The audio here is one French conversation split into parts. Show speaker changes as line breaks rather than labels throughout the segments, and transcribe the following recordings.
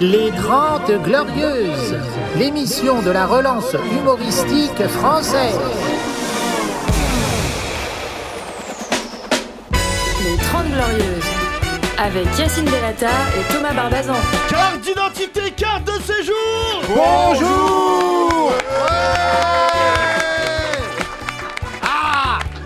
Les Grandes Glorieuses, l'émission de la relance humoristique française.
Les 30 Glorieuses, avec Yacine Delata et Thomas Barbazan.
Carte d'identité, carte de séjour
Bonjour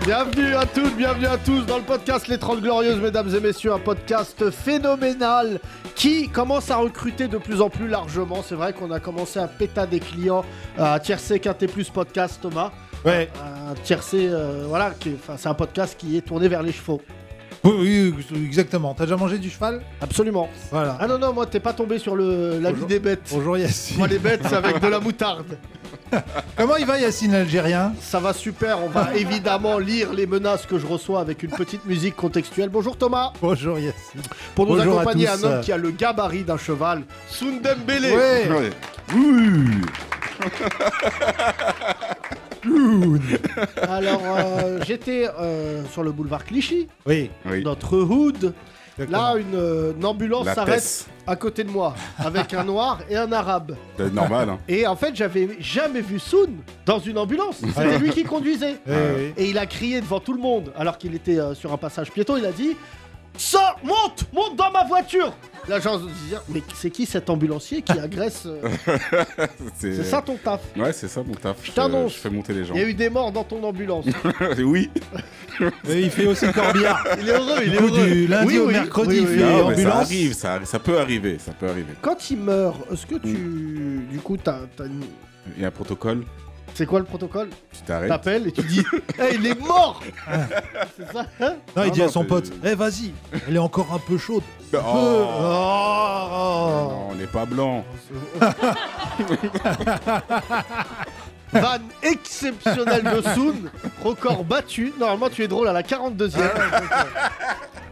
Bienvenue à toutes, bienvenue à tous dans le podcast Les 30 Glorieuses, mesdames et messieurs, un podcast phénoménal qui commence à recruter de plus en plus largement. C'est vrai qu'on a commencé à péter des clients euh, à tiercé quinté plus podcast, Thomas.
Ouais.
Un tiercé, euh, voilà, qui- enfin, c'est un podcast qui est tourné vers les chevaux.
Oui, oui, oui, exactement. T'as déjà mangé du cheval
Absolument.
Voilà.
Ah non, non, moi, t'es pas tombé sur le, la vie
Bonjour.
des bêtes.
Bonjour Yacine.
Moi, les bêtes, c'est avec de la moutarde.
Comment il va Yacine l'Algérien
Ça va super, on va évidemment lire les menaces que je reçois avec une petite musique contextuelle. Bonjour Thomas
Bonjour Yacine.
Pour nous
Bonjour à
accompagner
tous. euh.
un homme qui a le gabarit d'un cheval, Sundembele
Ouais.
Ouais. Ouh.
Alors euh, j'étais euh, sur le boulevard Clichy,
Oui.
Oui.
notre hood.
exactement.
Là, une, euh, une ambulance
La
s'arrête
Tess.
à côté de moi, avec un noir et un arabe.
C'est normal, hein.
Et en fait, j'avais jamais vu Soun dans une ambulance. C'était lui qui conduisait.
Eh oui.
Et il a crié devant tout le monde, alors qu'il était euh, sur un passage piéton, il a dit Sors, monte, monte dans ma voiture L'agence disait Mais c'est qui cet ambulancier qui agresse euh, C'est ça ton taf
Ouais, c'est ça mon taf. Je,
t'annonce.
je fais monter les gens.
Il y a eu des morts dans ton ambulance.
oui.
Et il fait aussi corbillard.
Il est heureux, il
Du
est
coup,
heureux.
du lundi
Oui,
au
oui,
mercredi,
oui,
il
oui.
fait
Non, mais ça
ambulance.
arrive, ça, arri- ça peut arriver, ça peut arriver.
Quand il meurt, est-ce que
Mm.
tu. Du coup, t'as. t'as une-
Il y a un protocole,
C'est quoi le protocole
tu t'arrêtes.
T'appelles et tu dis Hey, il est mort C'est ça hein
Non, il
Non,
dit à
non,
son
mais-
pote Eh, vas-y, elle est encore un peu chaude.
Oh,
Oh,
Non, on n'est pas blanc.
Van exceptionnel de Soon, record battu. Normalement, tu es drôle à la 42e.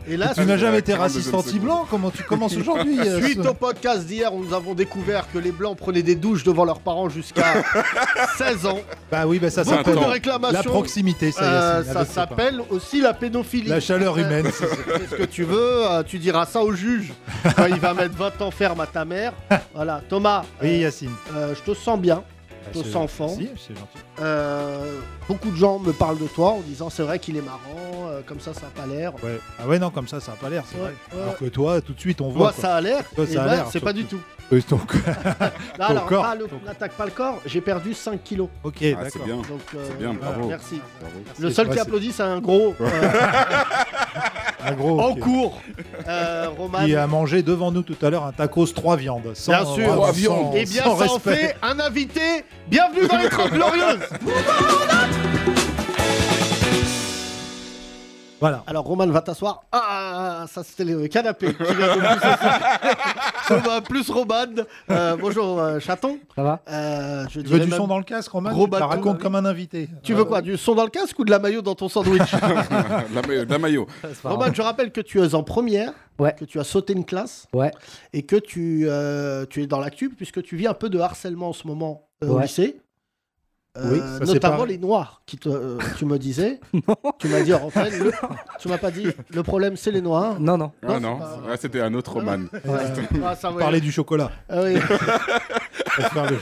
Et là,
Tu n'as jamais été
42e
raciste
seconde.
anti-blanc Comment tu commences aujourd'hui euh,
suite
ce-
au podcast d'hier, où nous avons découvert que les Blancs prenaient des douches devant leurs parents jusqu'à 16 ans.
Bah oui, bah ça
Beaucoup
s'appelle
Beaucoup de
Attends,
la
réclamations.
proximité, ça
Euh,
Yacine,
ça
avec ses parents.
s'appelle aussi la pédophilie.
La chaleur humaine.
Euh, Fais ce que tu veux, euh, tu diras ça au juge. Quand il va mettre 20 ans ferme à ta mère. Voilà, Thomas,
Oui,
euh,
Yacine.
euh, je te sens bien. Tous
C'est-
enfants.
Si, c'est gentil.
Euh, beaucoup de gens me parlent de toi en disant c'est vrai qu'il est marrant, euh, comme ça ça a pas l'air.
Ouais. Ah ouais, non, comme ça, ça a pas l'air, c'est
Ouais,
vrai.
ouais.
Alors que toi, tout de suite, on voit.
Moi
quoi.
ça a l'air,
Toi,
et
ça a
ben,
l'air,
c'est pas du
surtout.
tout.
Euh, Donc,
Là,
Ton
alors,
corps,
pas le-
ton corps.
n'attaque pas le corps, j'ai perdu 5 kilos.
ok,
Ah, c'est
d'accord.
bien.
Donc, euh,
C'est bien, bravo.
Merci.
Bravo.
Le seul
Ouais,
qui
c'est-
applaudit, c'est un gros euh,
Un gros.
en
ok.
cours. Euh, Roman.
Qui a mangé devant nous tout à l'heure un tacos 3 viandes. Sans,
Bien sûr.
vraiment,
Trois viandes.
sans-
Eh bien,
sans
ça en
respect.
fait un invité. Bienvenue dans les 30 Glorieuses.
Voilà.
Alors, Roman va t'asseoir. Ah, ça c'était le canapé. qui vient de plus s'asseoir. Thomas plus Roman. Euh, bonjour, euh, chaton.
Ça va
Euh,
Tu
je
veux
dirais
du
même-
son dans le casque, Romain
gros
Tu te la
bâton,
racontes
là.
comme un invité.
Tu veux quoi Du son dans le casque ou de la maillot dans ton sandwich
la, maillot, la maillot.
Roman, je rappelle que tu es en première,
Ouais.
que tu as sauté une classe
Ouais.
et que tu, euh, tu es dans l'actu puisque tu vis un peu de harcèlement en ce moment euh, au
Ouais.
lycée. Euh,
Oui, ça, c'est
notamment
pareil.
les noirs qui te, euh, tu me disais tu m'as dit en fait le- tu m'as pas dit le problème c'est les noirs
Non, non.
Ah
Non,
non,
c'est pas-
ah, c'était un autre
Ah,
roman.
Ah, ça, ouais.
Parler du chocolat.
Ah oui.
Pour faire le-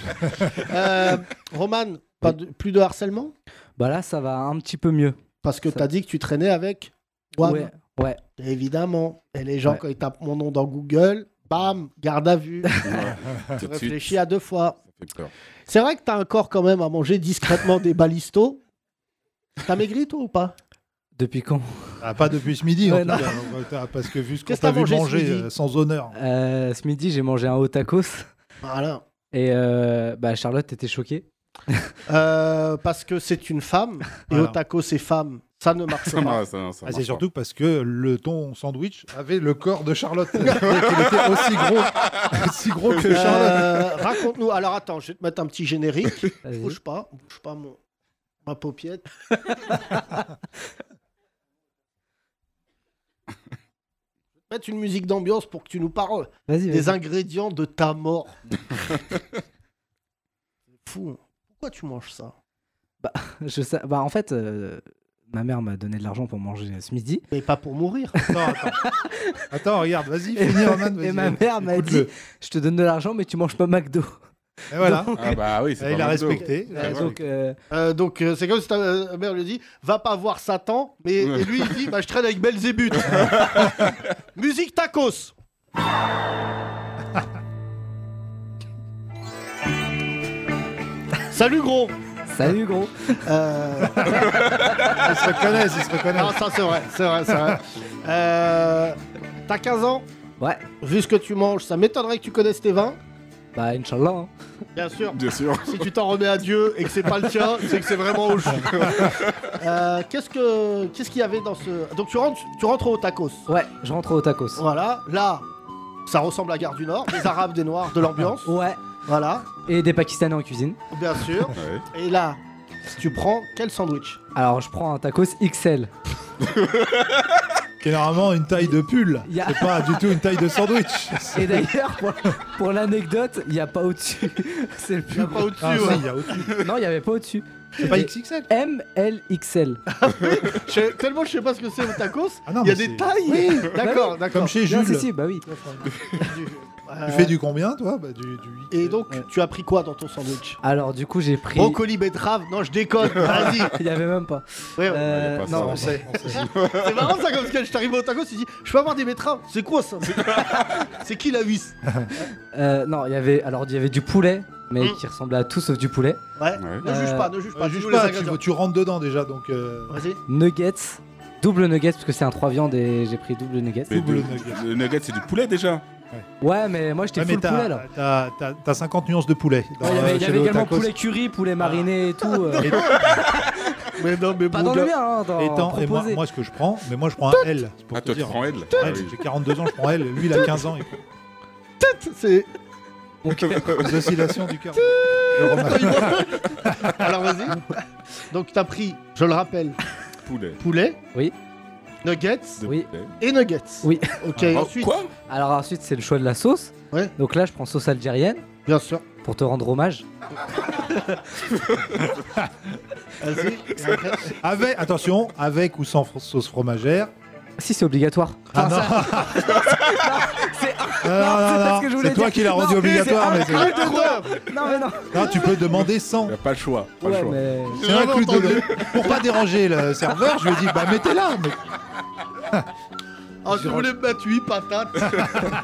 Euh, Roman pas de- plus de harcèlement
Bah là, ça va un petit peu mieux.
parce que
Ça-
tu as dit que tu traînais avec Wam.
Ouais, ouais.
Évidemment. Et les gens,
Ouais.
quand ils tapent mon nom dans Google, bam, garde à vue.
Tout de suite,
Réfléchis
ça
à deux fois.
fait peur.
C'est vrai que t'as encore quand même à manger discrètement des balistos. T'as maigri toi ou pas
Depuis quand
Ah, pas depuis ce midi, en
Ouais,
tout
non.
cas. donc, euh, Parce que vu ce qu'on
Qu'est-ce
t'a
t'as
vu
mangé ce
manger
midi
euh, sans honneur.
Euh, Ce midi, j'ai mangé un hot tacos.
Voilà.
Et euh, bah, Charlotte était choquée.
Euh, parce que c'est une femme. Et
Voilà.
au taco, c'est femme. Ça ne marche
Ça,
pas.
marche, ça, ça
Ah, c'est
marche
surtout parce que le ton sandwich avait le corps de Charlotte. Il était aussi gros, aussi gros que Charlotte.
Euh, Raconte-nous. Alors attends, je vais te mettre un petit générique.
Vas-y.
Bouge pas. Bouge pas mon... ma paupiette. Je vais te mettre une musique d'ambiance pour que tu nous parles.
Vas-y,
Les
vas-y.
ingrédients de ta mort. C'est fou. hein. Pourquoi tu manges ça
bah,
Je sais- Bah, en fait, euh,
Ma mère m'a donné de l'argent pour manger ce midi.
Mais pas pour mourir.
Attends, attends. Attends, regarde, vas-y,
Et,
finis Roman, vas-y.
et ma mère m'a dit
Écoute-le.
Je te donne de l'argent, mais tu manges pas McDo.
Et voilà,
Ah bah oui, c'est
Et
pas
il a
McDo.
respecté.
Ah, ouais.
Donc, euh,
Euh, donc euh, c'est comme si ta euh, mère lui dit va pas voir Satan, mais et lui il dit bah je traîne avec Belzébuth. Musique tacos. Salut gros.
salut gros.
Euh,
Ils se reconnaissent, ils se
Non
reconnaissent.
Ah, ça c'est vrai, c'est vrai, c'est vrai. Euh, T'as 15 ans.
Ouais,
Vu ce que tu manges, ça m'étonnerait que tu connaisses tes vins.
bah Inch'Allah. hein.
Bien sûr.
Bien sûr.
Si tu t'en remets à Dieu et que c'est pas le tien, c'est que c'est vraiment au jus. Euh, qu'est-ce que qu'est-ce qu'il y avait dans ce Donc tu rentres tu rentres au tacos.
Ouais, je rentre au tacos.
Voilà, là ça ressemble à Gare du Nord, des arabes, des noirs, de l'ambiance.
Ouais,
Voilà,
et des Pakistanais en cuisine.
bien sûr.
Ouais.
Et là, tu prends quel sandwich
Alors, je prends un tacos XL.
Qui est normalement une taille de pull.
Il y a-
C'est pas du tout une taille de sandwich.
Et d'ailleurs, pour, pour l'anecdote, il n'y a pas au-dessus. C'est le plus
Pas
gros.
au-dessus,
Ah, si,
ouais.
il y a autre-
Non, il n'y avait pas au-dessus.
C'est pas XXL
MLXL.
Je sais- Tellement je sais pas ce que c'est le tacos,
Ah non,
il y a
mais c'est-
des tailles D'accord, d'accord.
Comme chez
Non,
Jules.
bah si, si, bah oui.
Tu
Euh,
fais du combien, toi bah, du, du
Et donc,
Ouais.
tu as pris quoi dans ton sandwich
Alors, du coup, j'ai pris.
Brocoli, betterave, non je déconne, vas-y
Il n'y avait même pas.
Ouais, ouais.
Euh,
il y a pas
on
ça.
non,
sait, on sait.
C'est marrant ça comme sketch, t'arrives au tacos, tu dis « Je peux avoir des betteraves ?» C'est quoi ça C'est qui la huisse
euh, non, il y avait. Alors, il y avait du poulet, mais
Mm.
qui ressemblait à tout sauf du poulet.
Ouais,
Ouais.
ne juge
Euh,
pas, ne juge
Euh,
pas,
juge
dis-nous les
pas,
ingrédients.
tu, tu rentres dedans déjà, donc euh,
Vas-y.
Nuggets. Double nuggets, parce que c'est un 3 viandes et j'ai pris double nuggets.
Mais
Double
de-
nugget.
Le nugget, c'est du poulet déjà.
Ouais, mais moi, j'étais
ouais, mais
full poulet,
t'as-
là.
t'as t'as- t'as 50 nuances de poulet. dans,
Ouais, Il y
euh,
avait, il y
chez
avait
le
également
tacos. Ah.
poulet curry, poulet mariné et tout. euh,
Et,
Mais non, mais
Pas dans le bien, hein, dans
et tant- et moi,
proposé.
moi, ce que je prends, mais moi je prends un L. c'est Pour
Ah,
te
toi, tu
dire.
prends elle.
Ouais, J'ai 42 ans, je prends L. Lui, il a 15 ans. Et...
c'est...
Mon
euh,
cœur.
Les oscillations du cœur. Le Romain.
Alors vas-y. Donc t'as pris, je le rappelle,
Poulet.
poulet.
Oui.
Nuggets
De
Oui.
poulet.
et nuggets.
Oui.
Ok,
Oh,
ensuite,
quoi
Alors ensuite, c'est le choix de la sauce.
Ouais.
Donc là, je prends sauce algérienne
bien sûr.
pour te rendre hommage.
Vas-y. et après-
Avec, attention, avec ou sans fr- sauce fromagère.
Si, c'est obligatoire.
Ah non, Ah,
c'est
non,
c'est
non,
pas
non,
ce que je
non,
voulais
C'est toi
dire.
qui l'as rendu
Non,
obligatoire.
c'est-
Mais
ah,
c'est-
Non, mais non.
non, tu peux demander sans.
Il a pas le choix. Pas le
Ouais,
choix.
mais.
C'est inclus dedans. Pour pas déranger le serveur, je lui ai dit bah mettez-la. Mais...
Ah, je voulais me battre, oui, patate.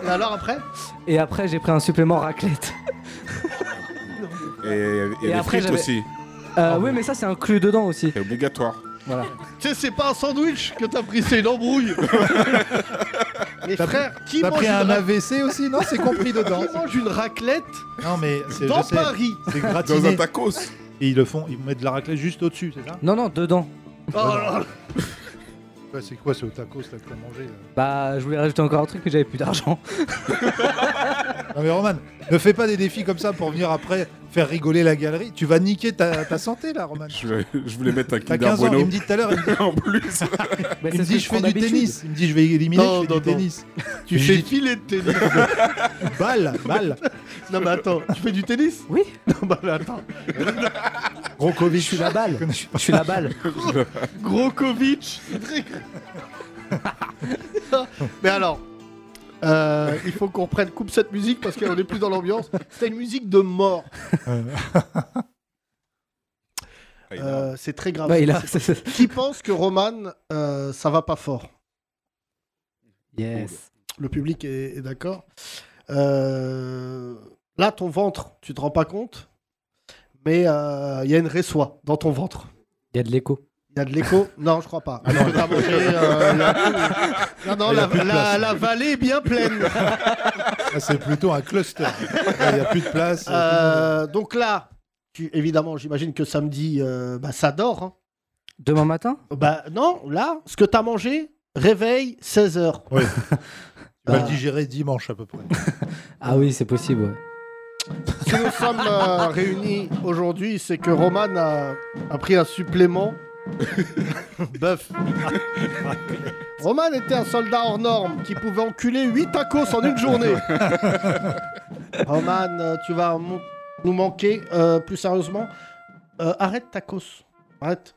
et alors après
Et après, j'ai pris un supplément raclette.
Et, et,
Et
les
après,
frites
j'avais-
aussi.
Euh, oui, mais ça, c'est inclus dedans aussi.
Ah, C'est obligatoire.
Voilà.
Tu sais, c'est pas un sandwich que t'as pris, c'est une embrouille. Mais
T'as
frère, qui
T'as
mange,
pris
une
un
ra-
AVC aussi Non, c'est compris dedans.
qui mange une raclette
Non, mais c'est je
dans
sais,
Paris
c'est
Dans un
gratiné.
tacos.
Et ils le font, ils mettent de la raclette juste au-dessus, c'est ça
Non, non, dedans.
Oh là là.
Ouais, C'est quoi ce tacos là que t'as mangé là
Bah, je voulais rajouter encore un truc, mais j'avais plus d'argent.
Non mais Roman, ne fais pas des défis comme ça pour venir après faire rigoler la galerie. Tu vas niquer ta, ta santé là, Roman.
Je, je voulais mettre un
T'as
Kinder
15 ans, il
Bueno
me dit tout à l'heure, il me dit,
en plus.
Mais
il me
c'est ce
dit,
que
je fais
prends
du
d'habitude.
tennis. Il me dit je vais éliminer,
Non,
je fais
non,
du
non.
tennis.
Tu
Je
fais
dis,
filer de tennis.
Balle, balle.
non mais attends, tu fais du tennis
Oui.
Non bah mais attends.
Gros Covid,
Je suis la balle. Je suis la balle.
Grokovic Mais alors, euh, il faut qu'on prenne coupe cette musique parce qu'on est plus dans l'ambiance. C'était une musique de mort. Euh, c'est très grave.
Ouais, il a.
Qui pense que Roman, euh, ça va pas fort
Yes.
Le public est, est d'accord. Euh, là, ton ventre, tu te rends pas compte, mais euh, il y a une résoie dans ton ventre.
Il y a de l'écho.
Il y a de l'écho Non, je crois pas. Parce que t'as mangé, euh, la- Non, non,
Il y a
la,
plus de
la-
place.
la vallée est bien pleine.
Ah, c'est plutôt un cluster. Il n'y a plus de place.
Euh, donc là, tu- évidemment, j'imagine que samedi, euh, bah, ça dort. hein.
Demain matin
Bah non, là, ce que t'as mangé, réveille 16h.
Tu vas
euh,
le digérer dimanche à peu près.
Ah oui, c'est possible. ouais.
Si nous sommes euh, réunis aujourd'hui, c'est que Roman a, a pris un supplément. Bœuf. Roman était un soldat hors norme qui pouvait enculer 8 tacos en une journée. Roman, euh, tu vas mon- nous manquer. euh, plus sérieusement, euh, arrête tacos. Arrête.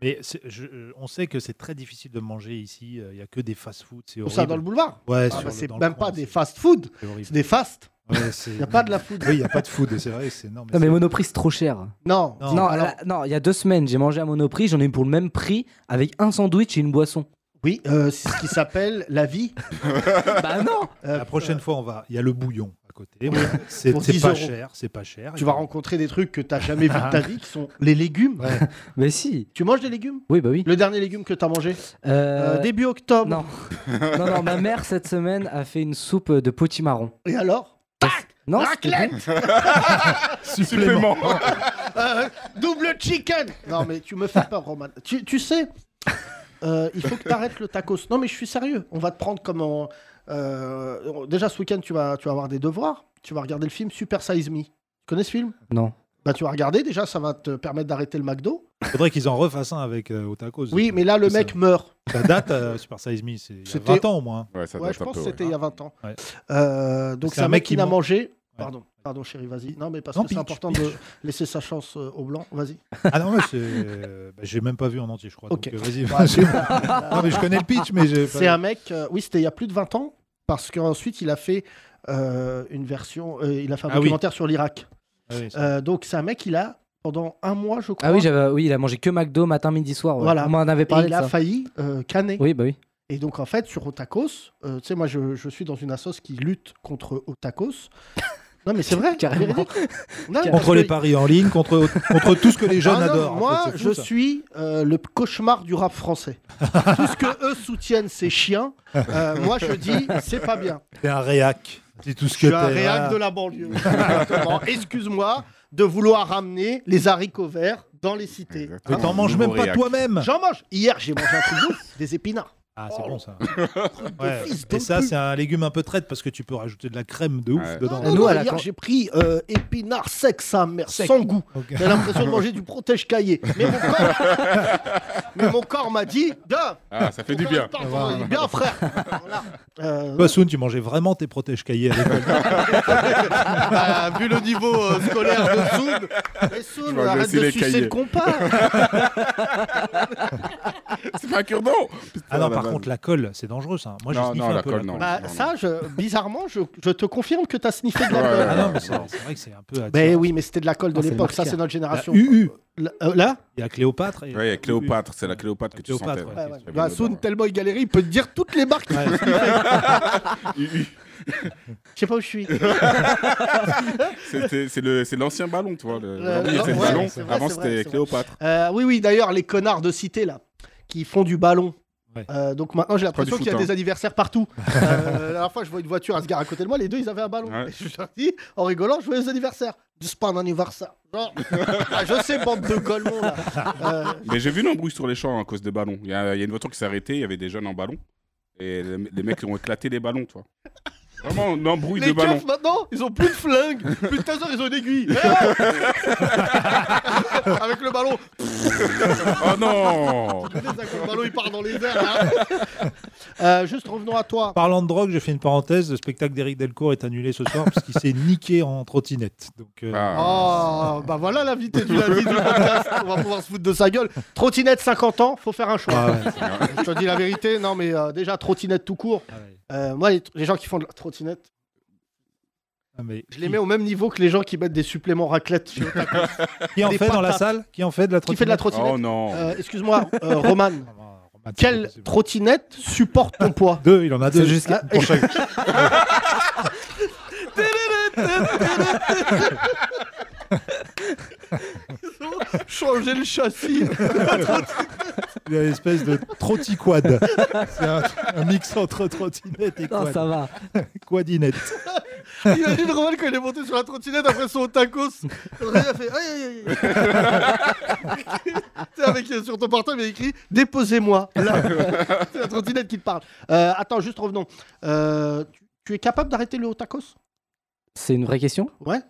Mais c'est- je- euh, on sait que c'est très difficile de manger ici. euh, Il n'y a que des fast-food. C'est
Ou
horrible.
ça dans le boulevard
Ouais,
Ah
sur
bah,
le-
C'est
dans le
même
coin,
pas des
c'est-
fast food,
c'est horrible.
c'est des fast.
Ouais, c'est-
Il n'y a pas de la food.
Oui, il n'y a pas de food, c'est vrai, c'est non, mais
Non, mais
c'est-
Monoprix, c'est trop cher.
Non.
Non.
Non,
alors-
là- non, il y a deux semaines, j'ai mangé à Monoprix, j'en ai eu pour le même prix avec un sandwich et une boisson.
Oui, euh, c'est ce qui s'appelle la vie.
bah non
Euh,
la prochaine fois, on va. Il y a le bouillon à côté. C'est
Pour
c'est
10
pas
euros.
cher, c'est pas cher.
Tu vas rencontrer des trucs que t'as jamais vu de ta vie, qui sont les légumes.
Ouais.
Mais si
Tu manges des légumes
Oui, bah oui.
Le dernier légume que t'as mangé
Euh,
Euh, Début octobre.
Non. non, non, ma mère cette semaine a fait une soupe de potimarron.
Et alors
Non, c'était
Raclette
bon.
Supplément.
Euh, Double chicken Non mais tu me fais peur, Roman. Tu, tu sais, euh, il faut que t'arrêtes le tacos. Non mais je suis sérieux. On va te prendre comme en... euh, déjà ce week-end, tu vas, tu vas avoir des devoirs. Tu vas regarder le film Super Size Me. Tu connais ce film
Non.
Bah tu vas regarder, déjà ça va te permettre d'arrêter le McDo.
Il faudrait qu'ils en refassent un avec euh, au tacos.
Oui mais là le
C'est
mec
ça.
meurt.
Ça date, euh, Super Size Me, c'est il y a
C'était-
20 ans au moins.
Ouais, ça
Ouais
date
je
un
pense
peu,
que
ouais.
c'était il y a 20 ans.
hein. Ouais.
Euh, donc
C'est
c'est
un
un
mec
mec qui
qui
n'a
mange-
mangé... Pardon, pardon chérie, vas-y. Non mais parce
Non,
que c'est
pitch,
important
pitch.
de laisser sa chance euh, au blanc. Vas-y.
Ah non, mais c'est- euh, bah, j'ai même pas vu en entier, je crois.
Ok.
Donc euh, vas-y. vas-y. non, mais je connais le pitch, mais j'ai. pas-
C'est un mec, euh, oui, c'était il y a plus de 20 ans, parce qu'ensuite il a fait euh, une version, euh, il a fait un
Ah oui.
documentaire sur l'Irak.
Ah oui, c'est-
Euh, donc c'est un mec, il a, pendant un mois, je crois,
Ah oui, j'avais, oui, il a mangé que McDo matin, midi, soir. ouais.
Voilà.
On m'en avait
et
parlé
il
de
a
ça.
failli euh, canner.
Oui, bah oui.
Et donc en fait, sur Otakos, euh, tu sais, moi je, je suis dans une assoce qui lutte contre Otakos. Non mais c'est vrai,
Carrément.
véridique. Non, mais parce
Contre les
que-
paris en ligne, contre, contre tout ce que les jeunes
Ah non,
adorent. en
Moi,
fait, c'est fou,
je
ça.
suis euh, le cauchemar du rap français. Tout ce que eux soutiennent, c'est chiens. Euh, moi, je dis, c'est pas bien.
T'es un réac. C'est tout ce
Je
que
suis un
t'es, voilà.
réac de la banlieue. Exactement. Excuse-moi de vouloir ramener les haricots verts dans les cités.
Mais t'en
Un
manges
nouveau
même pas
réac.
toi-même.
J'en mange. Hier, j'ai mangé un truc de ouf, des épinards.
Ah, c'est bon ça.
de fils de
Et ça,
pute.
c'est un légume un peu traite parce que tu peux rajouter de la crème de ouf
Ouais.
dedans.
Non,
Nous,
non,
à la
hier,
con-
j'ai pris euh, épinards secs, sa mère,
Sec.
sans goût.
Ok.
J'ai l'impression de manger du protège caillé. Mais mon corps, mais mon corps m'a dit, d'un,
Ah, ça fait du
ton corps,
bien.
il parle, il dit, bien, frère. Voilà. Euh,
Toi, Soun, tu mangeais vraiment tes protèges caillés à l'école.
Bah, vu le niveau euh, scolaire de Soun, mais
Je
Soun,
mange
arrête
aussi
de
les
sucer
cahiers.
le compas.
C'est pas un cure-dent
Ah non,
la
par
base.
contre, la colle, c'est dangereux ça. Moi, j'ai
Non,
sniffé
non,
un
la
peu
colle,
la
non.
colle.
Bah,
non,
ça, je- bizarrement, je, je te confirme que t'as sniffé de la
Ouais,
colle.
Ah non, mais
non.
c'est c'est vrai que c'est un peu.
Ben
attirant.
oui, mais c'était de la colle de
Ah, c'est le
l'époque, ça
marqueur.
c'est notre
La
génération.
UU,
Là, euh, là
il y a Cléopâtre. et-
Ouais, il y a Cléopâtre, c'est la Cléopâtre que tu
Cléopâtre,
sentais.
ouais.
ouais.
ouais, ouais.
Il y avait
Bah,
l'odeur,
Soun,
ouais.
tellement il galérait, il peut te dire toutes les marques.
Ouais.
Je sais pas où je suis.
C'était- C'est le- c'est l'ancien ballon, tu vois. le-
Euh,
Aujourd'hui, c'est
ouais,
le ballon.
c'est vrai,
Avant,
c'est vrai, c'est
c'était
vrai.
Cléopâtre.
Euh, oui, oui, d'ailleurs, les connards de cité là, qui font du ballon.
Ouais.
Euh, donc maintenant j'ai l'impression
Pas du
qu'il y a
foot, hein.
des anniversaires partout. Euh, la dernière fois je vois une voiture à se garer à côté de moi, les deux ils avaient un ballon.
Ouais.
Et je leur dis en rigolant, je veux les anniversaires. C'est pas un anniversaire. Genre, Ah, je sais, bande de colmons là. Euh,
Mais j'ai vu une embrouille sur les champs à cause des ballons. Il y, a il y a une voiture qui s'est arrêtée, il y avait des jeunes en ballon. Et les, les mecs ils ont éclaté les ballons, tu vois. Vraiment, une embrouille de
les
ballons.
keufs maintenant, ils ont plus de flingue, plus de taser, ils ont une aiguille. Eh non Avec le ballon,
Oh non
le ballon il part dans les airs. là. Euh, juste revenons à toi.
Parlant de drogue, je fais une parenthèse. Le spectacle d'Éric Delcourt est annulé ce soir parce qu'il s'est niqué en trottinette. Donc, euh,
Ah.
Oh, bah voilà l'invité du lundi du podcast. On va pouvoir se foutre de sa gueule. Trottinette 50 ans, faut faire un choix.
ah ouais,
Je te dis la vérité, non mais euh, déjà trottinette tout court.
ah ouais.
Euh, moi, les, les gens qui font de la trottinette,
Ah, mais
je les
qui-
mets au même niveau que les gens qui mettent des suppléments raclette. chez Otaku.
Qui en
des
fait dans la
patates.
salle Qui en fait de la
qui fait de la
trottinette
Oh
trottinette
non
Euh, Excuse-moi, euh, Roman,
Ah, Romain, c'est pas
quelle
possible.
trottinette supporte ton poids
Deux, il en a deux.
C'est juste
Ah,
Pour chaque-
Changer le châssis.
Il y a une espèce de trottiquad. C'est un, un mix entre trottinette et
Non,
quad.
ça va.
quadinette.
Imagine Roman quand il est monté sur la trottinette après son tacos. Il a fait aïe aïe aïe. Tu sais, avec euh, sur ton portable, il y a écrit déposez-moi. Là, c'est la trottinette qui te parle. Euh, attends, juste revenons. Euh, tu, tu es capable d'arrêter le haut tacos
C'est une vraie question
Ouais.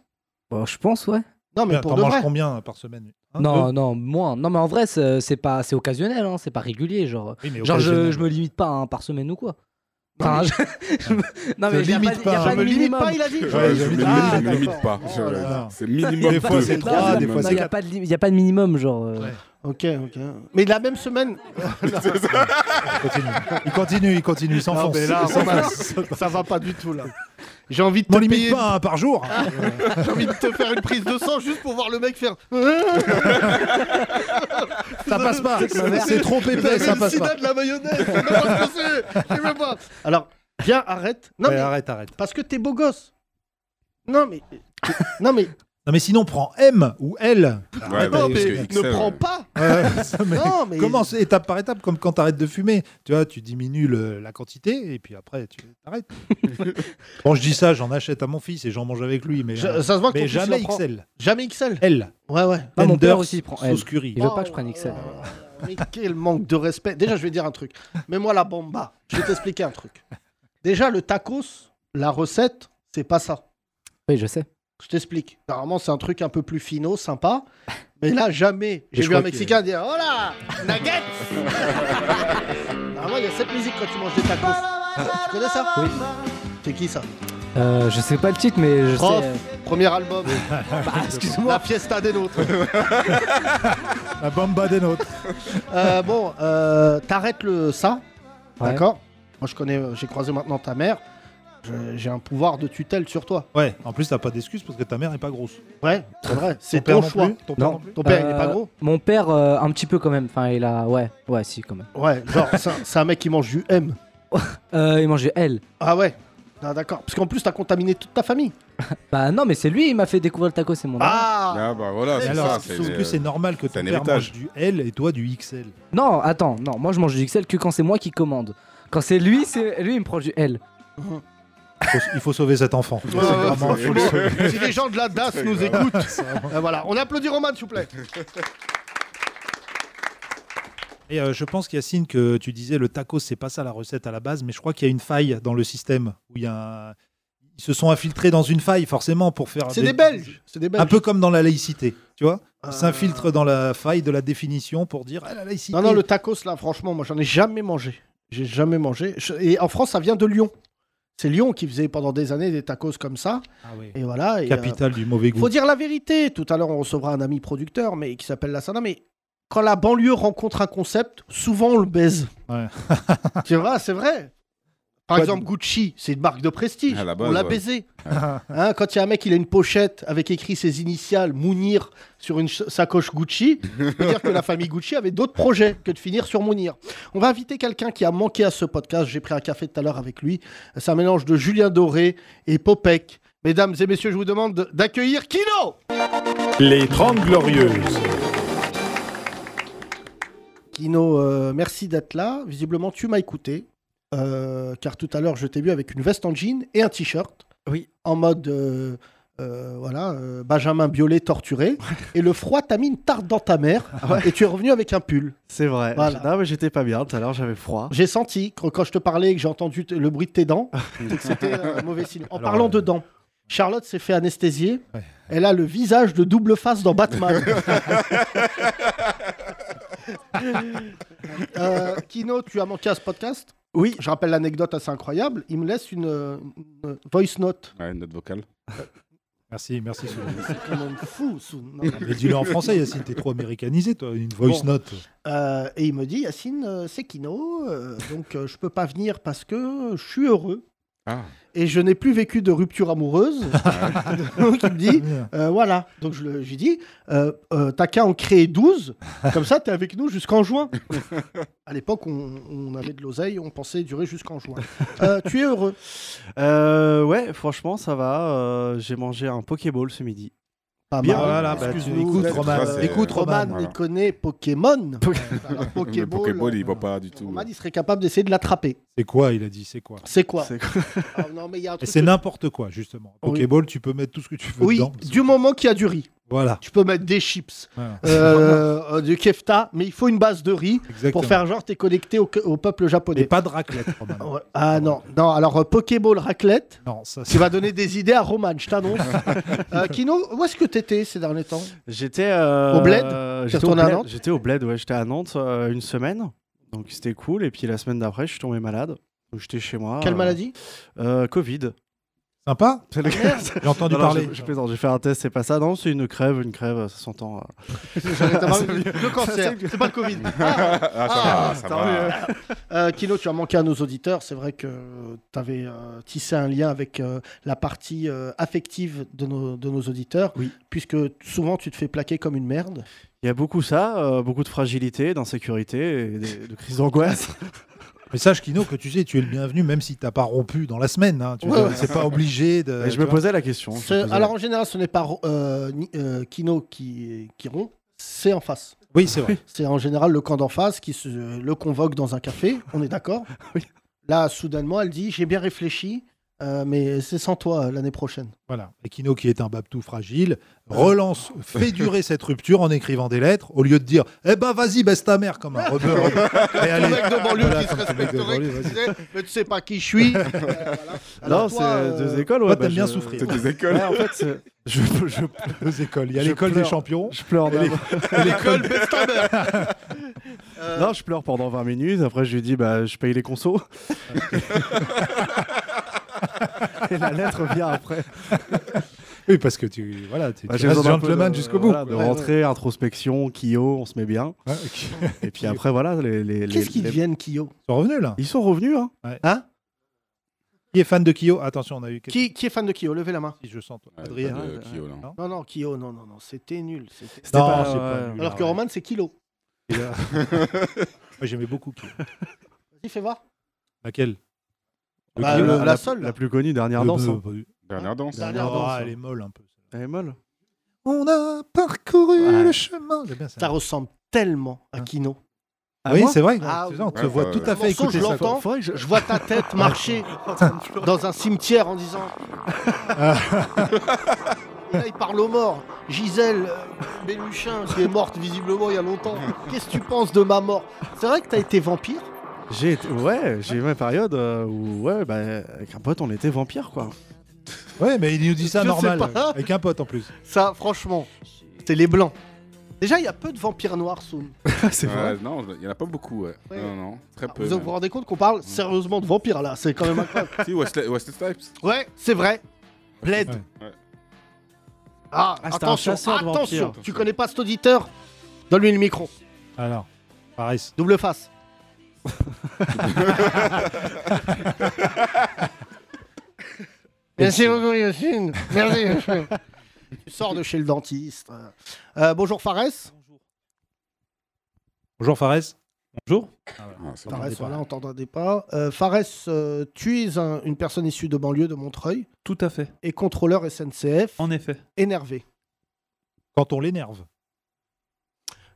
Bon, je pense, ouais.
Non, mais
Putain,
pour
T'en
de
manges
vrai.
combien euh, par semaine Hein Un,
non,
deux
non, moins. Non, mais en vrai, c'est c'est pas, c'est occasionnel, hein, c'est pas régulier. Genre,
Oui, mais
genre je,
occasionnel.
je me limite pas à un par semaine ou quoi. Enfin, je... je me- non,
Te
mais il y a
limite
pas, il
pas. Je
y a pas de minimum.
Je me limite pas, il a dit.
Ouais,
Ouais,
je
je me
me limite,
limite.
je me limite
Ah,
pas.
d'accord.
Je-
Oh là
là.
C'est minimum
Des fois,
deux.
c'est
Non,
trois,
mais-
des
non,
fois,
il
c'est
y a
quatre.
pas de lim- il y a pas de minimum, genre. euh,
Ouais.
Ok, ok. Mais la même semaine,
Il continue, il continue, il continue, il
Non,
s'enfonce.
mais là,
Il s'enfonce.
ça va pas du tout là. J'ai envie de
Mon
te
limite
payer-
pas hein. un par jour.
J'ai envie de te faire une prise de sang juste pour voir le mec faire.
Ça passe pas. C'est trop
Vous
épais,
avez
ça
le
passe
sida
pas.
de la mayonnaise. je sais même pas ce que c'est, je sais même pas. Alors, viens, arrête. Non
Ouais,
mais
Arrête, arrête.
parce que t'es beau gosse. Non mais non mais
Non mais sinon prends M ou L.
Ouais,
non
parce
mais
que
ne
XL,
prends
ouais.
pas.
Euh, ça, mais
Non mais
Commence étape par étape, comme quand t'arrêtes de fumer. Tu vois, tu diminues le- la quantité et puis après tu arrêtes. bon, je dis ça, j'en achète à mon fils et j'en mange avec lui, mais,
Je-
euh,
ça se voit que
mais
ton fils, il en
jamais
prend-
XL.
Jamais XL.
L.
Ouais ouais.
Ah, mon père
Tenders,
aussi il prend L.
Sauce curry.
Il veut
Oh
pas que je prenne
là
XL.
là. Mais quel manque de respect. Déjà, je vais dire un truc. Mets-moi la bomba. Je vais t'expliquer un truc. Déjà, le tacos, la recette, c'est pas ça.
Oui, je sais.
Je t'explique. Normalement, c'est un truc un peu plus finot, sympa. Mais là, jamais. J'ai
je
vu un
crois que-
Mexicain dire Oh là Nuggets Normalement, il y a cette musique quand tu manges des tacos. tu connais ça
Oui.
C'est qui ça
Euh, je sais pas le titre, mais je
Prof.
sais. euh,
Premier album,
Bah, excuse-moi.
La Fiesta des Nôtres.
La bomba des nôtres.
Euh, bon, euh, t'arrêtes le ça,
Ouais.
d'accord Moi, je connais, euh, j'ai croisé maintenant ta mère. Je- J'ai un pouvoir de tutelle sur toi.
Ouais. En plus, t'as pas d'excuse parce que ta mère est pas grosse.
Ouais, c'est vrai. C'est
père
ton
non
choix.
plus Ton père
Non.
non plus
Ton père, il est pas
Euh,
gros
Mon père, euh, un petit peu quand même. Enfin, il a. Ouais, ouais, si, quand même.
Ouais, genre, c'est un- c'est un mec qui mange du M.
Euh, il mangeait L.
Ah ouais Ah, D'accord. Parce qu'en plus, t'as contaminé toute ta famille.
Bah, non, mais c'est lui, il m'a fait découvrir le taco, c'est mon. ami.
Ah
Ah bah voilà,
Et
c'est
alors,
ça.
sauf
c'est
que
des-
c'est normal que ton
c'est un
père mange
héritage.
du L et toi du XL.
Non, attends, non, moi je mange du XL que quand c'est moi qui commande. Quand c'est lui, c'est lui, il me prend du L.
Faut- il faut sauver cet enfant. C'est
Ouais, ouais,
vraiment-
c'est-
faut le sauver.
Si les gens de la DAS nous écoutent, euh, voilà. On applaudit Roman, s'il vous plaît.
Et euh, je pense, Yacine, que tu disais le taco, c'est pas ça la recette à la base, mais je crois qu'il y a une faille dans le système. Où il y a un- Ils se sont infiltrés dans une faille, forcément, pour faire.
C'est des Belges. C'est des Belges.
Un peu comme dans la laïcité, tu vois
Euh,
Ils s'infiltrent dans la faille de la définition pour dire ah, la laïcité.
Non, non, le tacos, là, franchement, moi, j'en ai jamais mangé. J'ai jamais mangé. Je- Et en France, ça vient de Lyon. C'est Lyon qui faisait pendant des années des tacos comme ça.
Ah oui.
Et voilà. Et, euh,
Capitale du mauvais goût.
faut dire la vérité. Tout à l'heure, on recevra un ami producteur mais qui s'appelle Lassana. Mais quand la banlieue rencontre un concept, souvent on le baise.
Ouais.
tu vois, c'est vrai. Par
Pas
exemple, Gucci, c'est une marque de prestige.
À la
on
base,
l'a
ouais.
baisé. Hein, quand il y a un mec, il a une pochette avec écrit ses initiales Mounir sur une ch- sacoche Gucci, ça veut dire que la famille Gucci avait d'autres projets que de finir sur Mounir. On va inviter quelqu'un qui a manqué à ce podcast. J'ai pris un café tout à l'heure avec lui. C'est un mélange de Julien Doré et Popek. Mesdames et messieurs, je vous demande de- d'accueillir Kino
Les 30 Glorieuses.
Kino, euh, merci d'être là. Visiblement, tu m'as écouté. euh, car tout à l'heure, je t'ai vu avec une veste en jean et un t-shirt.
Oui.
En mode, euh, euh, voilà, euh, Benjamin Biolay torturé. et le froid t'a mis une tarte dans ta mère. Et tu es revenu avec un pull.
C'est vrai.
Voilà.
Je- Non, mais j'étais pas bien tout à l'heure, j'avais froid.
J'ai senti, que quand je te parlais et que j'ai entendu t- le bruit de tes dents, c'est que c'était euh, un mauvais signe. En
Alors,
parlant de
euh,
dents, Charlotte s'est fait anesthésier.
Ouais.
Elle a le visage de double face dans Batman. Euh, Kino, tu as manqué à ce podcast
Oui.
Je rappelle l'anecdote assez incroyable. Il me laisse une, euh, une voice note. Euh,
Ouais, notre vocale.
Merci, merci. Souley.
C'est quand même fou. sous- non.
Mais dis-le en français, Yacine, t'es trop américanisé, toi. Une voice
Bon.
note.
Euh, et il me dit, Yacine, euh, c'est Kino, euh, donc euh, je peux pas venir parce que je suis heureux.
Ah.
et je n'ai plus vécu de rupture amoureuse. Donc il me dit,
Ah, Bien.
euh, voilà. Donc je le- je lui dis, euh, euh, t'as qu'à en créer 12, comme ça t'es avec nous jusqu'en juin. à l'époque, on, on avait de l'oseille, on pensait durer jusqu'en juin. Euh, tu es heureux.
Euh, ouais, franchement, ça va. euh, j'ai mangé un Pokéball ce midi.
Pas
Bien,
mal.
voilà, bah, tu écoutes,
peut-être,
Roman.
tu vois, c'est-
Écoute,
Roman,
Roman.
voilà.
il connaît Pokémon. Alors,
Le Pokéball,
euh,
il voit pas du tout.
Roman, il serait capable d'essayer de l'attraper.
C'est quoi Il a dit, c'est quoi
C'est quoi
C'est-
Ah, Non, mais il y a un
Et
truc
c'est
que-
n'importe quoi, justement.
Oui.
Pokéball, tu peux mettre tout ce que tu veux
Oui,
dedans.
du moment qu'il y a du riz.
Voilà.
Tu peux mettre des chips,
Voilà.
euh, euh, du kefta, mais il faut une base de riz.
Exactement.
pour faire genre t'es connecté au, au peuple
Et
japonais.
pas de raclette, Roman.
Ouais. Ah non, non, alors euh, Pokéball raclette,
Non, ça,
tu
c'est
vas donner des idées à Roman, je t'annonce. Euh, Kino, où est-ce que t'étais ces derniers temps
J'étais euh,
Au Bled
euh,
T'es
J'étais au
retourné à
Bled.
Nantes
J'étais au Bled, ouais. J'étais à Nantes euh, une semaine, donc c'était cool. Et puis la semaine d'après, je suis tombé malade. Donc j'étais chez moi.
Quelle
euh,
maladie
euh, Covid.
Sympa
C'est le
J'ai entendu
Non, non,
parler.
je, je plaisante, j'ai fait un test, c'est pas ça. Non, c'est une crève, une crève, ça s'entend. euh.
bah Le cancer, Ah, c'est pas le Covid. Ah,
Ah, ça va, ça
Attends,
va.
mais, euh,
Euh, Kino, tu as manqué à nos auditeurs. C'est vrai que tu avais tissé un lien avec euh, la partie euh, affective de nos, de nos auditeurs,
Oui.
puisque souvent tu te fais plaquer comme une merde.
Il y a beaucoup ça, euh, beaucoup de fragilité, d'insécurité, et des- de crise d'angoisse.
Mais sache, Kino, que tu sais, tu es le bienvenu, même si t'as pas rompu dans la semaine. hein. Tu
Ouais,
vois,
ouais.
C'est pas obligé de.
Et je
tu
me
vois.
posais la question. je me
Ce-
posais la-
alors en général, ce n'est pas euh, ni- euh, Kino qui, qui rompt, c'est en face.
Oui, c'est vrai.
C'est en général le camp d'en face qui se, le convoque dans un café, on est d'accord
Oui.
Là, soudainement, elle dit J'ai bien réfléchi, euh, mais c'est sans toi euh, l'année prochaine.
Voilà. Et Kino, qui est un babtou fragile, relance, fait durer cette rupture en écrivant des lettres, au lieu de dire Eh ben, vas-y, baisse ta mère comme un rebeu. Et allez, voilà, comme ton mec de banlieue, vas-y.
mais tu sais pas qui je suis.
Non, c'est
euh,
deux écoles. Ouais,
toi,
bah,
t'aimes bien
je-
souffrir.
C'est des écoles.
Ouais, en fait, c'est- je, je,
Deux écoles. Il y a
Je
l'école des
pleure.
champions.
je pleure.
Et les-
d'abord.
L'école
Euh.
Non, je pleure pendant 20 minutes. Après, je lui dis, bah, je paye les consos. Et la lettre vient après.
Oui, parce que tu, voilà, tu,
Bah,
tu
j'ai
restes
besoin d'un peu
gentleman
de-
jusqu'au bout.
voilà, de
Ouais,
rentrée, introspection, Kyo, on se met bien.
ouais. Ouais, ok.
Et puis après, voilà. Les, les- les-
Qu'est-ce qu'ils
les-
deviennent, Kyo
Ils sont revenus là.
Ils sont revenus, hein.
Qui est fan de Kyo Attention, on a eu quelques
qui, qui est fan de Kyo Levez la main.
je sens toi.
Ouais,
Adrien. euh,
de Kyo, là.
Non, non, Kyo, non, non, non, c'était nul. c'était-
C'était
Non,
pas-
c'est pas
ouais.
nul,
Alors que
arrête.
Roman, c'est Kilo.
Et là- Moi, j'aimais beaucoup Kyo.
Vas-y, fais voir.
Laquelle Le
Bah,
Kyo,
le-
là,
la
la-
seule, là.
Ah, La plus connue, dernière
le- bah
danse.
le-
hein.
Dernière danse.
Dernière-
Ah,
danse,
elle est molle un peu. celle-là.
Elle est molle.
On a parcouru
Ouais.
le chemin. J'aime bien ça.
Ça ressemble tellement à
Hein.
Kino.
Ah,
oui,
moi
c'est vrai.
Ah,
c'est ça, on te
ouais,
voit
bah,
tout à
Le
fait
morceau,
écouter
je
ça. quoi.
l'entends. Je, vois ta tête marcher dans un cimetière en disant. Et là, il parle aux morts. Gisèle euh, Béluchin, qui est morte visiblement il y a longtemps. Qu'est-ce que tu penses de ma mort C'est vrai que t'as été vampire
J'ai été- ouais, j'ai eu ma période euh, où, ouais, bah, avec un pote, on était vampire, quoi.
Ouais, mais il nous dit ça
Je sais
normal.
pas.
Avec un pote en plus.
Ça, franchement, c'est les blancs. Déjà, il y a peu de vampires noirs, Soum.
c'est vrai.
Ouais, non, il n'y en a pas beaucoup. ouais.
Ouais.
Non, non, très peu.
Ah, Vous vous
même.
rendez compte qu'on parle sérieusement de vampires là C'est quand même incroyable.
Si, Wesley, Wesley Snipes.
ouais, c'est vrai. Bled.
Ouais.
Ah,
Ah, c'était un
attention,
chasseur de
attention.
vampires.
Tu connais pas cet auditeur Donne-lui le micro.
Alors, pareil.
Double face. Merci beaucoup, Yacine. Merci. Yacine. tu sors de chez le dentiste. Euh, bonjour, Fares.
Bonjour Fares.
Bonjour.
Ah, c'est
Attends.
bon.
T'entendais
Fares,
pas.
voilà, on t'entendait pas. Euh, Fares, euh, tu es un- une personne issue de banlieue de Montreuil
Tout à fait.
et contrôleur SNCF
En effet.
énervé
Quand on l'énerve.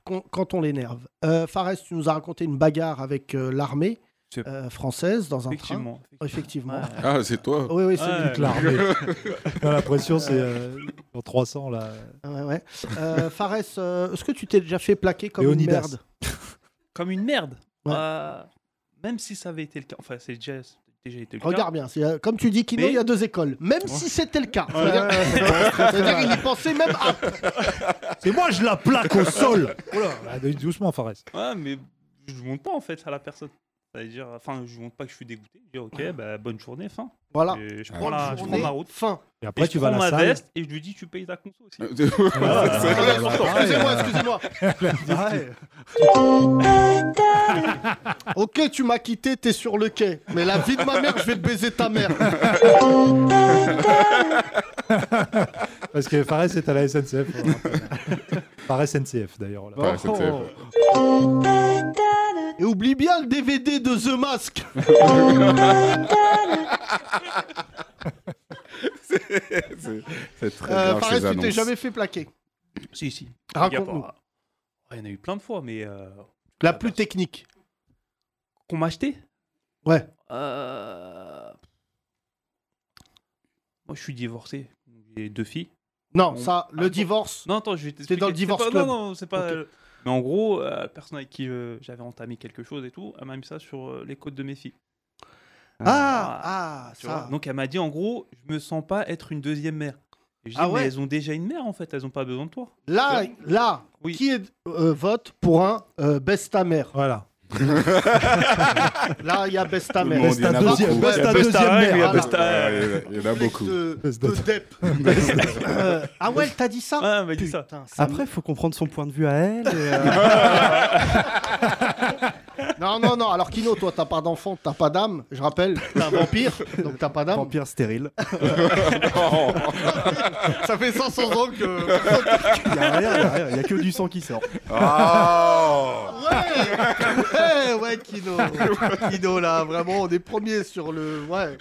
con- quand on l'énerve. Euh, Fares, tu nous as raconté une bagarre avec euh, l'armée
C'est-
euh, française dans un train.
Effectivement.
Effectivement.
Ouais.
Ah, c'est toi.
Oui, oui, c'est
Ouais.
lui.
L'armée. J'ai l'impression, c'est euh, en 300 là.
Ouais, ouais. Euh, Fares, euh, est-ce que tu t'es déjà fait plaquer comme une
Léonidas.
merde
Comme une merde.
Ouais.
Euh, même si ça avait été le cas. Enfin, c'est déjà, c'est déjà été le cas.
Regarde bien, c'est, euh, comme tu dis, Kino,
Mais-
il y a deux écoles. Même si c'était le cas. C'est-à-dire-
Euh,
C'est-à-dire qu'il y pensait même à...
C'est moi, je la plaque au sol. Oh là, bah, doucement Fares.
Ouais, mais je ne montre pas en fait à la personne. C'est-à-dire, enfin, je ne montre pas que je suis dégoûté. Je dis, ok, bah, bonne journée, fin.
Voilà.
Et je,
Ah.
prends la- je prends ma route.
Fin.
Et
Et
après,
je
tu vas à
prends
la
ma
salle.
veste et je lui dis, tu payes ta conso aussi.
Ah,
C'est-
bah, bah, bah,
Excusez-moi,
bah,
excusez-moi. ok, tu m'as quitté, t'es sur le quai. Mais la vie de ma mère, je vais te baiser ta mère.
Parce que Fares est à la SNCF. on le rappelle. Par SNCF d'ailleurs. là.
Ouais, c'est- c'est-
Et oublie bien le DVD de The Mask.
c'est- C'est très
Euh,
grave
Fares,
ces
tu t'es
annonces.
jamais fait plaquer.
Si, si. Il y a
Raconte-nous.
pas- Ouais, Il y en a eu plein de fois, mais euh,
La plus technique.
qu'on m'a acheté
Ouais.
Euh, Moi, je suis divorcé. J'ai deux filles.
Non,
On-
ça, le
Ah,
divorce.
Non, attends, je vais
T'es
t'expliquer.
dans le
C'est
divorce
pas-
club.
Non, non, c'est pas.
Ok.
euh, Mais en gros, euh, la personne avec qui euh, j'avais entamé quelque chose et tout, elle m'a mis ça sur euh, les côtes de mes filles.
Ah, ah,
tu
ça.
vois. Donc, elle m'a dit, en gros, je me sens pas être une deuxième mère. Et je dis,
Ah ouais
mais elles ont déjà une mère en fait, elles ont pas besoin de toi.
Là, là,
Oui.
qui est, euh, vote pour un euh, baisse ta mère
Voilà.
Là, il y a Bestamel.
Tout le monde, il y en a
Bestamel.
beaucoup. Ah,
Best
Il y a
à
Besta
deuxième
Reg, il y a
mère.
Besta-
Ouais, Il y en a- il y en a beaucoup.
De,
Best
de Depp. Euh, ah ouais, t'as dit ça
Ah, mais dis ça.
Putain, ça me-
Après, il faut comprendre son point de vue à elle. et, euh,
Non, non, non. Alors, Kino, toi, t'as pas d'enfant, t'as pas d'âme. Je rappelle, t'es un vampire, donc t'as pas d'âme.
vampire stérile.
Ça fait 500 ans que.
Il n'y a rien, y a rien, y a que du sang qui sort.
Oh
Ouais, ouais, ouais, Kino. Kino, là, vraiment, on est premiers sur le. Ouais.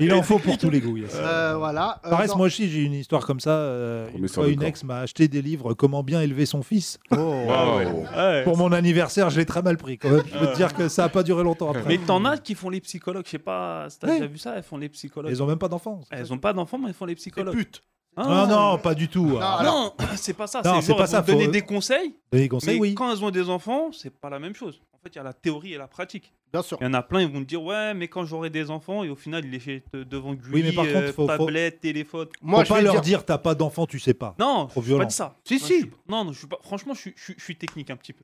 Il en faut pour tous les goûts. il y a ça.
Euh, voilà. Euh,
Pareil,
non.
moi aussi, j'ai une histoire comme ça. euh,
Premier
une
sur
fois,
le
une
corps.
ex m'a acheté des livres Comment bien élever son fils.
Oh,
Wow.
Ouais.
Pour mon anniversaire, je l'ai très mal pris. Quand même. Je peux te dire que ça n'a pas duré longtemps après.
Mais t'en as qui font les psychologues, je sais pas si t'as
Ouais.
déjà vu ça, elles font les psychologues.
Ils ont même pas d'enfants.
Elles ont pas d'enfants, mais elles font les psychologues. Putes.
Ah non, pas du tout.
Non.
Alors,
Non, c'est pas ça.
Non,
C'est
c'est
genre,
pas
elles
ça,
vont donner
faut-
des conseils,
les conseils,
mais
oui.
quand elles ont des enfants, c'est pas la même chose. En fait, il y a la théorie et la pratique.
Bien sûr.
Il y en a plein, ils vont te dire ouais, mais quand j'aurai des enfants, et au final, ils les jettent devant lui,
Oui, mais par contre, faut- faut-
tablette, téléphone.
Moi,
Faut
je
pas
vais
leur
dire.
dire, t'as pas d'enfant, tu sais pas.
Non,
Trop
je veux pas
violent.
de ça.
Si,
Moi, je suis
si.
pas- Non, non, je suis pas. Franchement, je suis, je suis- je suis technique un petit peu.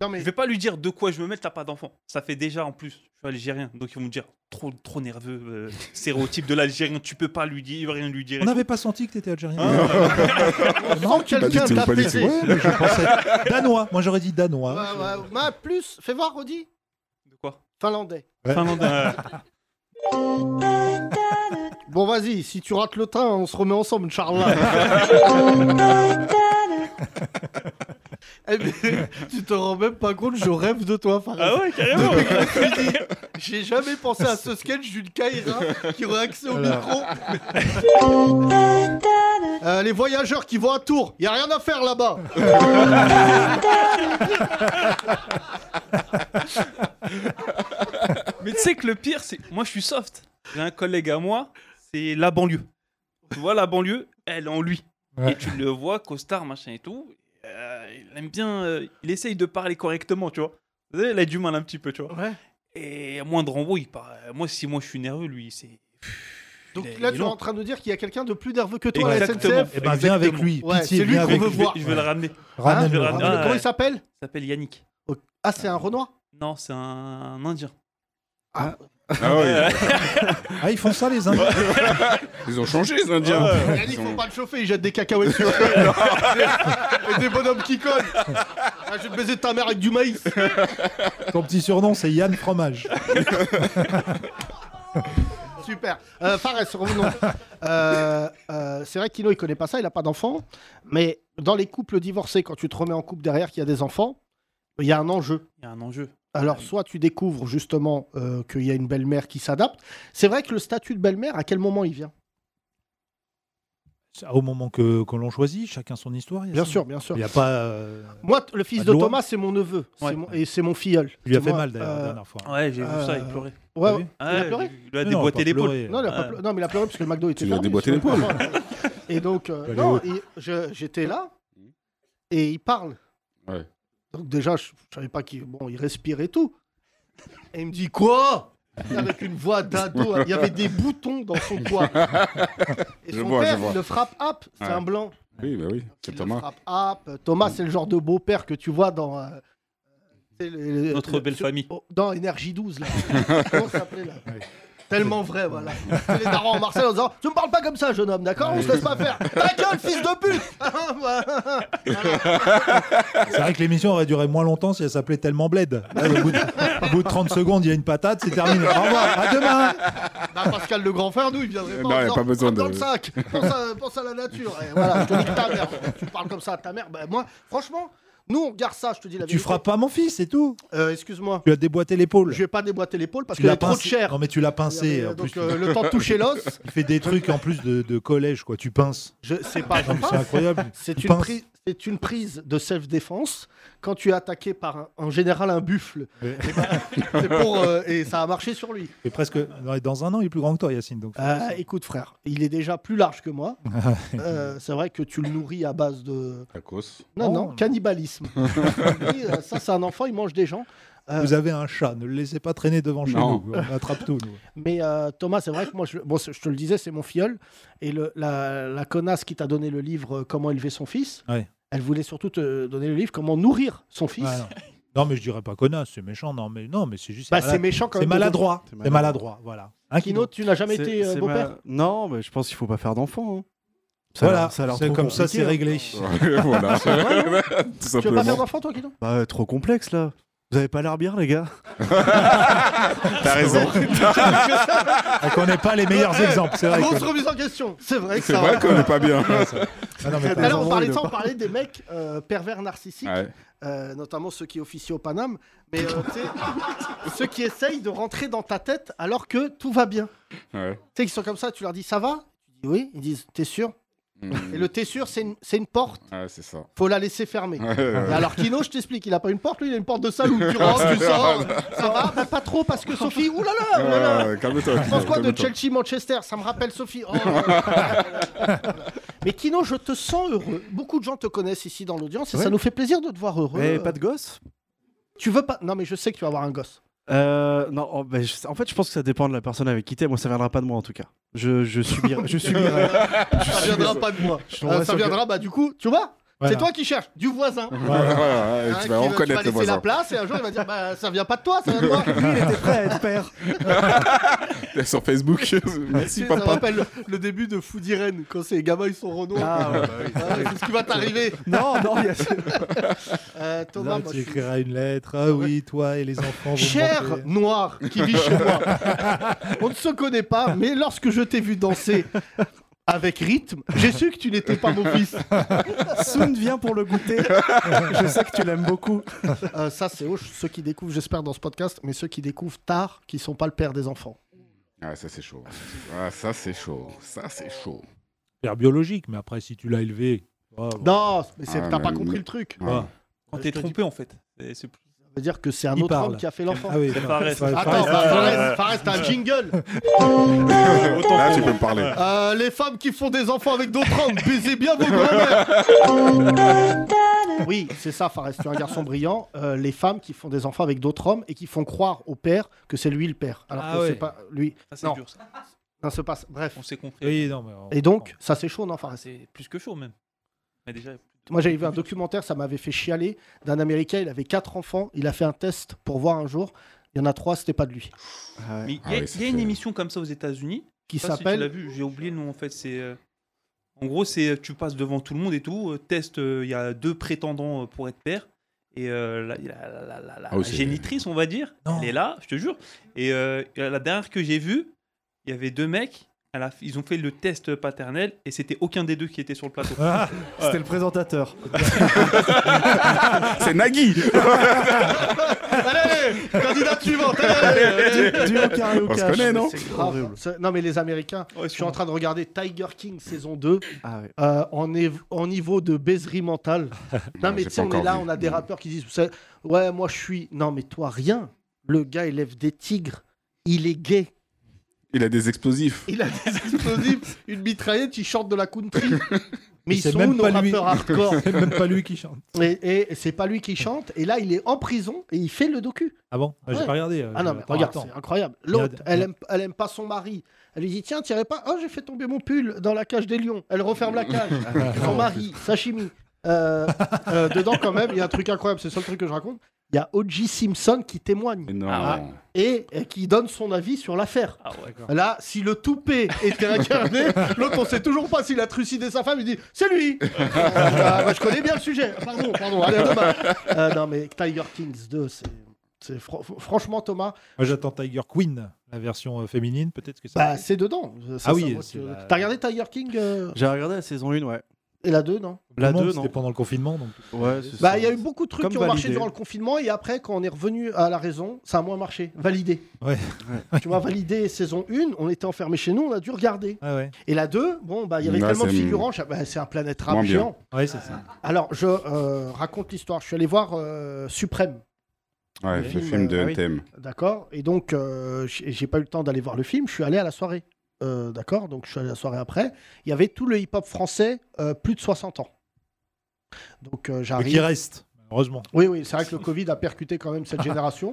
Non, mais.
Je vais pas lui dire de quoi je me mets, t'as pas d'enfant. Ça fait déjà en plus, je suis algérien, donc ils vont me dire trop, trop nerveux, euh, stéréotype de l'algérien, tu peux pas lui dire, rien lui dire.
On n'avait pas senti que t'étais algérien.
Non,
Pas
quelqu'un
du tout,
t'a
pas du
pété.
tout.
Ouais,
Ouais, mais je pensais- Danois. Moi, j'aurais dit danois.
ouais, ouais. Bah, plus, fais voir, Rodi.
De quoi
Finlandais.
Ouais.
Finlandais.
Bon, vas-y, si tu rates le train, on se remet ensemble, Inch'Allah. Eh, mais, tu te rends même pas compte, je rêve de toi, Farid.
ah ouais, carrément.
J'ai jamais pensé à ce sketch d'une Kaira qui aurait accès au
Alors.
micro. Euh, les voyageurs qui vont à Tours, y a rien à faire là-bas.
Mais tu sais que le pire, c'est. Moi, je suis soft. J'ai un collègue à moi, c'est la banlieue. Tu vois, la banlieue, elle est en lui.
Ouais.
Et tu le vois, costard, machin et tout. euh, il aime bien. euh, il essaye de parler correctement, tu vois. Vous savez, Il a du mal un petit peu, tu vois.
Ouais.
Et à moindre embrouille, il part- euh, moi, si moi je suis nerveux, lui, c'est.
Donc
Il est-
là,
il est
tu es en
long.
train de dire qu'il y a quelqu'un de plus nerveux que toi à la
Exactement.
SNCF.
Eh ben, viens avec
Exactement.
lui.
Ouais,
Pitié,
c'est lui
viens
qu'on
avec
veut
lui. Hein
Je vais,
voir.
je vais le ramener.
Ramène-le,
je vais le
ramène-le.
Ah,
Ah,
Comment
ouais.
il s'appelle
Il s'appelle Yannick.
Ah, c'est un Renoir
Non, c'est un Indien.
Ah ouais,
Ah, ils font ça, les Indiens.
ils ont changé les Indiens.
Yannick,
Ils
faut
ont-
pas le chauffer, il jette des cacahuètes sur le Et des bonhommes qui collent. Ah, je vais te baiser ta mère avec du maïs.
Ton petit surnom, c'est Yann Fromage.
Super. Euh, Fares, revenons. Euh, euh, c'est vrai qu'Ino, il connaît pas ça, il a pas d'enfant. Mais dans les couples divorcés, quand tu te remets en couple derrière qu'il y a des enfants, il y a un enjeu.
Il y a un enjeu.
Alors, soit tu découvres justement euh, qu'il y a une belle-mère qui s'adapte. C'est vrai que le statut de belle-mère, à quel moment il vient
Au moment que, que l'on choisit, chacun son histoire. il y a
Bien
ça.
sûr, bien sûr.
Il n'y a pas. euh,
Moi, t- le fils
Pas de
de
loi.
Thomas, c'est mon neveu. C'est
Ouais.
mon- et c'est mon filleul.
Tu lui as
C'est
fait
moi,
mal d'ailleurs la
euh,
dernière fois.
Ouais, j'ai vu ça,
Euh,
il pleurait.
ouais,
T'as
ouais.
vu
Ah,
pleuré
il lui a
Non,
déboîté
pas
l'épaule.
pleurer.
Non, il a pas
Ouais.
pleu- non, mais il a pleuré parce que le McDo était
Tu lui as
fermé,
déboîté
sinon-
l'épaule.
Et donc, euh,
Allez,
non,
ouais.
il- je- j'étais là et il parle.
Ouais.
Donc déjà, je, je savais pas qu'il bon, il respirait et tout. Et il me dit quoi Avec une voix d'ado, il y avait des boutons dans son poids. Et
Je
son
vois, je
père,
vois.
il le frappe hop, c'est
Ouais.
un blanc.
Oui, bah oui, c'est
Il
Thomas.
Le frappe hop. Thomas, c'est le genre de beau-père que tu vois dans. euh, c'est le-
Notre
le-
belle
sur-
famille.
oh, Dans Énergie 12, là. Comment ça s'appelait, là Tellement vrai, voilà. C'est les darons en Marseille en disant Tu me parles pas comme ça, jeune homme, d'accord On se laisse pas faire. Ta gueule, fils de pute
C'est vrai que l'émission aurait duré moins longtemps si elle s'appelait tellement bled. Là, au, bout de, au bout de 30 secondes, il y a une patate, c'est terminé. Au revoir, à demain.
Bah, Pascal, le grand frère, nous, il
Euh,
viendrait pas.
Non,
en
Eh ben, y a
disant,
pas besoin
Dans
de-
le sac, pense à, pense à la nature. Et voilà, je te nique ta mère. Tu parles comme ça à ta mère. Bah, moi, franchement, nous, on regarde ça, je te dis la vérité.
Tu frappes pas mon fils, c'est tout.
Euh, Excuse-moi.
Tu as déboîté l'épaule.
Je vais pas déboîter l'épaule parce
Tu
qu'il
l'as
est trop de
pincé.
chair.
Non, mais tu l'as pincé.
Euh,
en
donc
plus,
euh, le temps de toucher l'os,
Il fait des trucs en plus de, de collège, quoi. Tu pinces.
je sais pas. je
Non, mais
pense.
C'est incroyable.
C'est
Tu
une,
pinces.
prise- c'est une prise de self-défense quand tu es attaqué par un- en général un buffle.
Ouais.
Et, ben, c'est pour, euh, et ça a marché sur lui.
Et presque. non, Dans un an, il est plus grand que toi, Yacine. Donc.
Euh, écoute frère, il est déjà plus large que moi. Euh, c'est vrai que tu le nourris à base de...
À cause.
Non,
Oh.
non, cannibalisme. Oui, euh, ça c'est un enfant, il mange des gens. Euh,
Vous avez un chat, ne le laissez pas traîner devant chez
Non.
nous. On attrape tout, nous.
Mais euh, Thomas, c'est vrai que moi, je, bon, c'est- je te le disais, c'est mon filleul. Et le, la, la connasse qui t'a donné le livre euh, Comment élever son fils,
Ouais.
elle voulait surtout te donner le livre Comment nourrir son fils.
Ah, non. Non, mais je dirais pas connasse, c'est méchant. Non, mais, non, mais c'est juste.
Bah,
malade-
c'est méchant quand
c'est
même. de-
maladroit.
C'est
C'est maladroit, voilà. Hein,
Kino, tu n'as jamais
C'est-
été euh,
c'est ma-
beau-père
Non, mais je pense qu'il faut pas faire d'enfant. hein. Ça a
Voilà,
l'air- ça a l'air
c'est
trop
comme ça,
compliqué,
c'est
hein.
réglé.
voilà, tout
Tu veux pas faire
simplement.
d'enfant, toi, Kino
Bah, trop complexe là. Vous avez pas l'air bien, les gars.
T'as raison.
On connaît pas Ah, les meilleurs exemples, c'est vrai.
Grosse
que-
remise en question. C'est vrai que
C'est
ça
vrai
va.
qu'on est pas bien.
Ah, non, mais
Tout
t'as
à l'heure, on
raison.
parlait de ça,
il
on parlait des mecs euh, pervers narcissiques,
Ouais.
euh, notamment ceux qui officient au Paname, mais euh, tu sais, ceux qui essayent de rentrer dans ta tête alors que tout va bien.
ouais.
Tu sais, qu'ils sont comme ça, tu leur dis ça va Tu dis oui, ils disent t'es sûr
Hmm.
Et le t'es sûr, c'est une, c'est une porte,
Ouais, c'est ça.
faut la laisser fermer.
Ouais, ouais,
Et
ouais.
alors Kino, je t'explique, il a pas une porte, lui il a une porte de salle où tu rentres, tu sors, ça va Bah, Pas trop parce que Sophie, oulala,
Ouais,
oulala,
ouais, ouais, Calme-toi.
Tu penses quoi de
calme-toi.
Chelsea Manchester Ça me rappelle Sophie. Oh, voilà. Mais Kino, je te sens heureux. Beaucoup de gens te connaissent ici dans l'audience et
Ouais.
ça nous fait plaisir de te voir heureux.
Eh, pas de gosse
Tu veux pas Non, mais je sais que tu vas avoir un gosse.
Euh, non, oh, bah, je- en fait, je pense que ça dépend de la personne avec qui t'es. Moi, ça viendra pas de moi en tout cas. Je, je subirai. je euh, subirai.
Ça viendra pas de moi.
Je
Euh,
tomberai
ça
sur-
viendra, bah du coup, tu vois
Voilà.
C'est toi qui cherches, du voisin.
Ouais, ouais, ouais,
Hein,
Tu
qui
vas
va-
reconnaître le
qui va laisser la
voisin.
place et un jour il va dire bah ça vient pas de toi, ça vient de moi.
Lui, il était prêt à être père.
Sur Facebook. Merci,
Tu sais, ça
papa.
rappelle le, le début de Food Irene quand ces gamins ils sont Renault.
Ah, ouais,
c'est ce qui va t'arriver.
Non, non, il y a-
Euh, Thomas,
Là,
moi,
tu
je suis-
écriras une lettre. Ah oui, toi et les enfants. vous
Cher
mentez.
noir qui vit chez moi, on ne se connaît pas, mais lorsque je t'ai vu danser avec rythme, j'ai su que tu n'étais pas mon fils.
Soon vient pour le goûter. Je sais que tu l'aimes beaucoup.
Euh, ça, c'est hoche, ceux qui découvrent, j'espère, dans ce podcast, mais ceux qui découvrent tard, qui sont pas le père des enfants.
Ah, ça c'est chaud. Ah, ça c'est chaud. Ça c'est chaud.
Père biologique, mais après, si tu l'as élevé. oh,
Non, mais c'est-
Ah,
t'as
mais-
pas compris le truc.
bon. Ah.
Quand t'es
Je te
trompé, en fait. Et c'est plus-
Ça veut dire que c'est un
Il
autre
parle.
homme qui a fait l'enfant.
Ah oui,
C'est
non,
Fares.
c'est pas-
Attends,
Fares.
Fares, Fares, t'as un jingle.
Autant
Là,
pour
Euh, tu
moi.
peux me parler.
Euh, les femmes qui font des enfants avec d'autres hommes, baisez bien vos grands-mères. Oui, c'est ça, Fares, tu es un garçon brillant. Euh, les femmes qui font des enfants avec d'autres hommes et qui font croire au père que c'est lui le père. Alors
Ah
que
ouais.
c'est pas lui.
Ça, c'est
Non.
dur, ça.
Ça se passe. Bref.
On s'est compris.
Oui, non, mais on-
Et donc, ça c'est chaud, non,
Ah,
Fares
C'est plus que chaud, même. Mais déjà,
Moi j'avais vu un documentaire, ça m'avait fait chialer, d'un Américain, il avait quatre enfants, il a fait un test pour voir un jour. Il y en a trois, c'était pas de lui.
Mais il y a-
Ah oui,
il
ça
y a une
fait-
émission comme ça aux États-Unis
Qui
Je sais pas si tu l'as
s'appelle.
vu, j'ai oublié le nom en fait. C'est euh, en gros, c'est euh, tu passes devant tout le monde et tout. euh, test, euh, il y a deux prétendants euh, pour être père. Et euh, la, la- la- la- la- la
Ah oui, c'est-
génitrice, on va dire,
Non.
elle est là, je te jure. Et euh, la dernière que j'ai vue, il y avait deux mecs. à la- ils ont fait le test paternel et c'était aucun des deux qui était sur le plateau.
Ah,
C'était le présentateur.
C'est Nagui.
Allez, candidate suivante. allez, allez, allez.
Du au carré au
On se
cash.
connaît, non
C'est
Ah,
horrible.
c'est- non mais les Américains,
Ouais,
je suis en train de regarder Tiger King saison 2
Ah ouais.
euh, en, év- en niveau de baiserie mentale. Non, mais
j'ai
tu sais,
pas
on est
encore
là,
vu.
on a des rappeurs qui disent vous savez, Ouais, moi je suis. Non, mais toi, rien. Le gars élève des tigres. Il est gay.
Il a des explosifs.
Il a des explosifs, une mitraillette, il chante de la country. Mais
Et
ils
c'est
sont
même
où nos
pas lui.
rappeurs hardcore
c'est même pas lui qui chante.
Et, et c'est pas lui qui chante. Et là, il est en prison et il fait le docu.
Ah bon Ah, J'ai
Ouais.
pas regardé. euh,
Ah non, mais
attends,
regarde,
attends.
c'est incroyable. L'autre,
Regarde.
elle aime, elle aime pas son mari. Elle lui dit Tiens, t'irais pas Oh, j'ai fait tomber mon pull dans la cage des lions. Elle referme la cage. son mari, sashimi. Euh, euh, dedans, quand même, il y a un truc incroyable, c'est le seul truc que je raconte. Il y a O.J. Simpson qui témoigne
Mais Non.
Ah
et, et qui donne son avis sur l'affaire.
Ah ouais.
Là, si le toupet était incarné, l'autre, on sait toujours pas s'il a trucidé sa femme. Il dit C'est lui Euh, bah, bah, Je connais bien le sujet. Pardon, pardon, allez, à demain. Euh, non, mais Tiger Kings 2, c'est. c'est fran- franchement, Thomas,
Moi, j'attends Tiger Queen, la version euh, féminine. Peut-être que ça.
Bah, c'est dedans.
Ah oui, c'est
T'as
la-
regardé Tiger King euh,
J'ai regardé la saison 1, ouais.
et la 2, non
Tout le
la
monde,
deux,
C'était
non.
pendant le confinement. Donc...
Ouais, c'est
Bah,
ça.
il y a eu beaucoup de trucs
Comme
qui ont marché
validé.
durant le confinement et après, quand on est revenu à la raison, ça a moins marché. Validé.
Ouais.
tu vois, validé saison 1, on était enfermés chez nous, on a dû regarder.
Ah ouais.
Et la 2, bon, bah, il y avait
Ouais,
tellement de
c'est-
figurants, je- bah, c'est un planète rap
Moins bien.
géant.
Ouais, c'est ça.
Alors, je euh, raconte l'histoire. Je suis allé voir euh, Suprême.
Ouais,
Le
le
film,
film de
euh, ah oui.
NTM.
D'accord Et donc, euh, j'ai j'ai pas eu le temps d'aller voir le film, je suis allé à la soirée. Euh, D'accord Donc, je suis allé à la soirée après. Il y avait tout le hip-hop français, euh, plus de 60 ans. Donc, euh,
Mais qui
j'arrive.
reste, heureusement.
Oui, oui, c'est vrai que le Covid a percuté quand même cette génération.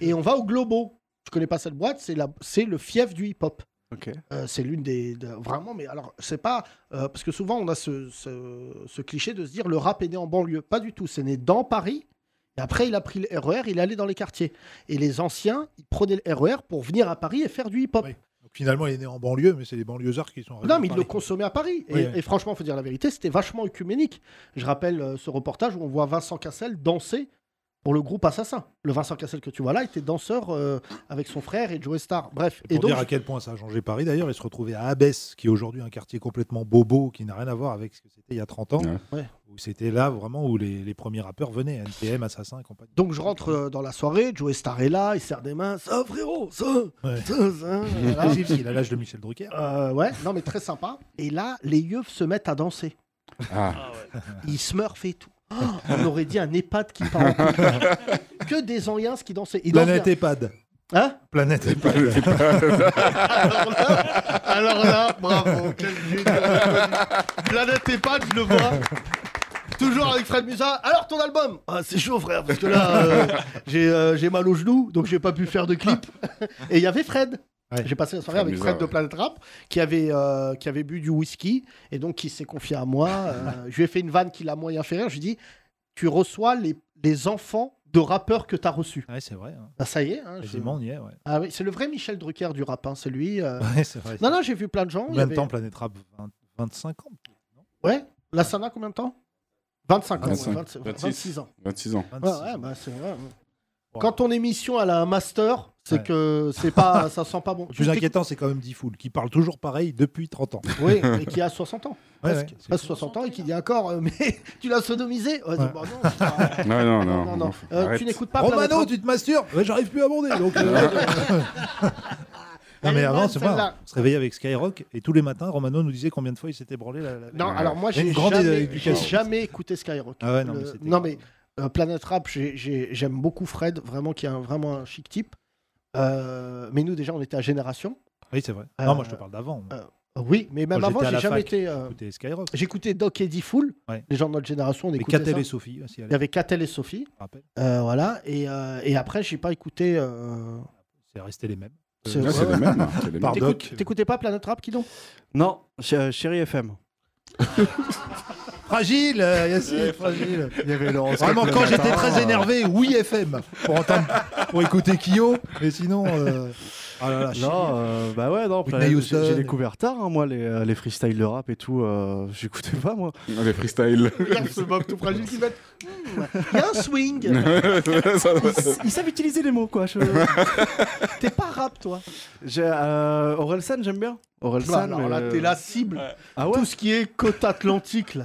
Et on va au Globo. Je connais pas cette boîte, c'est la- c'est le fief du hip-hop.
Ok.
Euh, c'est l'une des. de- vraiment, mais alors, c'est pas. euh, parce que souvent, on a ce, ce- ce cliché de se dire le rap est né en banlieue. Pas du tout. C'est né dans Paris Et après, il a pris le RER, il allait dans les quartiers. Et les anciens, ils prenaient le RER pour venir à Paris et faire du hip-hop.
Oui. Donc, finalement, il est né en banlieue, mais c'est les banlieusards qui sont.
Non, mais ils le consommaient à Paris. Et,
Oui, oui.
et franchement, il faut dire la vérité, c'était vachement œcuménique. Je rappelle euh, ce reportage où on voit Vincent Cassel danser pour le groupe Assassin. Le Vincent Cassel que tu vois là était danseur euh, avec son frère et Joe Star. Bref.
Pour
et donc,
dire à quel point ça a changé Paris, d'ailleurs, il se retrouvait à Abbesse, qui est aujourd'hui un quartier complètement bobo, qui n'a rien à voir avec ce que c'était il y a 30 ans,
Ouais. Ouais.
où c'était là vraiment où les, les premiers rappeurs venaient, NTM, Assassin et compagnie.
donc je rentre euh, dans la soirée, Joe Star est là, il serre des mains. Ça, frérot, ça,
Ouais.
ça, ça. Voilà.
Zips, il a l'âge de Michel Drucker.
Euh, ouais, non, mais très sympa. Et là, les yeux se mettent à danser.
Ah,
Ah ouais.
Ils smurfent et tout. Oh, on aurait dit un EHPAD qui part en couille. Que des Anciens qui dansaient. Ils dansent
Planète
bien.
EHPAD.
Hein
Planète EHPAD.
alors, là, alors là, bravo. Quelle chute. Planète EHPAD, je le vois. Toujours avec Fred Musa. Alors ton album Ah, C'est chaud frère, parce que là, euh, j'ai euh, j'ai mal au genou, donc j'ai pas pu faire de clip. Et il y avait Fred.
Ouais.
J'ai passé la soirée
Fred
avec
Musa,
Fred de
ouais.
Planet Rap, qui avait, euh, qui avait bu du whisky, et donc qui s'est confié à moi. Euh, je lui ai fait une vanne qui l'a moyen fait rire. Je lui ai dit, tu reçois les, les enfants de rappeurs que t'as reçus.
Ouais, c'est vrai. hein.
Bah, ça y est. hein, je-
Quasiment, on y est. Ouais.
Ah oui, c'est le vrai Michel Drucker du rap, hein, c'est lui. euh.
Ouais, c'est vrai.
Non, non, j'ai vu plein de gens. il y
Combien de
avait-
temps Planète Rap 20 25 ans
Ouais, la Sana, combien de temps
Ah,
25 ans,
25,
ouais, 20
26.
26 ans.
26 ans.
26.
Ouais, ouais, bah, c'est vrai. ouais. Quand ton émission elle a un master, c'est
Ouais.
que c'est pas, ça sent pas bon.
Le plus inquiétant, c'est quand même Diffoul, qui parle toujours pareil depuis 30 ans.
Oui, et qui a 60 ans.
Ouais,
presque
ouais, c'est
presque 60 ans et qui dit encore, euh, mais tu l'as sodomisé Ouais,
Ah, Ouais.
bah non, c'est pas-
Non, Ah, non, non.
non, non.
faut-
Euh,
arrête.
tu n'écoutes pas Planète
Romano,
Rap.
tu te masturbes Ouais, J'arrive plus à bander. Donc, euh, non,
Elle
mais
est
avant,
bonne,
c'est pas.
celle-là.
On se réveillait avec Skyrock et tous les matins, Romano nous disait combien de fois il s'était branlé. La, la-
Non,
Ouais.
alors moi,
Il y a
j'ai
une grande
jamais, j'ai
éducation.
jamais écouté Skyrock.
Ah ouais, non,
Le-
mais c'était-
non, mais, euh, Planet Rap, j'ai- j'ai- j'aime beaucoup Fred, vraiment, qui est un- vraiment un chic type. Euh, mais nous, déjà, on était à Génération.
Oui, c'est vrai.
Euh,
Non, moi je te parle d'avant.
euh, Oui, mais même
Moi,
avant,
j'étais à
j'ai
la
jamais
fac.
été. euh,
Écoutez Skyrock.
J'écoutais Doc et Diffoul.
Ouais.
Les gens de notre génération, on
Mais
écoutait.
Catel
ça.
et Sophie, si elle
Il y avait Catel et Sophie.
je me rappelle.
Euh, voilà. Et, euh, et après, j'ai pas écouté. euh,
C'est resté les mêmes.
c'est-
Là, c'est
ouais,
les mêmes. hein, c'est les mêmes.
Pardon.
T'écoutes-
Doc.
T'écoutais pas Planet Rap, Kidon
Non, ch- euh, chérie FM.
Fragile, euh, Yacine, fragile.
Il y avait Laurence.
Vraiment,
Kaplan,
quand j'étais
hein.
très énervé, oui FM pour entendre, pour écouter Kyo, mais sinon, euh, ah là là,
Non, euh, bah ouais, non.
Whitney
Planète-
Houston.
J'ai j'ai découvert tard, hein, moi, les, euh, les freestyles de rap et tout. euh, J'écoutais pas, moi.
Ah, Les freestyles.
Regarde ce mob tout fragile qui va. Hmm, Il y a un swing
Ça va.
Ils, ils savent utiliser les mots, quoi. Je...
T'es pas rap, toi
J'ai, euh, Orelsan, j'aime bien. Orelsan.
Bah, alors
mais,
là,
euh,
t'es la cible.
Ah ouais
Tout ce qui est côte atlantique, là.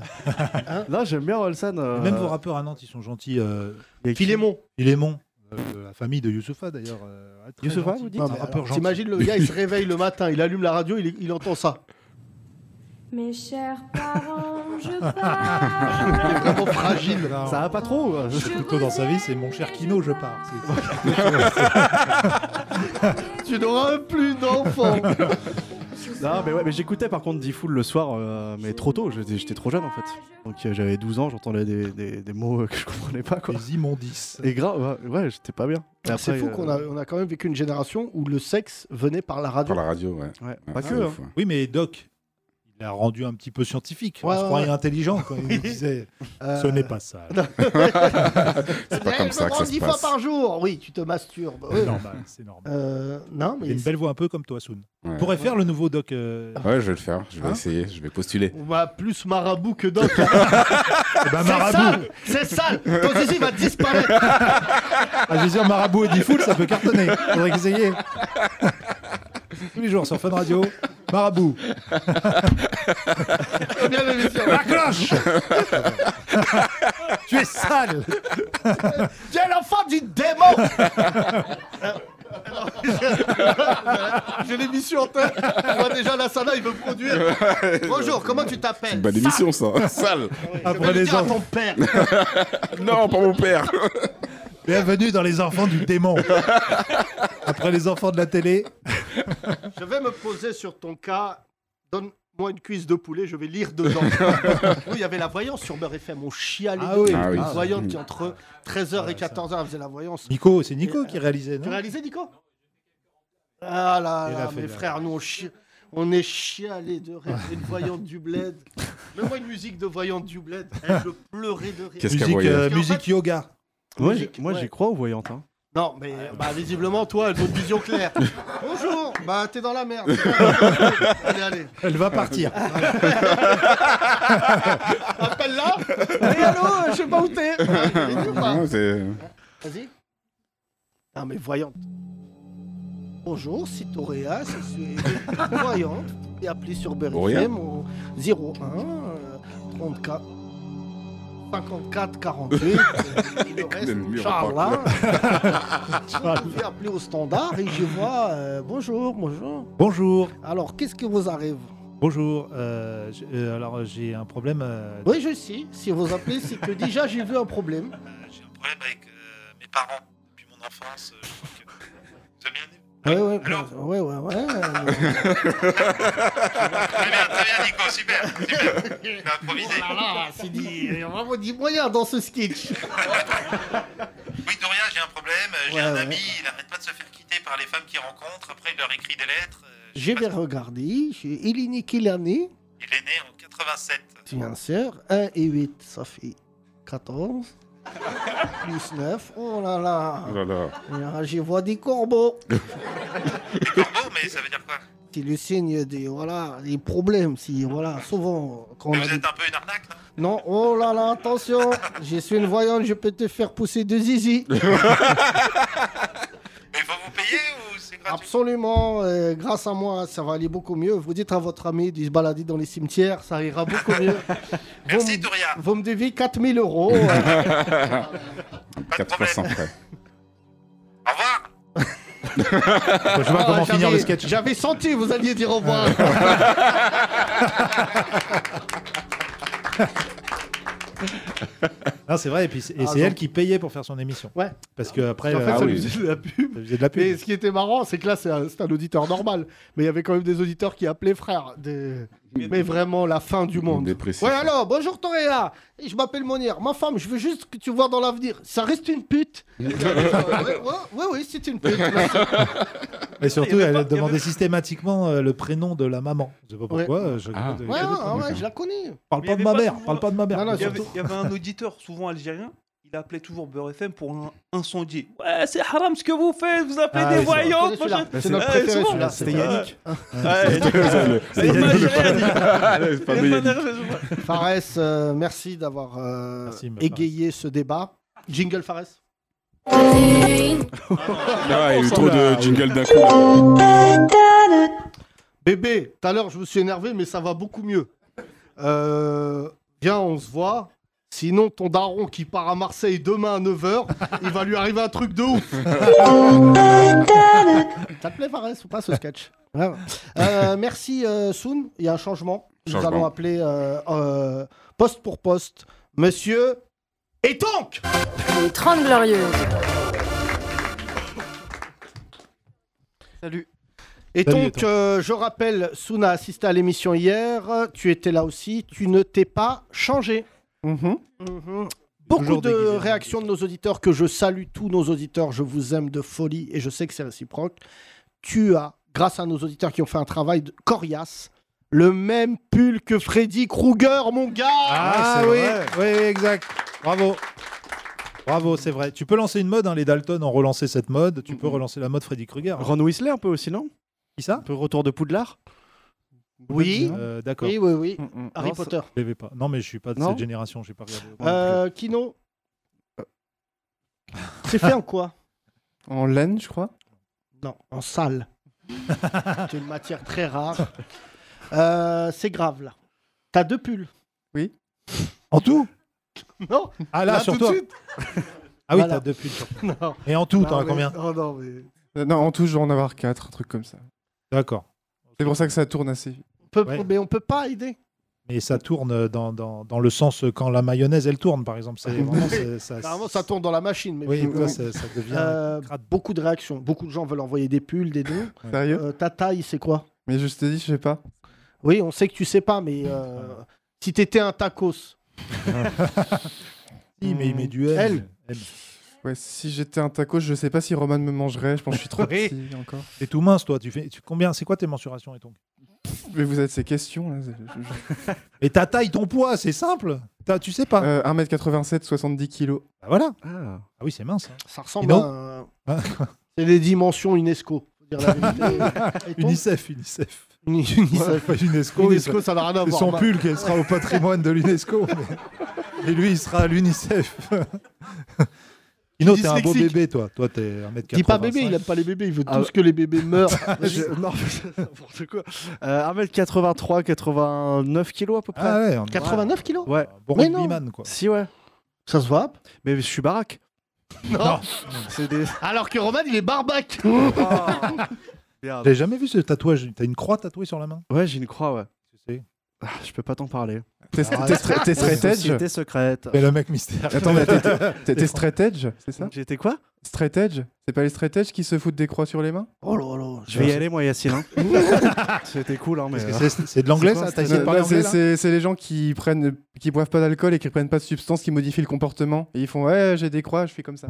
Hein
Là, j'aime bien Orelsan. euh,
Même vos rappeurs à Nantes, ils sont gentils. Euh,
il y a qui
Filémon.
Philémon, euh, de la famille de Youssoufa d'ailleurs. euh, ouais, très
Youssoupha,
gentil.
vous dites
Un
Non, mais
rappeur
alors,
gentil.
T'imagines le gars, il se réveille le matin, il allume la radio, il, il entend ça.
Mes chers parents, je pars.
Il est vraiment fragile.
Non.
Ça va pas trop. euh.
Je
Plutôt dans sa vie, c'est
reviens
mon cher
et
Kino, je pars. C'est-
Tu n'auras plus d'enfants.
Non, mais ouais, mais j'écoutais par contre Diffoul le soir, euh, mais trop tôt. J'étais j'étais trop jeune en fait. Donc euh, j'avais 12 ans, j'entendais des, des- des mots euh, que je comprenais pas quoi.
Les immondices.
Et grave, ouais, ouais, j'étais pas bien. Et
C'est
après,
fou
euh,
qu'on a, on a quand même vécu une génération où le sexe venait par la radio.
Par la radio, ouais.
Ouais,
Ouais,
Ah,
pas
c'est
que. hein.
ouf, ouais.
Oui, mais Doc, il l'a rendu un petit peu scientifique. On
Ouais,
se
ouais,
croyait
ouais.
intelligent quand il nous disait
Euh,
ce n'est pas ça.
C'est pas comme ça que ça se
10
passe.
fois par jour. Oui, tu te masturbes. Oui.
C'est normal, c'est normal.
Euh, non,
Il a
mais.
une belle voix un peu comme toi, Soon.
Ouais.
pourrait faire le nouveau Doc. euh,
Ouais, je vais le faire. Je vais
Hein
essayer. Je vais postuler.
On va plus marabout que d'autres.
Eh ben,
C'est
Marabout.
sale, c'est sale. Ton zizi va disparaître.
Ah, je veux dire, Marabout et Diffoul, ça peut cartonner. Faudrait essayer. Tous les jours sur Fun Radio, Marabout.
Bien l'émission.
La cloche Tu es sale
J'ai l'enfant du démon J'ai l'émission en tête. On voit déjà la Sana, il veut produire. Bonjour, comment tu t'appelles
Bonne émission, ça. Sale.
Je vais
Après
le
les
dire à
enfants.
ton père.
Non, pas mon père.
Bienvenue dans les enfants du démon. Après les enfants de la télé.
Je vais me poser sur ton cas. Donne-moi une cuisse de poulet, je vais lire dedans. oui, il y avait la voyance sur Beurre FM. On chialait.
Ah
de
oui. Ah
Ah
ouf.
oui.
Une
Ah,
voyante
oui.
qui, entre 13h
Ouais,
et 14h, elle faisait la voyance.
Nico, c'est Nico qui réalisait,
Tu
non
réalisais, Nico Ah là
Il a
là,
fait
mes
la-
frères, nous on, chi- on est chialés de rire. Une voyante du bled. Mets-moi une musique de voyante du bled. Eh, je pleurais de rire.
Qu'est-ce qu'elle
Musique,
voyait
euh,
Parce qu'en
musique yoga.
Moi,
musique.
j'y- moi,
Ouais.
j'y crois aux voyantes. hein.
Non, mais euh, bah, visiblement, toi, elle a une vision claire. Bonjour Bah, t'es dans la merde. allez, allez.
Elle va partir.
Appelle-la Allez, allô, euh, je sais pas où t'es Ah, je l'ai dit ou pas
Ouais, c'est-
Vas-y. Non, mais voyante. Bonjour, c'est Toréa, je suis voyante. Et appelez sur
Auréa.
BRFM au 01 euh, 34 54 48. euh, et le
le mur
reste, Charles, Vous pouvez appeler au standard et je vois. euh, bonjour, bonjour.
Bonjour.
Alors, qu'est-ce qui vous arrive
Bonjour. euh, j- euh, alors, j'ai un problème. euh,
Oui, je sais. Si vous appelez, c'est que déjà j'ai vu un problème.
J'ai un problème avec euh, mes parents depuis mon enfance. euh, je crois que... Vous avez bien aimé
Oui, oui, oui,
Alors
oui, oui.
Très bien, très bien, Nico, super, super. Tu vas improviser.
Oh c'est dit, il y a vraiment du moyen dans ce sketch.
Oui, Doria, j'ai un problème. euh, J'ai
Ouais,
un
ouais.
ami, il arrête pas de se faire quitter par les femmes qu'il rencontre. Après, il leur écrit des lettres. euh, je sais
Je
pas
vais
ce-
regarder. j'ai- Il est né quelle année
Il est né en 87.
Bien sûr, 1 et 8, ça fait 14. Plus 9, oh là
Oh
là.
là là.
Ah, Je vois des corbeaux.
Corbeau, mais ça veut dire quoi
C'est le signe des, voilà, des problèmes. Si, voilà, souvent, quand on a
Vous
des-
êtes un peu une arnaque, non
Non, oh là là, attention, je suis une voyante, je peux te faire pousser deux zizi.
Mais faut vous payer ou c'est gratuit
Absolument, euh, grâce à moi, ça va aller beaucoup mieux. Vous dites à votre ami de se balader dans les cimetières, ça ira beaucoup mieux. Vous
Merci,
me-
Doria.
Vous me devez 4000 euros. euh,
Pas de
4%
problème.
près.
Au revoir.
je vois comment
Ah,
Ah, j'avais-
finir le sketch.
J'avais senti, vous alliez dire au revoir. euh,
Non, c'est vrai. Et puis, c'est- et
Ah,
c'est
donc-
elle qui payait pour faire son émission.
Ouais.
Parce que après,
En fait,
euh,
ça
ah
lui
oui,
faisait de la pub.
ça faisait de la pub.
Et ce qui était marrant, c'est que là, c'est un, c'est un auditeur normal. Mais il y avait quand même des auditeurs qui appelaient frère. des- Mais vraiment, la fin du monde.
Dépressif.
Ouais, alors, bonjour Toréa. Je m'appelle Monir. Ma femme, je veux juste que tu vois dans l'avenir. Ça reste une pute. oui, oui, oui, c'est une pute. Merci.
Ah.
Et surtout,
Il y avait
elle
pas- il y
demandait
avait-
systématiquement euh, le prénom de la maman. Je sais pas pourquoi. euh, je-
Ah.
je-
Ouais, ouais,
je-
ouais, ouais, je la connais.
Parle pas
Mais il y
de
avait
ma
pas
mère.
souvent-
Parle pas de ma mère.
Non, non,
Il y, avait,
surtout-
il y avait un auditeur, souvent algérien, il appelait toujours Beurre FM pour un incendier. Ouais, c'est haram ce que vous faites, vous appelez
Ah,
des
oui, c'est vrai.
voyantes,
Celui-là.
machin.
C'est
c'est-
notre
Ah,
préféré
c'est bon.
celui-là.
C'était Yannick.
C'est
Ouais, c'est pas gêné.
le
Il est pas
fameux.
nerveux, je vois.
Fares, euh, merci d'avoir euh,
Merci, me
égayé ce débat. Jingle Fares.
Ah, il y a eu trop de jingle d'un coup. là.
Bébé, tout à l'heure, je me suis énervé, mais ça va beaucoup mieux. Euh, viens, on se voit. Sinon, ton daron qui part à Marseille demain à 9h, il va lui arriver un truc de ouf. ça te plaît, Fares, ou pas ce sketch Ouais. Euh, Merci, euh, Soun. Il y a un changement. Nous
Changement.
allons appeler euh, euh, poste pour poste. Monsieur. Et donc
Les 30 Glorieuses.
Salut.
Et
Salut,
donc, euh, je rappelle, Souna a assisté à l'émission hier, euh, tu étais là aussi, tu ne t'es pas changé. Mhm. Beaucoup
Toujours
de
déguisé. hein.
réactions de nos auditeurs que je salue, tous nos auditeurs, je vous aime de folie et je sais que c'est réciproque. Tu as, grâce à nos auditeurs qui ont fait un travail de coriace, le même pull que Freddy Krueger, mon gars
Ah,
Ah,
oui,
c'est
oui, oui, exact. Bravo. Bravo, c'est vrai. Tu peux lancer une mode, hein, les Dalton ont relancé cette mode. Tu peux relancer la mode Freddy Krueger.
Mhm. Ron Whistler un peu aussi, non
Qui ça
Un peu retour de Poudlard Mm,
Oui,
Euh, D'accord.
oui, oui, oui. Harry
Non, ça-
Potter.
Je l'avais pas. Non, mais je suis pas de
Non Ah,
cette génération, j'ai pas regardé.
Euh, Kino C'est fait en quoi
En laine, je crois.
Non, en salle. c'est une matière très rare. Euh, c'est grave là. T'as deux pulls.
En tout
Non,
Ah là, sur toi. Ah oui,
Voilà.
t'as deux pulls. sur-
non.
Et en tout,
Non,
t'en as
mais-
combien
Oh non, mais.
Euh, Non, en tout, je dois en avoir 4, un truc comme ça.
D'accord.
C'est pour ça que ça tourne assez vite.
On peut-
Ouais.
Mais on peut pas aider.
Mais ça tourne dans, dans, dans le sens euh, quand la mayonnaise, elle tourne, par exemple. C'est vraiment, c'est- ça,
Normalement, ça tourne dans la machine. Mais
Oui,
bon.
toi, ça, ça devient.
Euh,
crade.
beaucoup de réactions. Beaucoup de gens veulent envoyer des pulls, des dons.
Sérieux
Euh, ta taille, c'est quoi
Mais je te dis, je sais pas.
Oui, on sait que tu sais pas, mais euh, si t'étais un tacos,
Oui, mais il met du M.
Elle.
M.
Ouais, si j'étais un taco, je sais pas si Roman me mangerait. Je pense que je suis trop
Oui.
petit encore.
T'es tout mince, toi. Tu fais tu- combien C'est quoi tes mensurations et ton
Mais vous êtes ces questions là. je- je-
Et ta taille, ton poids, c'est simple. T'as- tu sais pas.
Euh, 1m87, 70 kg.
Bah voilà.
Ah.
oui, c'est mince.
Ça ressemble
Dis donc.
à. un- C'est les dimensions UNESCO. faut dire la vérité. Et ton-
UNICEF, UNICEF.
UNICEF.
pas UNESCO.
UNESCO,
mais
ça n'a rien à
c'est
voir.
Son
Bah-
pull qui sera au patrimoine de l'UNESCO. mais- Et lui, il sera à l'UNICEF. Kino, t'es un beau
Dyslexique.
bébé, toi. Toi, t'es 1m85.
Dis pas bébé, il aime pas les bébés, il veut
Ah
tous
ouais.
que les bébés meurent.
Je- non, mais c'est n'importe quoi. Euh, 1m83, 89 kg à peu près.
Ah ouais, on- 89 kilos
Ouais.
Bon Mais rugbyman, non.
quoi.
Si, ouais.
Ça se voit
Mais je suis baraque.
Non.
C'est des.
Alors que Roman, il est barbac.
Ah, J'ai jamais vu ce tatouage. T'as une croix tatouée sur la main
Ouais, j'ai une croix, ouais.
sais.
Ah, je peux pas t'en parler.
T'es-
Ah,
t'es stra- t'es straight edge
Société secrète.
Mais le mec mystère.
Attends, mais t'es- t'es- t'es- t'es straight edge, c'est ça
J'étais quoi
Straight edge C'est pas les straight edge qui se foutent des croix sur les mains
Oh là là.
Je vais y aller, moi, Yacine. hein. C'était cool, hein, mais.
Parce que c'est- c'est de l'anglais, ça T'as essayé de
Non,
parler
non, Euh, bah, c'est-
anglais, là
C'est c'est les gens qui prennent, qui boivent pas d'alcool et qui prennent pas de substances qui modifient le comportement. Et ils font ouais, j'ai des croix, je fais comme ça.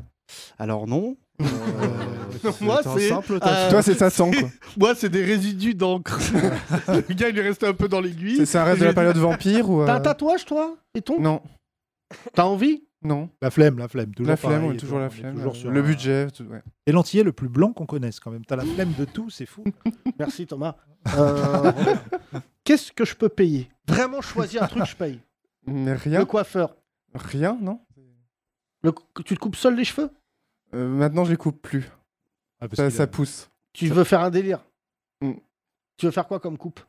Alors non. Euh,
Moi,
un
c'est. euh,
simple
tatouage. Toi, c'est ça sang, quoi.
Moi, c'est des résidus d'encre. le gars, il est resté un peu dans l'aiguille.
C'est- c'est un reste de la période vampire ou, euh,
T'as un tatouage, toi Et ton
Non.
T'as envie
Non.
La flemme, la flemme. Toujours
La flemme,
pareil,
on est toujours la flemme,
toujours
euh,
sur
le
un-
budget, tout- ouais.
Et l'antillais le plus blanc qu'on connaisse, quand même. T'as la flemme de tout, c'est fou.
Merci, Thomas. Euh, Qu'est-ce que je peux payer Vraiment choisir un truc, je paye.
Mais rien.
Le coiffeur.
Rien, non
Le cou- Tu te coupes seul les cheveux
Euh, Maintenant, je les coupe plus.
Ah, parce
ça,
qu'il
ça
a-
pousse.
Tu veux faire un délire
Mm.
Tu veux faire quoi comme coupe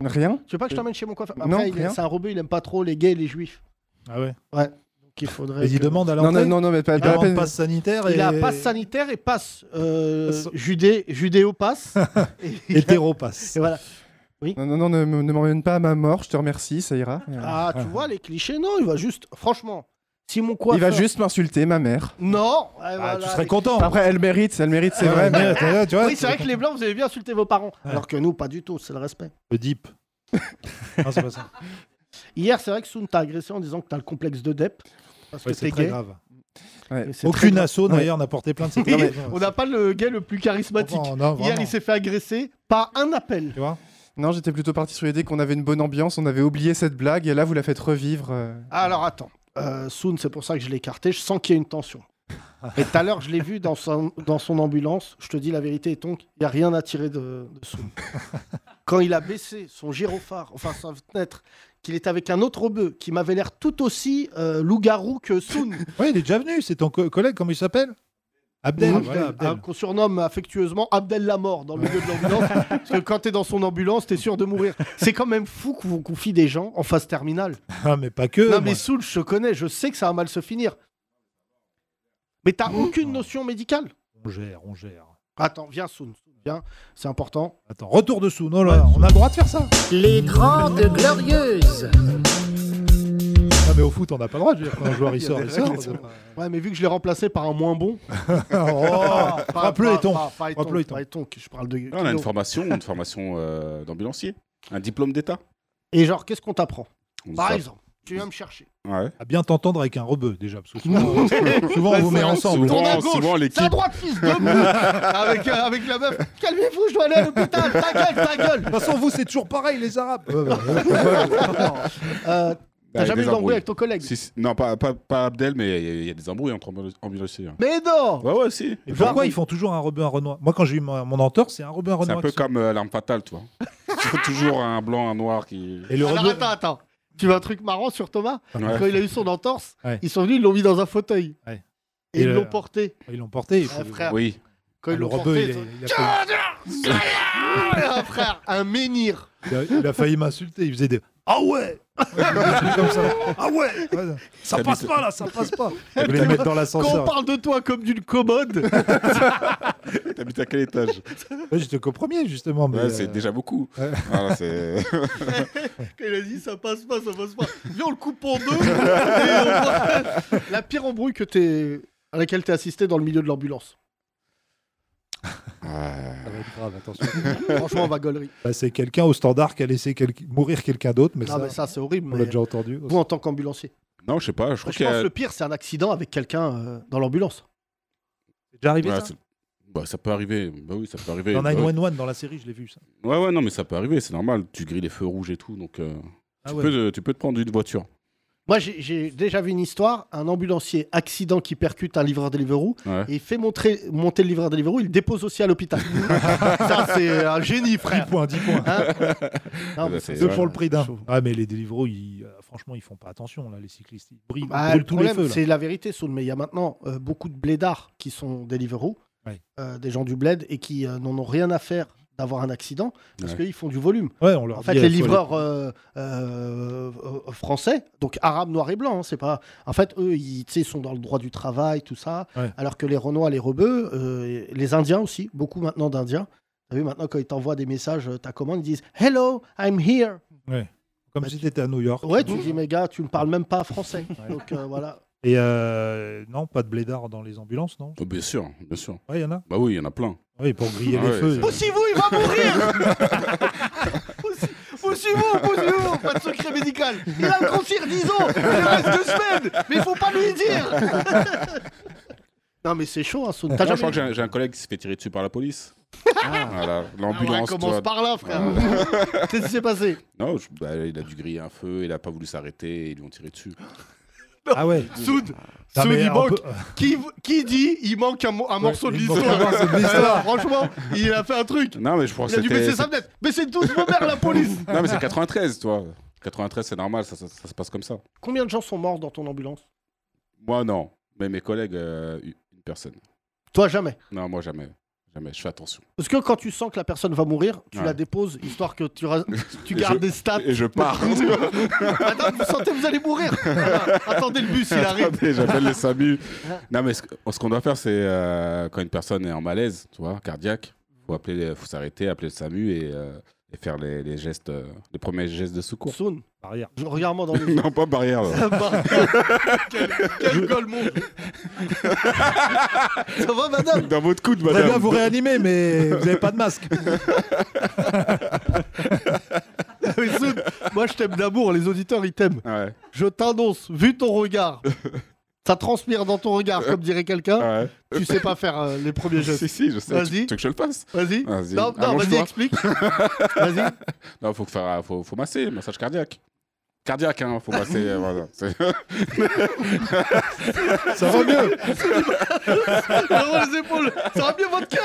Rien. Euh,
Tu veux pas que je t'emmène chez mon coiffeur
Non,
Après, il est-
rien.
c'est un robot, il aime pas trop les gays et les juifs.
Ah ouais
Ouais. Donc il faudrait.
Mais il
que-
demande à
Non,
l'entrée.
non, non, non, mais pas,
Il
pas la
demande
peine.
passe sanitaire et.
Il a passe sanitaire et passe euh,
Passe-
judé, judéo-passe.
Hétéropasse.
et voilà.
Non, non, non, ne, me- ne m'emmène pas à ma mort, je te remercie, ça ira.
Ah, tu vois, les clichés, non, il va juste. Franchement, si mon coiffeur.
Il va juste m'insulter, ma mère.
Non eh, voilà,
Ah, tu serais
les-
content.
Après, elle mérite, elle mérite, c'est
Ah ouais,
vrai.
mais t'as- tu vois,
Oui, c'est vrai que les blancs, vous avez bien insulté vos parents. Alors que nous, pas du tout, c'est le respect.
Le dip. non, c'est pas ça.
Hier, c'est vrai que Soun t'a agressé en disant que t'as le complexe de Depp. Parce
Ouais,
que t'es
c'est très
gay.
grave.
Ouais.
Et c'est très
Aucune
grave.
asso, d'ailleurs, n'a porté plainte. C'est
Oui,
grave.
on n'a pas le gay le plus charismatique.
Enfin, non, hein,
Hier,
vraiment.
il s'est fait agresser par un appel.
Tu vois
Non, j'étais plutôt parti sur l'idée qu'on avait une bonne ambiance, on avait oublié cette blague, et là, vous la faites revivre. euh.
Alors attends, euh, Soun, c'est pour ça que je l'ai écarté. Je sens qu'il y a une tension. Et tout à l'heure, je l'ai vu dans son, dans son ambulance. Je te dis la vérité, et donc, il n'y a rien à tirer de, de Soun. Quand il a baissé son gyrophare, enfin sa fenêtre, qu'il était avec un autre rebeu qui m'avait l'air tout aussi euh, loup-garou que Soun,
Ouais, il est déjà venu. C'est ton co- collègue, comment il s'appelle Abdel.
Abdel,
voilà, Abdel.
un- qu'on surnomme affectueusement Abdel la mort dans le milieu de l'ambulance. parce que quand t'es dans son ambulance, t'es sûr de mourir. C'est quand même fou qu'on vous confie des gens en phase terminale.
Ah, mais pas que.
non,
moi.
mais Soul, je te connais, je sais que ça va mal se finir. Mais t'as aucune notion médicale
On gère, on gère.
Attends, viens, Soul. Viens, c'est important.
Attends, retour de sous. Non, là, on a le droit de faire ça.
Les 30 Glorieuses.
Ah, mais au foot, on n'a pas le droit. Je veux dire, quand un joueur il sort, il sort.
Ouais, mais vu que je l'ai remplacé par un moins bon.
Oh,
pas-
Frappe-le
pas-
et tombe.
pas- pas Eton,
Frappe-le et tombe.
pas Eton, que je parle de.
Non, on a une
Kino.
formation, une formation euh, d'ambulancier, un diplôme d'État.
Et genre, qu'est-ce qu'on t'apprend
On
Par
sera-
exemple, tu viens me chercher.
Ouais.
À bien t'entendre avec un rebeu, déjà. Parce que souvent, souvent, on vous met ensemble.
Souvent,
Tourne à gauche,
souvent,
C'est à
l'équipe.
droite, fils de pute avec, euh, avec la meuf. Calmez-vous, je dois aller à l'hôpital. Ta gueule, ta gueule.
De toute façon, vous, c'est toujours pareil, les Arabes. Ouais, ouais, ouais.
Euh, T'as
Avec
jamais
des
eu d'embrouille
embrouilles.
avec ton collègue
Si, si. Non, pas, pas, pas Abdel, mais il y a- il y, a des embrouilles entre ambu- ambulanciers. hein.
Mais non
Ouais, ouais, si.
Et pourquoi ils font toujours un Robin Renoir Moi, quand j'ai eu mon, mon entorse, c'est un Robin
C'est
Renoir.
un peu
qui sort.
comme euh, l'arme fatale, tu vois. Il faut toujours un blanc, un noir qui.
Et le
Alors
rebeu.
attends, attends. Tu veux un truc marrant sur Thomas
Ouais.
Quand il a eu son entorse,
Ouais.
ils sont venus, ils l'ont mis dans un fauteuil.
Ouais.
Et,
Et
ils
le-
l'ont porté.
Ils l'ont porté. il
Ah,
faut-
frère.
Oui.
Quand
Ah,
ils
le
l'ont
rebeu,
porté,
il, a-
ils ont-
il a failli-
Ah, frère, un menhir.
il a- il a failli m'insulter. Il faisait des. Ah ouais Comme ça. Ah ouais Ouais, Ça
T'habites-
passe pas là, ça passe pas. Je voulais le mettre dans
Quand on
l'ascenseur.
parle de toi comme d'une commode,
T'habites à quel étage
Ouais, J'étais qu'au premier, justement. Mais
Ouais, c'est
euh,
déjà beaucoup. Voilà, c'est-
quand il a dit ça passe pas, ça passe pas. Viens, on le coupe en deux. et on- La pire embrouille que t'es... à laquelle t'es assisté dans le milieu de l'ambulance.
ça va être grave, attention.
Franchement, vagolerie.
Bah, c'est quelqu'un au standard qui a laissé quel- mourir quelqu'un d'autre, mais
Non,
ça,
mais ça, c'est horrible.
on
mais
l'a déjà entendu.
Vous, en tant qu'ambulancier.
Non, je sais pas. Ah, Je crois
Je
qu'il y
pense
a.
que le pire, c'est un accident avec quelqu'un euh, dans l'ambulance.
C'est déjà arrivé
Ouais,
ça
c'est- Bah, ça peut arriver. Bah oui, ça peut arriver.
Dans
Bah oui.
911, dans la série, je l'ai vu ça.
Ouais, ouais, non, mais ça peut arriver, c'est normal. Tu grilles les feux rouges et tout, donc euh,
Ah
tu,
ouais.
peux, te- tu peux te prendre une voiture.
Moi, j'ai- j'ai déjà vu une histoire, un ambulancier accident qui percute un livreur Deliveroo,
Ouais.
et il fait montrer, monter le livreur Deliveroo, il le dépose aussi à l'hôpital. ça, c'est un génie, frère. Hein
10 points, 10 points.
bah,
Non, mais
Deux
c'est-
pour le prix d'un. Ah, mais les Deliveroo, ils, euh, franchement, ils font pas attention, là, les cyclistes. Ils brillent,
Bah,
brûlent
le
tous les
problème,
feux. là.
c'est la vérité, Saul, mais il y a maintenant euh, beaucoup de blédards qui sont Deliveroo,
Ouais.
euh, des gens du bled, et qui euh, n'en ont rien à faire d'avoir un accident, parce
Ouais.
qu'ils font du volume.
Ouais, on leur
en fait,
dit,
les
euh, faut
livreurs euh, euh, euh, français, donc arabes, noirs et blancs, hein, c'est pas... En fait, eux, ils tu sais, ils sont dans le droit du travail, tout ça,
Ouais.
alors que les Renois, les Rebeux, euh, les Indiens aussi, beaucoup maintenant d'Indiens, T'as vu, maintenant, quand ils t'envoient des messages, euh, ta commande, ils disent « Hello, I'm here
Ouais. Comme si t'étais à New York. ».
Bah, Ouais, tu dis « Mais gars, tu ne parles même pas français Donc, euh, voilà.
Et euh, non, pas de blédards dans les ambulances, non
Oh, bien sûr, bien sûr.
Ouais, y en a.
Bah oui, il y en a plein.
Oui, pour griller
Ah
les
ouais,
feux.
c'est-
Poussez-vous, il va mourir Poussez-vous, poussez-vous Pas de secret médical Il a le grossir 10 ans Il reste deux semaines Mais il faut pas lui dire Non mais c'est chaud, hein, Saul. T'as
Moi,
jamais-
Je crois que j'ai un- j'ai un collègue qui s'est fait tirer dessus par la police. Voilà,
Ah ouais,
l'ambulance.
commence
toi. Ah.
par là, frère Qu'est-ce qui s'est passé
Non, je- bah, il a dû griller un feu, il a pas voulu s'arrêter, et ils lui ont tiré dessus.
Ah ouais
Soud,
Non,
Soud,
mais
il
un
manque.
peu-
Qui, qui dit il manque un, mo- un morceau de
il manque un
l'histoire
morceau de l'histoire.
Alors, Franchement, il a fait un truc.
Non, mais je pense
Il a dû
que c'était-
baisser sa fenêtre. Baissez tous vos mères, la police
Non, mais c'est 93, toi. 93, c'est normal, ça, ça- ça se passe comme ça.
Combien de gens sont morts dans ton ambulance
Moi, non. Mais mes collègues, euh, une personne.
Toi, jamais
Non, moi, jamais. Jamais, je fais attention.
Parce que quand tu sens que la personne va mourir, tu
Ouais.
la déposes, histoire que tu, ra- tu
Et
gardes
je-
des stats.
et je pars.
Madame, vous sentez, vous allez mourir. Voilà. Attendez le bus, il arrive. Hein
Attendez, J'appelle le SAMU. non, mais ce que- ce qu'on doit faire, c'est euh, quand une personne est en malaise, tu vois, cardiaque, faut appeler, les- faut s'arrêter, appeler le SAMU et, euh, et faire les, les gestes, euh, les premiers gestes de secours.
Soun.
Barrière.
Je- Regarde-moi dans les yeux.
non, pas barrière. là.
quel quel goal, mon Ça va, madame
Dans votre coude,
Vous allez
madame.
bien vous réanimer, mais vous n'avez pas de masque.
Mais Soun, Moi, je t'aime d'amour, les auditeurs, ils t'aiment. Je t'annonce, vu ton regard, ça transpire dans ton regard, comme dirait quelqu'un. Tu sais pas faire euh, les premiers gestes.
si, si, je sais. Tu-
Vas-y.
Tu veux que je le fasse
Vas-y.
Vas-y.
Non, non, vas-y,
Allonge-toi.
explique. Vas-y.
Non, faut, faire, faut, faut masser, massage cardiaque. Cardiaque, hein, faut masser. euh, voilà, c'est-
Ça va mieux.
Vraiment les épaules. Ça va mieux votre cœur.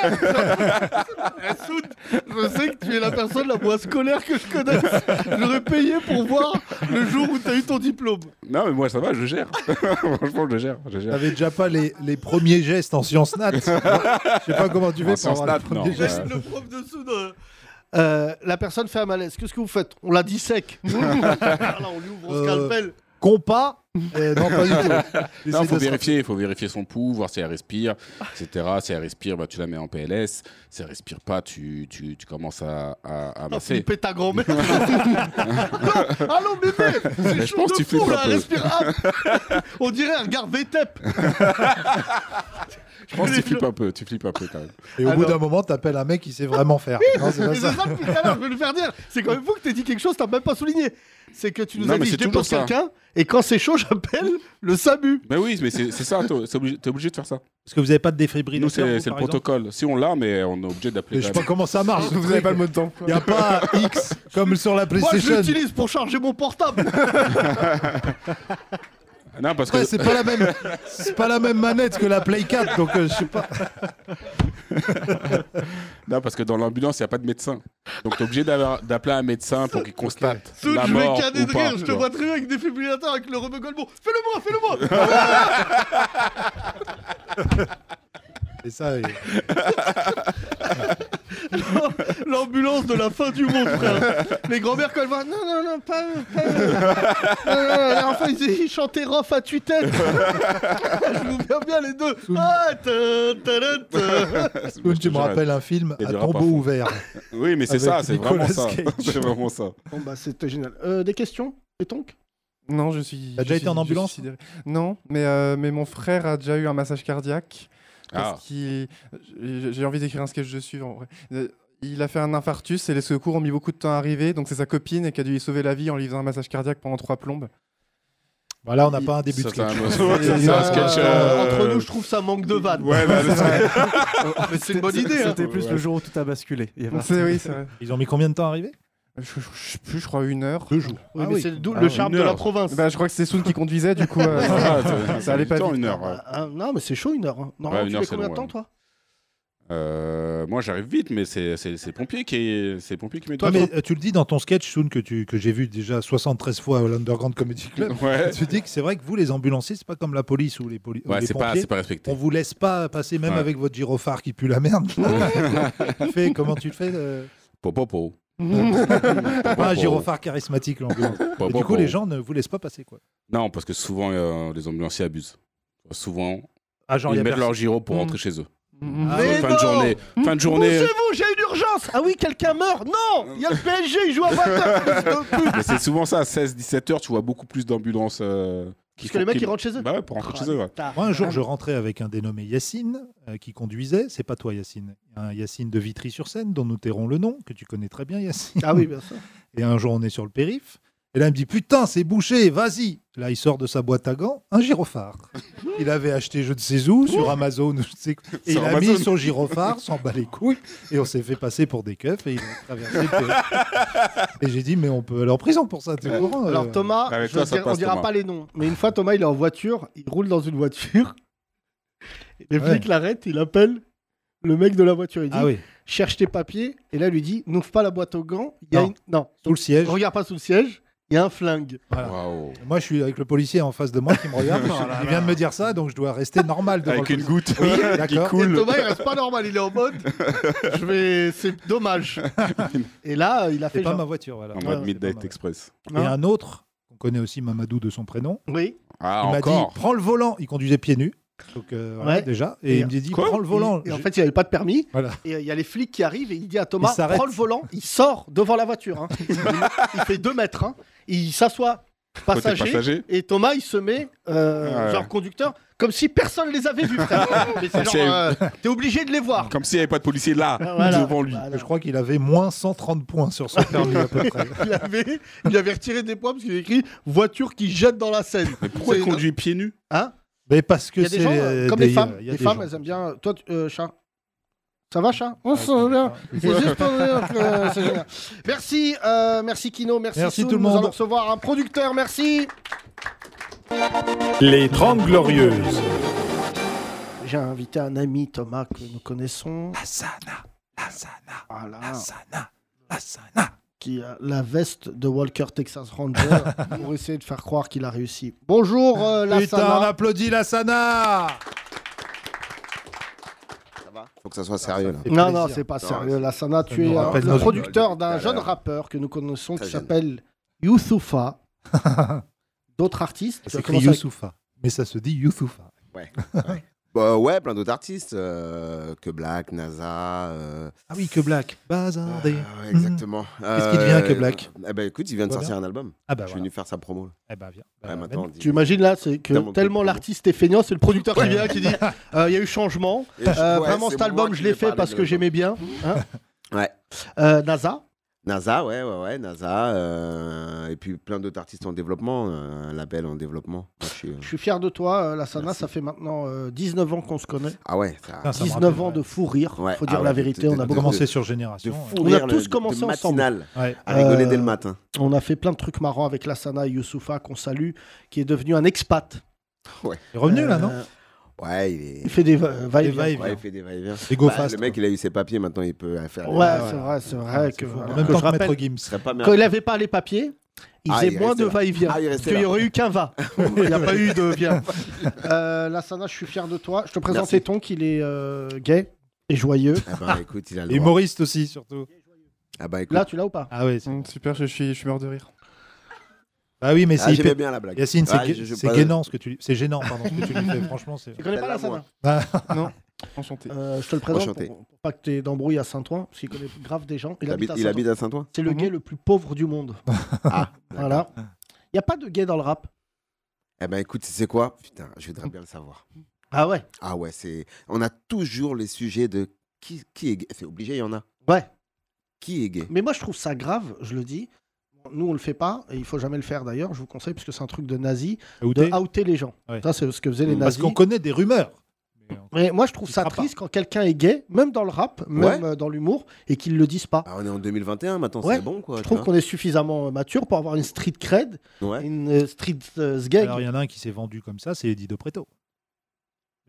Soud, je sais que tu es la personne la moins scolaire que je connaisse. J'aurais payé pour voir le jour où t'as eu ton diplôme.
non, mais moi, ça va, je gère. Franchement, je gère. Je gère.
T'avais déjà pas les, les premiers gestes en sciences nat. Je sais pas comment tu
En
fais pour
sciences
avoir
nat,
les premiers
non.
gestes.
Ouais.
Le prof de Soud. euh, euh, la personne fait un malaise. Qu'est-ce que vous faites On la dissèque. Là, on lui ouvre
Euh,
un scalpel.
Compas
Eh
Euh, Non, pas du tout.
Non,
J'essaie
faut
de-
vérifier, faut vérifier son pouls, voir si elle respire, etc. Si elle respire, bah, tu la mets en PLS. Si elle respire pas, tu, tu, tu commences à, à, à
Ah,
masser.
flipper ta grand-mère. non, allô bébé,
Mais
c'est
je
chaud
pense
de
que tu
fou
flippes
là,
un peu.
respire. Ah, on dirait un regard VTEP.
Je pense que tu flippes un peu, tu flippes un peu quand même.
Et au bout d'un
Alors-
moment, t'appelles un mec qui sait vraiment faire. Non, c'est pas
Mais c'est
ça.
ça depuis tout à l'heure, je vais le faire dire. C'est quand même vous que t'as dit quelque chose, t'as même pas souligné. C'est que tu nous
Non,
as
mais
dit je
c'est toujours
dépose
ça.
quelqu'un et quand c'est chaud, j'appelle le SAMU.
Mais oui, mais c'est c'est ça, toi, c'est obligé- t'es obligé, de faire ça.
Parce que vous avez pas de
Nous,
défibrillateur.
c'est
vous,
c'est le
par exemple
protocole. Si on l'a, mais on est obligé d'appeler.
Mais je sais
quand
pas
même.
comment ça marche.
Vous n'avez pas le mot de temps.
Il n'y a pas X comme sur la
Moi, je
PlayStation.
l'utilise pour charger mon portable.
Non, parce que.
Ouais, c'est pas la même, c'est pas la même manette que la Play 4, donc euh, je sais pas.
Non, parce que dans l'ambulance, il n'y a pas de médecin. Donc, tu es obligé d'avoir- d'appeler un médecin pour qu'il constate
Soud,
la
je vais
mort
caner
ou
de
pas.
rire.
tu
Je te
vois.
vois très bien avec des défibrillateur, avec le rebeu Goldman. Fais-le-moi, fais-le-moi.
Et ça, euh,
L'ambulance de la fin du monde, frère. Les grands-mères, quand elles voient. Non, non, non, pas. eux, pas eux. Non, non, non, la dernière fois, ils, ils chantaient Rof à tue-tête. je vous perds bien les deux. Ah, ta, ta, ta, ta.
tu me rappelles un film
Et
à
du rap à
tombeau
fond.
ouvert.
Oui, mais c'est
Avec
ça, c'est vraiment
Nicolas
ça.
Cage.
C'est vraiment ça.
Bon bah c'était génial. Euh, des questions Et donc
Non, je suis.
T'as déjà
je
été
suis-
en
je
ambulance
suis sidéré. Non, mais, euh, mais mon frère a déjà eu un massage cardiaque.
Ah.
Parce qu'il. j'ai- J'ai envie d'écrire un sketch dessus en vrai. Euh, Il a fait un infarctus et les secours ont mis beaucoup de temps à arriver. Donc c'est sa copine et qui a dû lui sauver la vie en lui faisant un massage cardiaque pendant trois plombes.
Bah là, on n'a pas un début de
Ça,
sketch.
c'est un- c'est un sketch, euh,
Entre nous, je trouve ça manque de vanne.
Ouais, bah, c'est vrai.
mais c'est une bonne idée. hein.
C'était plus le jour où tout a basculé. Il y avait-
C'est- oui, c'est vrai.
Ils ont mis combien de temps à arriver
Je, je- je sais plus, je crois une heure.
Deux jours.
Oui,
Ah
mais
oui.
c'est d'où
Ah
le
oui.
charme de la province.
Bah, je crois que c'est Soun qui conduisait, du coup. euh,
Ah, ça-
ça,
ça
allait
met
pas
du temps,
vite.
une heure. ouais.
Ah, non, mais c'est chaud une heure. hein. Normalement,
Ouais, une
tu
heure,
fais
c'est
combien
long,
de temps,
ouais.
toi
Euh, moi, j'arrive vite, mais c'est c'est- c'est pompier qui c'est pompier qui met
Toi, mais euh, tu le dis dans ton sketch, Soon, que, tu, que j'ai vu déjà 73 fois à l'Underground Comedy Club.
Ouais.
Tu dis que c'est vrai que vous, les ambulanciers, c'est pas comme la police ou les, poli- ou
Ouais,
les
c'est pas-
pompiers.
c'est pas respecté.
On vous laisse pas passer, même
Ouais.
avec votre gyrophare qui pue la merde. Fais- comment tu le fais euh
Popopo.
Pas un gyrophare charismatique, l'ambulance.
Pas
Et
bon
du coup,
pour-
les gens ne vous laissent pas passer, quoi.
Non, parce que souvent, euh, les ambulanciers abusent. Souvent,
Ah, genre,
ils
y a
mettent
personne.
leur gyro pour rentrer chez eux.
Mm.
Fin-
Mais
Ah, fin
non
de journée.
Mm.
Fin de journée. euh.
Bougez-vous, j'ai une urgence Ah oui, quelqu'un meurt Non Il y a le PSG, il joue à 20h
Mais c'est souvent ça, à 16-17 heures, tu vois beaucoup plus d'ambulances. euh, qui
Parce que les
font-
mecs,
qui-
ils rentrent chez eux. Ah,
Bah ouais, pour rentrer chez eux, ouais.
Moi, un jour, je rentrais avec un dénommé Yacine euh, qui conduisait. C'est pas toi, Yacine. Un Yacine de Vitry-sur-Seine, dont nous tairons le nom, que tu connais très bien, Yacine.
Ah oui, bien sûr.
Et un jour, on est sur le périph. Et là, il me dit Putain, c'est bouché, vas-y Là, il sort de sa boîte à gants un gyrophare. Il avait acheté, je ne sais où, sur Amazon, je sais quoi. Et il
Sur
a
Amazon.
mis son gyrophare, s'en bat les couilles, et on s'est fait passer pour des keufs, et il a traversé le périph. Et j'ai dit Mais on peut aller en prison pour ça, t'es au courant euh
Alors Thomas,
Avec
je
Bah, toi,
veux
ça
dire- on
passe,
dira
Thomas.
pas les noms, mais une fois Thomas il est en voiture, il roule dans une voiture, les
Ouais.
flics l'arrêtent, il appelle le mec de la voiture, il dit
Ah oui,
cherche tes papiers, et là il lui dit n'ouvre pas la boîte aux gants, il y a
Non.
une... non,
sous le siège.
regarde pas sous le siège, il y a un flingue.
Voilà.
Waouh.
Moi, je suis avec le policier en face de moi qui me regarde. il vient de me dire ça, donc je dois rester normal devant
Avec
le
une
policier.
goutte
Oui,
qui
d'accord.
Et
coule.
Thomas il reste pas normal, il est en mode je vais c'est dommage. et là il a fait
C'est pas
genre...
ma voiture, voilà.
En
Ouais,
mode
c'est
Midnight
pas
Express.
ma- Et un autre, on connaît aussi Mamadou de son prénom,
Hein oui,
Ah,
il m'a dit
encore
prends le volant. Il conduisait pieds nus, donc euh, voilà,
Ouais.
déjà. Et,
Et-
il me dit
Quoi
prends le volant.
Et en
J'ai-
fait, il avait pas de permis.
Voilà.
Et euh, il y a les flics qui arrivent et il dit à Thomas
Il s'arrête.
prends le volant. Il sort devant la voiture. hein. il, il fait 2 mètres. hein. Il s'assoit
Côté
passager,
passager. Ah
Et Thomas, il se met euh,
Ouais.
genre conducteur, comme si personne les avait vus. frère. Mais c'est genre,
C'est-
euh, t'es obligé de les voir.
Comme s'il n'y avait pas de policier là,
Ah, voilà.
devant lui.
Voilà.
Je crois qu'il avait moins 130 points sur son permis à peu près.
Il avait, il avait retiré des points parce qu'il avait écrit voiture qui jette dans la Seine.
Mais pourquoi
C'est-
il conduit pieds nus
Hein
Mais parce que
Il y a des
c'est
gens
euh,
euh, comme
des-
les femmes.
il y a
Les
des
femmes,
gens.
elles aiment bien. Toi, tu- euh, chat. Ça va, chat On
Ouais,
s'en
c'est-
vient. C'est juste pour dire que c'est génial. Merci, euh, merci Kino, merci,
Merci
Soun.
tout le
Nous
monde.
allons recevoir un producteur, merci.
Les 30 Glorieuses.
J'ai invité un ami Thomas que nous connaissons,
Asana, Asana,
voilà,
Asana, Asana.
qui a la veste de Walker Texas Ranger pour essayer de faire croire qu'il a réussi. Bonjour euh, la
Putain, on
Sana.
applaudit Lassana
Faut que
Ah,
ça soit sérieux là.
Fait
Non,
plaisir.
non, c'est pas sérieux. La Sana, tu
nous
es euh,
rappelle
le
nos-
producteur d'un
Très
jeune
jeune.
rappeur que nous connaissons
Très
qui
jeune.
s'appelle Youssoufa. D'autres artistes. Tu as
C'est écrit
commencé avec-
Youssoufa. Mais ça se dit Youssoufa.
Bah ouais, plein d'autres artistes. euh, que Black, NASA. euh,
Ah oui, que Black. Bazardé.
euh, exactement.
Mhm. Qu'est-ce qui devient, que Black
Eh ben écoute, il vient de
Voilà.
sortir un album.
Ah bah
Je suis
voilà.
venu faire sa promo. là.
Eh bah viens.
Ouais,
Bah,
maintenant, on
Ben.
dit-
Tu imagines là, c'est que
Tellement de
tellement
trucs.
l'artiste est feignant, c'est le producteur qui vient qui dit Euh, il y a eu changement.
Et je-
Euh,
ouais,
vraiment,
c'est
cet
moi
album,
qui
je l'ai
vais
fait
parler
parce
de
que
l'album.
j'aimais bien. hein.
Ouais.
Euh, NASA,
NASA, ouais, ouais, ouais, NASA. euh, et puis plein d'autres artistes en développement. euh, un label en développement. Moi, je suis, euh,
je suis fier de toi, euh, la Sana.
Merci.
Ça fait maintenant euh, 19 ans qu'on se connaît.
Ah ouais, ça.
Putain, ça me
19
rappelle,
ans
ouais.
de fou rire.
Ouais,
Faut dire
ah
la
ouais,
vérité,
t'es-
on a
t'es-
On a
beaucoup.
commencé sur
De
Génération.
fou
On a
rire,
tous
le-
commencé
de
ensemble.
matinale,
Ouais.
À rigoler
Euh,
dès le matin.
On a fait plein de trucs marrants avec la Sana et Youssoufa qu'on salue, qui est devenu un expat.
Il est revenu là, non
Euh,
Ouais, il est.
Il fait des va-
Les
va-et-vient.
va-et-vient.
Ouais, il fait des va-et-vient.
Les go
Bah,
fast,
le mec, il a eu ses papiers, maintenant il peut euh, faire.
Ah Ouais,
Il
c'est vrai, c'est vrai. que, voilà.
En même
Que
temps
je
que Maître
rappelle,
Gims.
serait pas mal.
Quand il n'avait pas les papiers, il
Ah,
faisait
il
moins
restait
de
là.
va-et-vient.
Ah, il
parce
restait
qu'il n'y
là.
aurait eu qu'un va. il n'y a pas eu de vient. Euh, Lassana, je suis fier de toi. Je te présente
Merci.
Eton, qu'il est euh, gay et joyeux.
Ah bah écoute, il a le
Et
droit.
humoriste aussi, surtout.
Ah bah écoute.
Là, tu l'as ou pas
Ah oui.
Mm, Super, je suis, je suis mort de rire.
Bah
Ah oui, mais
Ah,
c'est
j'aimais
hyper...
bien la blague.
Yacine, c'est
Ah,
gai-
je- je-
c'est
pas-
gênant ce que tu C'est gênant, pardon, ce que tu lui fais. Franchement, c'est.
Tu connais pas
Celle-là,
Lassana
Enchanté.
Euh, Je te le présente
Enchanté.
pour, pour pas que t'aies d'embrouille à Saint-Ouen, parce qu'il connaît grave des gens. Il
Il
habite
habite,
à
il
Saint-Ouen.
habite à Saint-Ouen.
C'est le
Mhm.
gay le plus pauvre du monde.
Ah,
Voilà. Il n'y a pas de gay dans le rap.
Eh ben écoute, c'est quoi Putain, je voudrais bien le savoir.
Ah ouais
Ah ouais, c'est. On a toujours les sujets de qui, qui est gay. C'est obligé, il y en a.
Ouais.
Qui est gay
Mais moi, je trouve ça grave, je le dis. Nous, on le fait pas, et il faut jamais le faire d'ailleurs, je vous conseille, parce que c'est un truc de nazi,
Outer
de outer les gens.
Ouais.
Ça, c'est ce que faisaient les
Parce
nazis.
qu'on connaît des rumeurs.
Mais moi, je trouve ça triste quand quelqu'un est gay, même dans le rap, même
Ouais.
euh, dans l'humour, et qu'ils le disent pas.
Ah, on est en 2021 maintenant,
Ouais,
c'est bon quoi.
je
tu
trouve
vois.
qu'on est suffisamment euh, mature pour avoir une street cred,
Ouais.
une euh, street euh, sgeg.
Alors, il y en a un qui s'est vendu comme ça, c'est Eddie De Preto.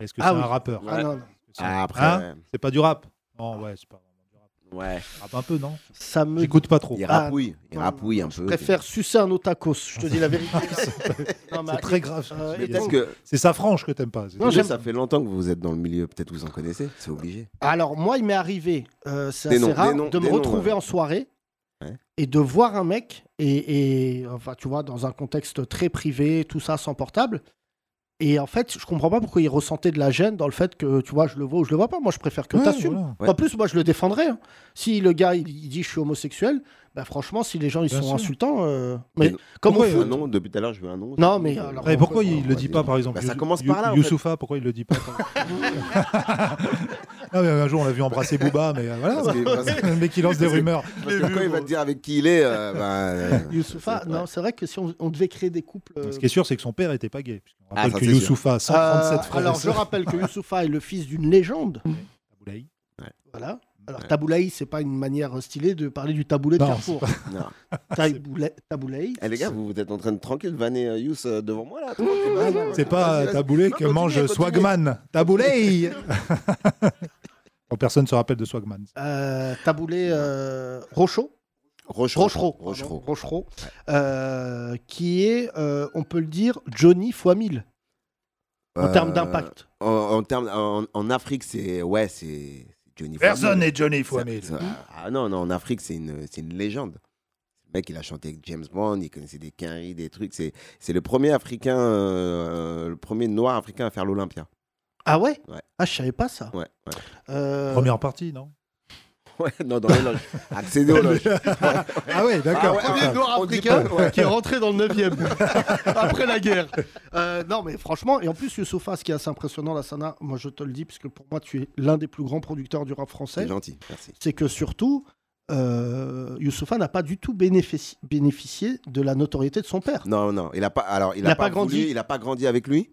Est-ce que
Ah
c'est
oui.
un rappeur
Ah non, non.
Ah, après,
Hein
ouais.
C'est pas du rap Non, ouais, c'est pas vraiment du
rap. Ouais.
Rappe un peu, non
Ça me.
J'écoute pas trop.
Il
Ah,
rapouille, il rapouille un peu.
Je préfère sucer un otacos, je te dis la vérité.
C'est très grave.
Euh,
Mais parce que-
C'est sa franche que t'aimes pas. c'est
Non,
tout.
ça fait longtemps que vous êtes dans le milieu, peut-être vous en connaissez, c'est obligé.
Alors, moi, il m'est arrivé, euh, c'est
Ah. Des
assez
noms,
rare,
des noms,
de me
des noms,
retrouver
ouais.
en soirée
Ouais.
et de voir un mec, et, et, enfin, tu vois, dans un contexte très privé, tout ça, sans portable. Et en fait, je comprends pas pourquoi il ressentait de la gêne dans le fait que, tu vois, je le vois ou je le vois pas. Moi, je préfère que
Ouais,
t'assumes.
voilà.
En plus, moi, je le défendrais. hein. Si le gars, il, il dit je suis homosexuel, bah, franchement, si les gens, ils
Bien
sont
sûr.
insultants, euh, mais
Des-
comme on
Pourquoi
foot,
un nom Depuis tout à l'heure, je veux un nom.
Non, mais alors-
Mais pourquoi
on-
il le dit
on-
pas, par exemple
Bah, Ça
Yous-
commence
Yous-
par là. en fait.
Youssoufa, pourquoi il le dit pas Non, mais un jour, on l'a vu embrasser Booba, mais euh, voilà.
Parce que- parce que-
Le mec, il lance des rumeurs.
Parce que quand il va te dire avec qui il est, euh, bah, euh,
Youssoufa, non, c'est vrai que si on, on devait créer des couples. euh,
Ce qui est sûr, c'est que son père était pas gay. On
Ah,
rappelle
ça,
que
c'est sûr.
Youssoufa, 137
Euh,
frères. et
Alors, je
sœurs.
rappelle que Youssoufa est le fils d'une légende.
Taboulaï.
Voilà. Alors, Taboulaï, c'est pas une manière euh, stylée de parler du taboulé de
Non,
Carrefour.
non.
Taboulaï. Taboulaï.
Eh les gars, vous, vous êtes en train de tranquille vanner euh, Yous euh, devant moi là
C'est pas euh, Taboulé que mange Swagman. Taboulé Quand personne se rappelle de Swagman.
Euh, taboulé euh, Rochaud.
Rochereau.
Rochereau. pardon,
Rochereau.
Rochereau, euh, qui est, euh, on peut le dire, Johnny x 1000. En
Euh,
termes d'impact.
En, en termes, en, en Afrique, c'est ouais, c'est c'est Johnny.
Personne
Foamil.
n'est Johnny Foamil.
C'est- c'est- Ah non, non, en Afrique, c'est une, c'est une légende. Le mec, il a chanté avec James Bond, il connaissait des quinries, des trucs. C'est, c'est le premier africain, euh, le premier noir africain à faire l'Olympia.
Ah ouais,
Ouais.
Ah, je savais pas ça.
Ouais, ouais.
Euh,
Première partie, non
Ouais, non, dans les loges. Accéder aux loges.
Ah ouais, d'accord.
Ah ouais,
Premier noir
on dit
africain
pas, ouais.
qui est rentré dans le 9e après la guerre. Euh, non, mais franchement, et en plus, Youssoupha, ce qui est assez impressionnant, la Sana, moi je te le dis, parce que pour moi, tu es l'un des plus grands producteurs du rap français,
C'est gentil, merci.
c'est que surtout, euh, Youssoupha n'a pas du tout bénéfici- bénéficié de la notoriété de son père.
Non, non, il a pas. Alors, il,
Il
a,
a
pas,
pas grandi.
voulu, il a pas grandi avec lui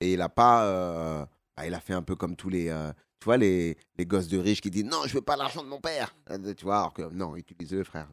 et il a pas. euh, ah, il a fait un peu comme tous les. euh, tu vois les, les gosses de riches qui disent non, je veux pas l'argent de mon père. Euh, Tu vois, alors que non, utilise-le, frère.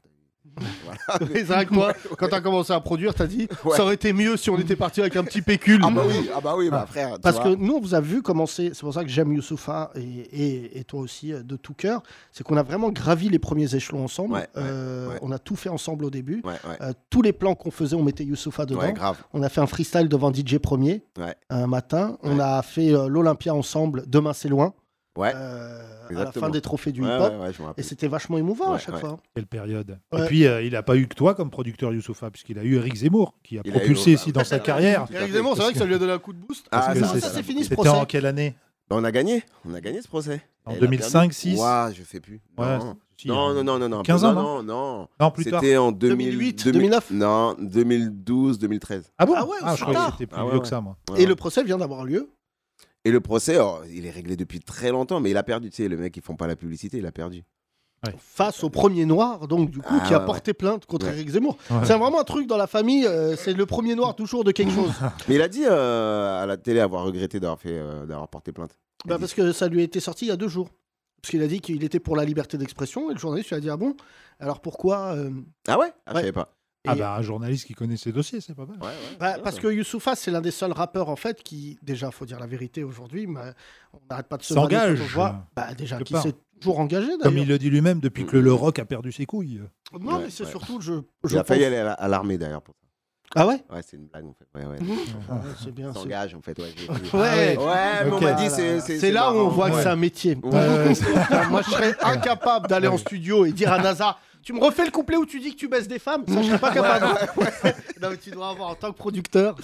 Voilà.
Et hein. c'est vrai que moi, quand t'as commencé à produire, t'as dit
Ouais.
ça aurait été mieux si on était parti avec un petit pécule.
ah bah oui, ah bah oui, bah, frère. tu
Parce
vois.
que nous, on vous a vu commencer, c'est pour ça que j'aime Youssoufa et, et- et toi aussi euh, de tout cœur, c'est qu'on a vraiment gravi les premiers échelons ensemble.
Ouais, ouais,
Euh,
ouais.
On a tout fait ensemble au début.
Ouais, ouais.
Euh, tous les plans qu'on faisait, on mettait Youssoufa dedans.
Ouais, grave.
On a fait un freestyle devant DJ Premier
Ouais,
un matin. On a fait euh, l'Olympia ensemble, Demain c'est loin,
ouais.
euh, à la
Exactement.
fin des trophées du
Ouais,
hip-hop.
ouais, ouais, je me rappelle.
Et c'était vachement émouvant à
Ouais,
chaque
ouais.
fois. hein.
Quelle période.
Ouais.
Et puis, euh, il n'a pas eu que toi comme producteur, Youssoufa, puisqu'il a eu Eric Zemmour, qui a
Il a eu-
propulsé aussi dans sa
Tout à fait.
carrière.
Eric
Évidemment, c'est vrai que ça lui a donné un coup de boost.
Ah,
Parce
ça,
que
ça,
c'est-
ça, c'est
fini, ce
C'était
procès.
en quelle année
Bah, on a gagné, on a gagné ce procès.
En
Elle a
2005,
perdu.
6?
Ouah, je sais plus.
Ouais,
non.
si,
non,
euh,
non, non, non, non.
15 ans,
Non, non.
Non, plus tard.
C'était en 2000,
2008,
2000
2009.
Non, 2012, 2013.
Ah bon
Ah ouais,
je
c'est
croyais que
tard.
c'était plus
Ah ouais,
vieux
ouais.
que ça, moi.
Ouais,
Et
ouais.
le procès vient d'avoir lieu.
Et le procès, oh, il est réglé depuis très longtemps, mais il a perdu. Tu sais, le mec, ils font pas la publicité, il a perdu.
face au premier noir, donc du coup,
Ah,
qui a
ouais,
porté plainte contre
Ouais.
Eric Zemmour.
Ouais.
C'est vraiment un truc dans la famille, euh, c'est le premier noir toujours de quelque chose.
Mais il a dit euh, à la télé avoir regretté d'avoir fait, euh, d'avoir porté plainte. Il a
Bah,
dit-
parce que ça lui a été sorti il y a deux jours. Parce qu'il a dit qu'il était pour la liberté d'expression, et le journaliste lui a dit Ah bon Alors pourquoi euh,
Ah ouais Ah, Je
Ouais.
savais pas.
Ah
et-
bah, un journaliste qui connaît ses dossiers, c'est pas mal.
Ouais, Ah, ouais.
Bah, parce que Youssoupha, c'est l'un des seuls rappeurs en fait qui, déjà, faut dire la vérité aujourd'hui, mais on n'arrête pas de se vanner quand on
S'engage,
voit-
euh,
Bah, déjà,
quelque
qui
part.
s'est toujours engagé
Comme
d'ailleurs.
il le dit lui-même, depuis
Mm.
que le rock a perdu ses couilles.
Non,
Ouais,
mais c'est
ouais.
surtout, je,
Il
je
a failli
pense-
aller à la- à l'armée d'ailleurs pour ça.
Ah ouais,
Ouais, c'est une blague en fait. Ouais, ouais.
Ah, C'est bien.
Il
c'est-
s'engage en fait. Ouais, j'ai- Ah
Ah Ouais,
ouais, mais on
Ok.
m'a dit
Voilà.
c'est.
C'est là où on
marrant.
voit que
Ouais.
c'est un métier.
Ouais.
Moi, je serais incapable d'aller en studio et dire à NASA Tu me refais le couplet où tu dis que tu baisses des femmes Ça, je serais pas capable. non, mais tu dois avoir, en tant que producteur,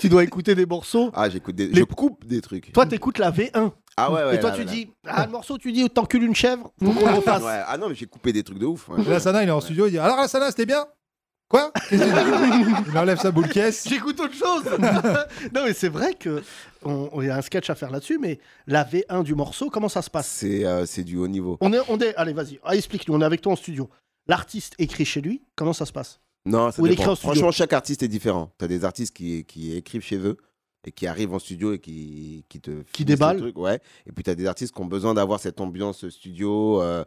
tu dois écouter des morceaux.
Ah, j'écoute des.
Les-
Je coupe des trucs.
Toi, t'écoutes la V1.
Ah ouais, ouais.
et toi,
là,
tu
là, là.
dis Ah, le morceau, tu dis T'encules une chèvre Faut qu'on le refasse.
Ouais. Ah non, mais j'ai coupé des trucs de ouf. ouais.
Et Lassana, il est en studio, il dit Alors Lassana, c'était bien Quoi Qu'est-ce que tu dis Il enlève sa boule caisse.
J'écoute autre chose. non, mais c'est vrai que on, on- il y a un sketch à faire là-dessus, mais la V1 du morceau, comment ça se passe
C'est euh, c'est du haut niveau.
On est, on est, allez, vas-y, ah, explique-nous, on est avec toi en studio. L'artiste écrit chez lui, comment ça se passe
Non, ça
Ou il écrit
dépend.
en studio.
Franchement, chaque artiste est différent. Tu as des artistes qui, qui écrivent chez eux et qui arrivent en studio et qui, qui te. finissent le
déballent.
truc, ouais. Et puis tu as des artistes qui ont besoin d'avoir cette ambiance studio, euh,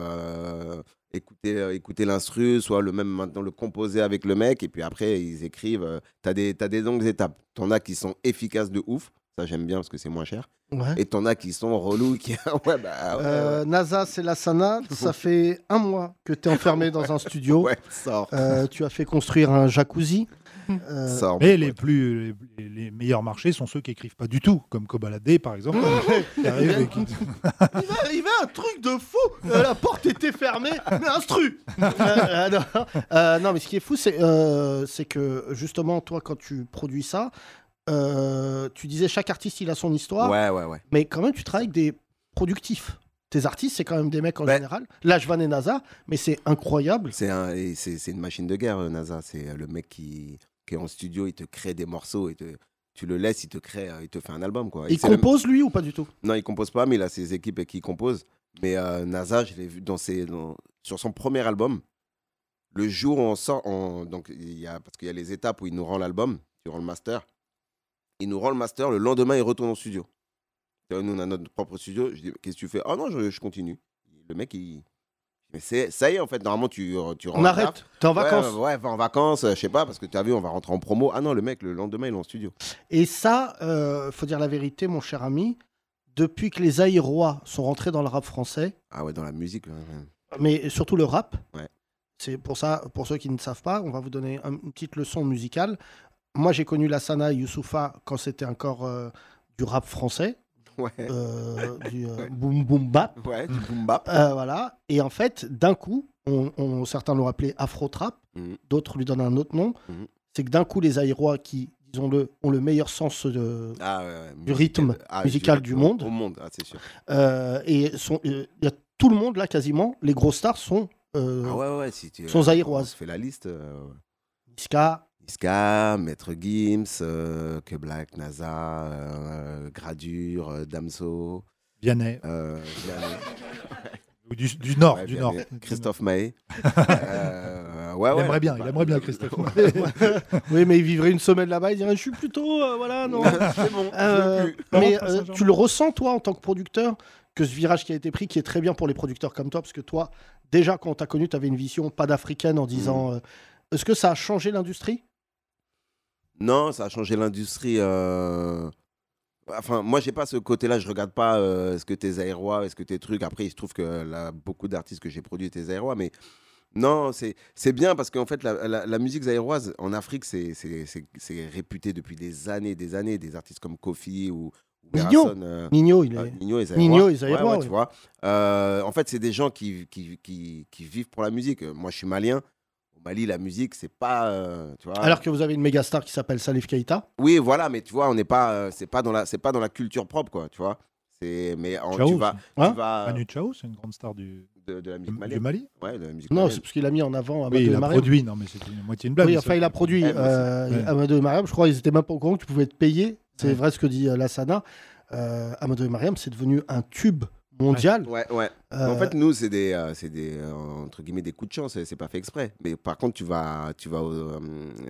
euh, écouter, euh, écouter l'instru, soit le même maintenant le composer avec le mec. Et puis après, ils écrivent. Tu as, des t'as des longues étapes. Tu en as qui sont efficaces de ouf. Ça, j'aime bien parce que c'est moins cher.
Ouais.
Et t'en as qui sont relous. Qui... ouais, bah, ouais,
Euh, NASA, c'est la Sana. Ça fait un mois que tu es enfermé dans un studio.
Ouais, sort.
Euh, tu as fait construire un jacuzzi. Euh,
mais les, plus, les, les meilleurs marchés sont ceux qui écrivent pas du tout, comme Kobalade par exemple. qui arrive et qui-
Il va arriver un truc de fou. Euh, la porte était fermée, mais instru. Euh, euh, non. Euh, non, mais ce qui est fou, c'est euh, c'est que justement, toi, quand tu produis ça, euh, tu disais chaque artiste, il a son histoire.
Ouais, ouais, ouais.
Mais quand même, tu travailles avec des productifs. Tes artistes, c'est quand même des mecs
Ben
en général. Là, Jvan et NASA, mais c'est incroyable.
C'est un- et c'est c'est une machine de guerre, euh, NASA. C'est euh, le mec qui, qui est en studio, il te crée des morceaux, et te, tu le laisses, il te crée, euh, il te fait un album. Quoi. Et
il
c'est le-
compose, lui, ou pas du tout
Non, il compose pas, mais il a ses équipes qui composent. Mais euh, NASA, je l'ai vu dans ses, dans- sur son premier album. Le jour où on sort, on- donc, il y a, parce qu'il y a les étapes où il nous rend l'album, il rend le master. Il nous rend le master, le lendemain, il retourne au studio. C'est-à-dire, Nous, on a notre propre studio. Je dis, qu'est-ce que tu fais Ah non, je, je continue. Le mec, il. Mais c'est, ça y est, en fait, normalement, tu, tu rentres
arrête.
tard.
T'es en
Ouais,
vacances.
Ouais, va en vacances, euh, je sais pas, parce que tu as vu, on va rentrer en promo. Ah non, le mec, le lendemain, il est en studio.
Et ça, euh, faut dire la vérité, mon cher ami, depuis que les Aïrois sont rentrés dans le rap français,
Ah ouais, dans la musique. ouais, ouais.
mais surtout le rap,
Ouais.
c'est pour ça, pour ceux qui ne savent pas, on va vous donner un- une petite leçon musicale. Moi, j'ai connu Lassana et Youssoufa quand c'était encore euh, du rap français. Euh, du euh, boom boom bap.
Ouais, du boom bap.
Euh, voilà. Et en fait, d'un coup, on, on- certains l'ont appelé afro trap,
Mhm.
d'autres lui donnent un autre nom.
Mhm.
C'est que d'un coup, les Aïrois qui, disons-le, ont le meilleur sens de,
Ah ouais, ouais,
du
musical-
rythme
ah,
musical du monde.
Au monde, ah, c'est sûr.
Euh, et sont- euh, il y a tout le monde là quasiment. Les gros stars sont euh,
Ah ouais, ouais, si tu.
sont
On
zaïroises.
se fait la liste. euh, ouais.
Niska,
Niska, Maître Gims, euh, Que Black, NASA, euh, Gradure, euh, Damso.
Vianney.
euh, Vianney.
Ou du- du Nord, du
Vianney.
Nord.
Christophe Maé. Euh, ouais,
il
ouais,
aimerait bien,
bah,
il aimerait bien Christophe.
oui, mais il vivrait une semaine là-bas. Il dirait Je suis plutôt. euh, voilà, non.
C'est bon,
Euh,
je veux plus.
mais
Rentre à
euh,
Saint-Germain.
tu le ressens, toi, en tant que producteur, que ce virage qui a été pris, qui est très bien pour les producteurs comme toi, parce que toi, déjà, quand on t'a connu, tu avais une vision pas d'africaine en
Mm.
disant euh, Est-ce que ça a changé l'industrie
Non, ça a changé l'industrie. euh, Enfin, moi, j'ai pas ce côté-là. Je regarde pas euh, ce que tes aérois, est-ce que tes trucs. Après, il se trouve que euh, là, beaucoup d'artistes que j'ai produits étaient aérois, mais non, c'est c'est bien parce qu'en fait, la, la- la musique zaïroise en Afrique, c'est c'est- c'est- c'est réputé depuis des années, des années. Des artistes comme Kofi ou, ou
Nino.
Berasson, euh,
Nino, il est-
ah, Nino est zaïrois.
Nino est
Ouais, ouais,
zaïrois,
tu
ouais.
vois. Euh, en fait, c'est des gens qui, qui, qui, qui vivent pour la musique. Euh, Moi, je suis malien. Au Mali, la musique, c'est pas. euh, tu vois,
Alors que vous avez une méga star qui s'appelle Salif Keita.
oui, voilà, mais tu vois, on n'est pas, euh, c'est pas dans la, c'est pas dans la culture propre, quoi, tu vois. C'est, mais en-
Chao,
Oh, tu vas,
c'est-
Hein?
tu vas euh,
Manu Chao, c'est une grande star du,
de, de la musique
du
malienne.
Mali
Ouais, de la musique
Non,
malienne.
c'est parce qu'il a mis en avant Amadou
Oui, il
et
a
Mariam.
produit, non, mais c'était une moitié une blague.
oui,
mais
enfin,
ça-
il a produit
Ouais, mais
euh,
c'est- ouais.
Amadou et Mariam. Je crois qu'ils étaient même pas au courant que tu pouvais être payé. C'est vrai ce que dit euh, Lassana. Euh, Amadou et Mariam, c'est devenu un tube mondial.
Ouais, ouais.
Euh,
En fait, nous, c'est des, euh, c'est des, euh, entre guillemets, des coups de chance. C'est pas fait exprès. Mais par contre, tu vas, tu vas, au, euh,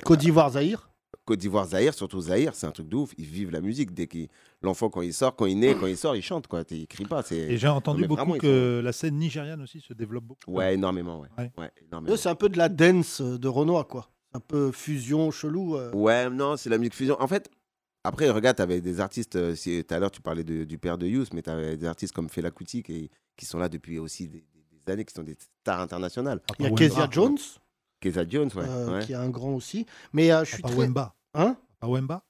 Côte d'Ivoire, Zahir.
Côte d'Ivoire, Zahir, surtout Zahir, c'est un truc de ouf. Ils vivent la musique dès qu'il, l'enfant quand il sort, quand il naît, quand il sort, il chante, quoi. Il crie pas. C'est.
Et j'ai entendu
Non, mais
beaucoup
vraiment, ils
que Euh, la scène nigériane aussi se développe beaucoup.
sont- Ouais, énormément, ouais.
Ouais.
Ouais, énormément.
Eux, c'est un peu de la dance euh, de Renoir, quoi. Un peu fusion, chelou. euh.
Ouais, non, c'est la musique fusion. En fait, après, regarde, t'avais des artistes, euh, si- tout à l'heure tu parlais de- du père de Yous, mais t'avais des artistes comme Fela Kuti qui, qui sont là depuis aussi des, des- des années, qui sont des stars internationales.
Il y a Kezia Jones,
Kezia Jones, ouais.
euh,
ouais.
qui a un grand aussi. Mais euh, je suis
Papa
très...
Wemba.
Hein
Papa Wemba.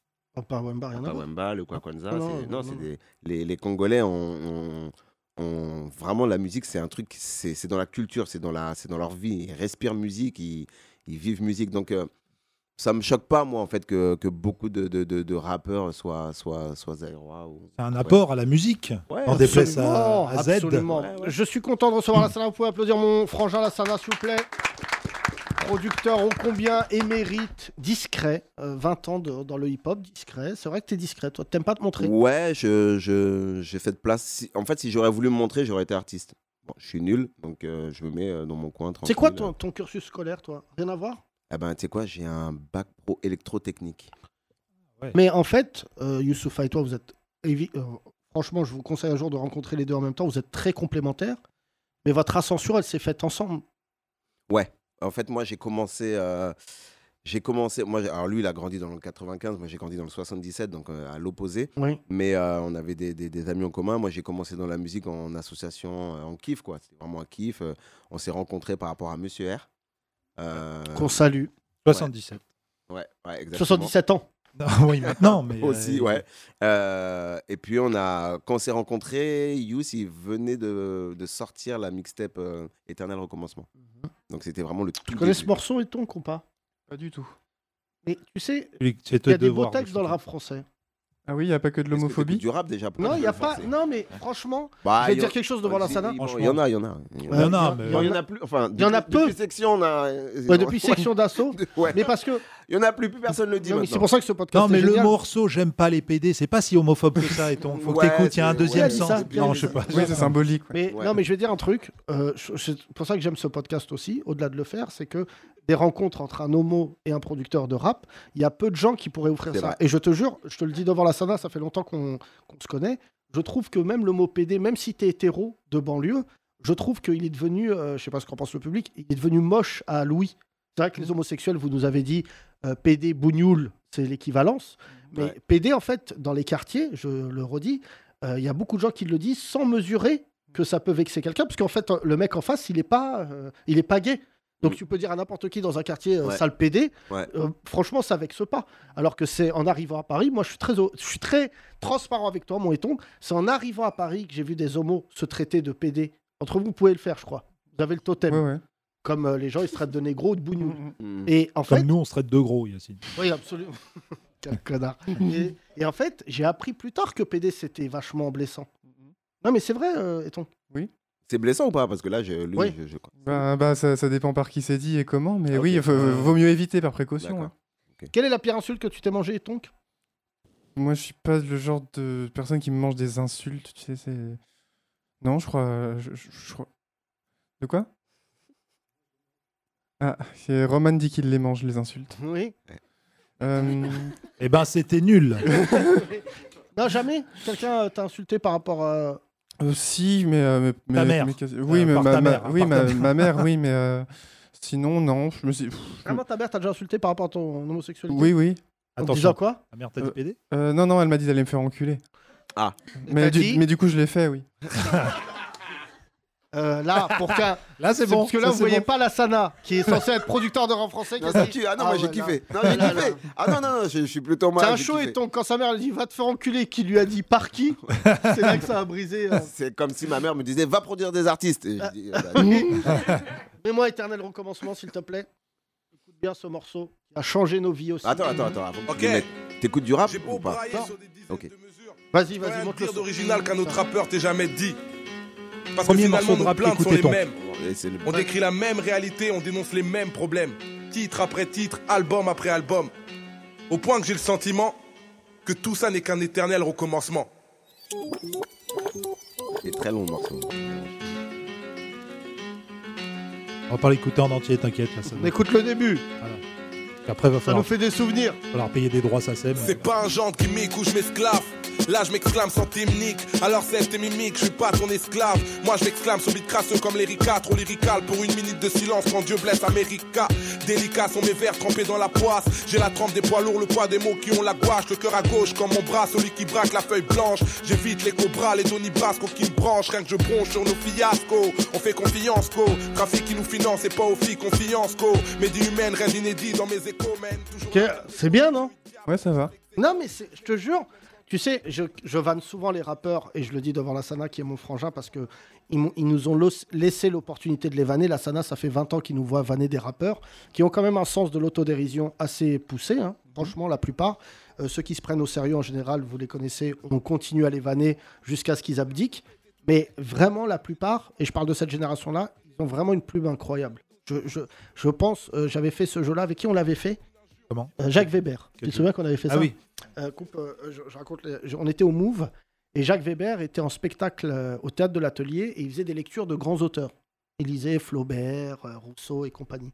Pas Wemba, rien à
Papa
voir.
Wemba, le Kwakwanza.
Ah non,
c'est- non,
non,
c'est
non.
des- les, les Congolais ont, ont- ont- Vraiment, la musique, c'est un truc, c'est c'est dans la culture, c'est dans, la- c'est dans leur vie. Ils respirent musique, ils, ils vivent musique. Donc, euh, ça me choque pas, moi, en fait, que, que beaucoup de, de- de- de rappeurs soient, soient, soient zaïrois ou-
C'est un
Ouais.
apport à la musique.
Ouais,
en déplace à,
Absolument,
Euh, à Z.
Oh, absolument. Je suis content de recevoir Lassana. Vous pouvez applaudir mon frangin Lassana, s'il vous plaît. Producteur ô combien émérite, discret, euh, 20 ans de- dans le hip-hop, discret. C'est vrai que t'es discret, toi, t'aimes pas te montrer.
Ouais, je, je- j'ai fait de place. Si- En fait, si j'aurais voulu me montrer, j'aurais été artiste. Bon, je suis nul, donc euh, je me mets euh, dans mon coin.
C'est quoi
tranquille.
ton, ton cursus scolaire, toi Rien à voir
Eh ben, tu sais quoi, j'ai un bac pro électrotechnique.
Mais en fait, euh, Youssoupha et toi, vous êtes. évi- euh, franchement, je vous conseille un jour de rencontrer les deux en même temps. Vous êtes très complémentaires. Mais votre ascension, elle s'est faite ensemble.
Ouais. En fait, moi, j'ai commencé. euh, j'ai commencé. Moi, j'ai- alors lui, il a grandi dans le 95. Moi, j'ai grandi dans le 77, donc euh, à l'opposé.
Oui.
Mais euh, on avait des, des- des amis en commun. Moi, j'ai commencé dans la musique en association, euh, en kiff, quoi. C'était vraiment un kiff. Euh, on s'est rencontrés par rapport à Monsieur R. Euh,
Qu'on salue.
77.
Ouais, ouais, exactement.
77 ans.
oui, maintenant, mais. euh,
Aussi, ouais. Euh, et puis, on a, quand on s'est rencontrés, Yous, il venait de, de sortir la mixtape euh, Éternel Recommencement. Donc, c'était vraiment le tout.
Tu connais
début.
ce morceau et ton compas
Pas du tout.
Mais tu sais,
il
y a
te
des beaux
devoir,
textes dans le rap français.
Ah oui, il n'y a pas que de l'homophobie.
Du rap déjà.
Non, il y a pas. Non, mais franchement,
Bah,
je vais
y
dire
en-
quelque chose devant
bah,
la hein.
si,
Sana.
bon, Il y en a, il y en a.
Ouais, il y en a,
Il y en a plus. Enfin,
Euh, Il y en a
depuis-
peu.
Depuis section, on a. euh,
Ouais, depuis section d'assaut. Mais parce que.
Il y en a plus, plus personne le dit.
Non, mais
maintenant.
c'est pour ça que ce podcast.
Non, mais
est
le
génial.
morceau J'aime pas les PD, c'est pas si homophobe que ça, et ton. Faut
Ouais,
que t'écoutes, il y a un
c'est-
deuxième
ouais,
sens.
ça, bien
non,
dit
je sais
ça.
pas.
Mais, Non, mais je vais dire un truc. euh, je- c'est pour ça que j'aime ce podcast aussi, au-delà de le faire, c'est que des rencontres entre un homo et un producteur de rap, il y a peu de gens qui pourraient offrir
C'est
ça.
vrai.
Et je te jure, je te le dis devant la Sana, ça fait longtemps qu'on qu'on se connaît. Je trouve que même le mot PD, même si t'es hétéro de banlieue, je trouve qu'il est devenu, euh, je sais pas ce qu'en pense le public, il est devenu moche à Louis. C'est vrai que les homosexuels, vous nous avez dit euh, PD, bougnoul, c'est l'équivalence. Mais PD, en fait, dans les quartiers, je le redis, euh, il y a beaucoup de gens qui le disent sans mesurer que ça peut vexer quelqu'un, parce qu'en fait, euh, le mec en face, il n'est pas, euh, il est pas gay. Donc tu peux dire à n'importe qui dans un quartier euh,
Ouais.
sale PD,
Ouais.
euh, franchement ça vexe pas. Alors que c'est en arrivant à Paris, moi je suis très, au- je suis très transparent avec toi, mon éton. C'est en arrivant à Paris que j'ai vu des homos se traiter de PD. Entre vous, vous pouvez le faire, je crois. Vous avez le totem. Comme euh, les gens, ils se traitent de négro ou de bougnou.
mm.
Et en fait,
Comme nous, on se traite de gros, Yacine.
oui, absolument. Quel connard. Et, et en fait, j'ai appris plus tard que PD, c'était vachement blessant. Non, mais c'est vrai, euh, Eton.
Oui.
C'est blessant ou pas Parce que là, je, lui,
Oui.
je, je-
Bah, bah, ça, ça dépend par qui c'est dit et comment, mais
Ah,
oui,
ok.
faut- vaut mieux éviter par précaution.
D'accord.
hein.
Quelle est la pire insulte que tu t'es mangée, Eton
Moi, je suis pas le genre de personne qui me mange des insultes, tu sais, c'est... Non, je crois... Je, je- je crois... De quoi Ah, c'est Roman dit qu'il les mange, les insultes.
Oui.
Euh,
Eh ben, c'était nul.
Non, jamais Quelqu'un euh, t'a insulté par rapport à.
Euh, si, mais, euh, mais- mais-
mère.
mais qu'est-ce-
Euh,
oui, mais
par
ma,
ta
ma-
mère, hein,
oui,
par
ma,
ta mère.
ma mère, oui, mais euh, sinon non. Je me suis. pff, je-
Vraiment, Ah, ta mère t'a déjà insulté par rapport à ton homosexualité
Oui, oui.
En te disant quoi
Ta mère t'a dit
Euh,
PD
euh, Non, non, elle m'a dit d'aller me faire enculer.
Ah.
Et t'as
Mais
dit
du, mais du coup, je l'ai fait, oui.
Euh, là, pour qu'un.
Là, c'est bon,
Parce que
ça,
là, vous
c'est
voyez
bon.
pas la Sana, qui est censée être producteur de rap français. qui
Non,
a
ça
dit-
tue. Ah non, moi,
ouais,
j'ai
là.
kiffé. Non, j'ai kiffé. Ah non, non, non, je, je suis plutôt mal.
C'est un
j'ai
show
kiffé.
Eton. Quand sa mère elle dit va te faire enculer, qui lui a dit par qui C'est là que ça a brisé. euh.
C'est comme si ma mère me disait va produire des artistes. Et je dis, euh, bah,
Mets-moi éternel recommencement, s'il te plaît. Écoute bien ce morceau. Il a changé nos vies aussi.
attends, attends, attends. avant que tu le mettes. T'écoutes du rap ou pas
brailler sur
Ok.
Vas-y,
vas-y, montre le d'original qu'un autre rappeur t'ait jamais dit. Parce
Premier
que
morceau
finalement,
de
nos
rap
plaintes sont
qu'écoutait
les
ton.
mêmes.
Et c'est le-
On décrit la même réalité, on dénonce les mêmes problèmes. Titre après titre, album après album. Au point que j'ai le sentiment que tout ça n'est qu'un éternel recommencement.
C'est très long le morceau.
On va pas l'écouter en entier, t'inquiète. Là, ça va.
Écoute le début.
Après, va falloir,
des souvenirs.
falloir payer des droits, ça sème.
C'est pas un genre qui ou je m'esclave. Là, je m'exclame sans timnique. Alors, c'est tes mimiques, je suis pas ton esclave. Moi, je m'exclame sur beat crasseux comme l'Erika. Trop lyrical pour une minute de silence quand Dieu blesse America. Délicats sont mes vers trempés dans la poisse. J'ai la trempe des poids lourds, le poids des mots qui ont la gouache. Le cœur à gauche comme mon bras, celui qui braque la feuille blanche. J'évite les cobras, les Donny Brasco qui me branchent. Rien que je bronche sur nos fiascos. On fait confiance, co. Trafic qui nous finance et pas aux filles, confiance, co. Médie humaine, rien d'inédit dans mes échos, man.
C'est bien, non
Ouais, ça va.
Non, mais c'est- je te jure, tu sais, je, je vanne souvent les rappeurs et je le dis devant la Sana qui est mon frangin parce que ils, m'ont- ils nous ont los- laissé l'opportunité de les vanner. La Sana, ça fait 20 ans qu'ils nous voient vanner des rappeurs qui ont quand même un sens de l'autodérision assez poussé, hein, franchement, la plupart. Euh, ceux qui se prennent au sérieux en général, vous les connaissez, on continue à les vanner jusqu'à ce qu'ils abdiquent. Mais vraiment, la plupart, et je parle de cette génération-là, ils ont vraiment une plume incroyable. Je, je, je pense, euh, j'avais fait ce jeu-là, avec qui on l'avait fait
Comment
Euh, Jacques Weber. Tu te
Quel-
souviens qu'on avait fait
Ah
ça
oui.
Euh, coupe, euh, je, je raconte les- je- on était au Move et Jacques Weber était en spectacle euh, au théâtre de l'Atelier et il faisait des lectures de grands auteurs. Il lisait Flaubert, euh, Rousseau et compagnie.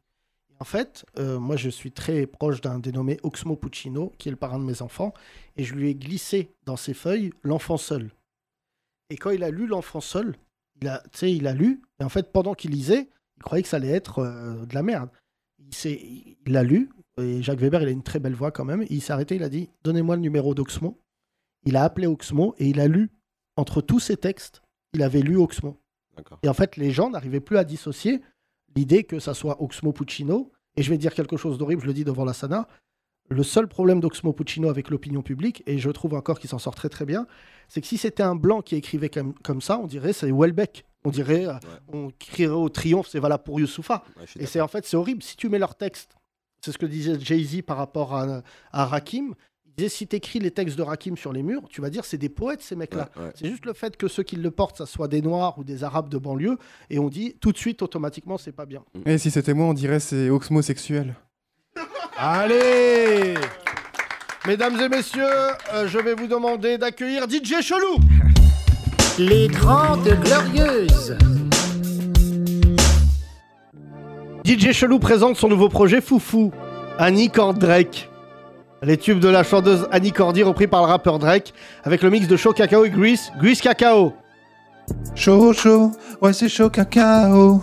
En fait, euh, moi, je suis très proche d'un dénommé Oxmo Puccino, qui est le parrain de mes enfants, et je lui ai glissé dans ses feuilles L'enfant seul. Et quand il a lu L'enfant seul, il a, tu sais, il a lu, et en fait, pendant qu'il lisait, il croyait que ça allait être euh, de la merde. Il, s'est- il l'a lu, et Jacques Weber, il a une très belle voix quand même, et il s'est arrêté, il a dit Donnez-moi le numéro d'Oxmo. Il a appelé Oxmo, et il a lu, entre tous ses textes, il avait lu Oxmo.
D'accord.
Et en fait, les gens n'arrivaient plus à dissocier l'idée que ça soit Oxmo Puccino. Et je vais dire quelque chose d'horrible, je le dis devant la Sana. Le seul problème d'Oxmo Puccino avec l'opinion publique, et je trouve encore qu'il s'en sort très très bien, c'est que si c'était un blanc qui écrivait comme, comme ça, on dirait c'est Welbeck. On dirait, euh, on crierait au triomphe, c'est valable pour Youssoufa. et c'est en fait, c'est horrible. Si tu mets leur texte, c'est ce que disait Jay-Z par rapport à, à Rakim. Il disait si tu écris les textes de Rakim sur les murs, tu vas dire c'est des poètes ces mecs-là.
Ouais, ouais.
C'est juste le fait que ceux qui le portent, ça soit des noirs ou des arabes de banlieue, et on dit tout de suite automatiquement c'est pas bien.
Et si c'était moi, on dirait c'est oxmosexuel.
Allez Mesdames et messieurs, euh, je vais vous demander d'accueillir DJ Chelou
Les Grandes Glorieuses.
DJ Chelou présente son nouveau projet Foufou, Annie Cord Drake. Les tubes de la chanteuse Annie Cordy repris par le rappeur Drake avec le mix de Chaud Cacao et Grease, Grease Cacao.
Chaud, chaud, ouais, c'est chaud cacao.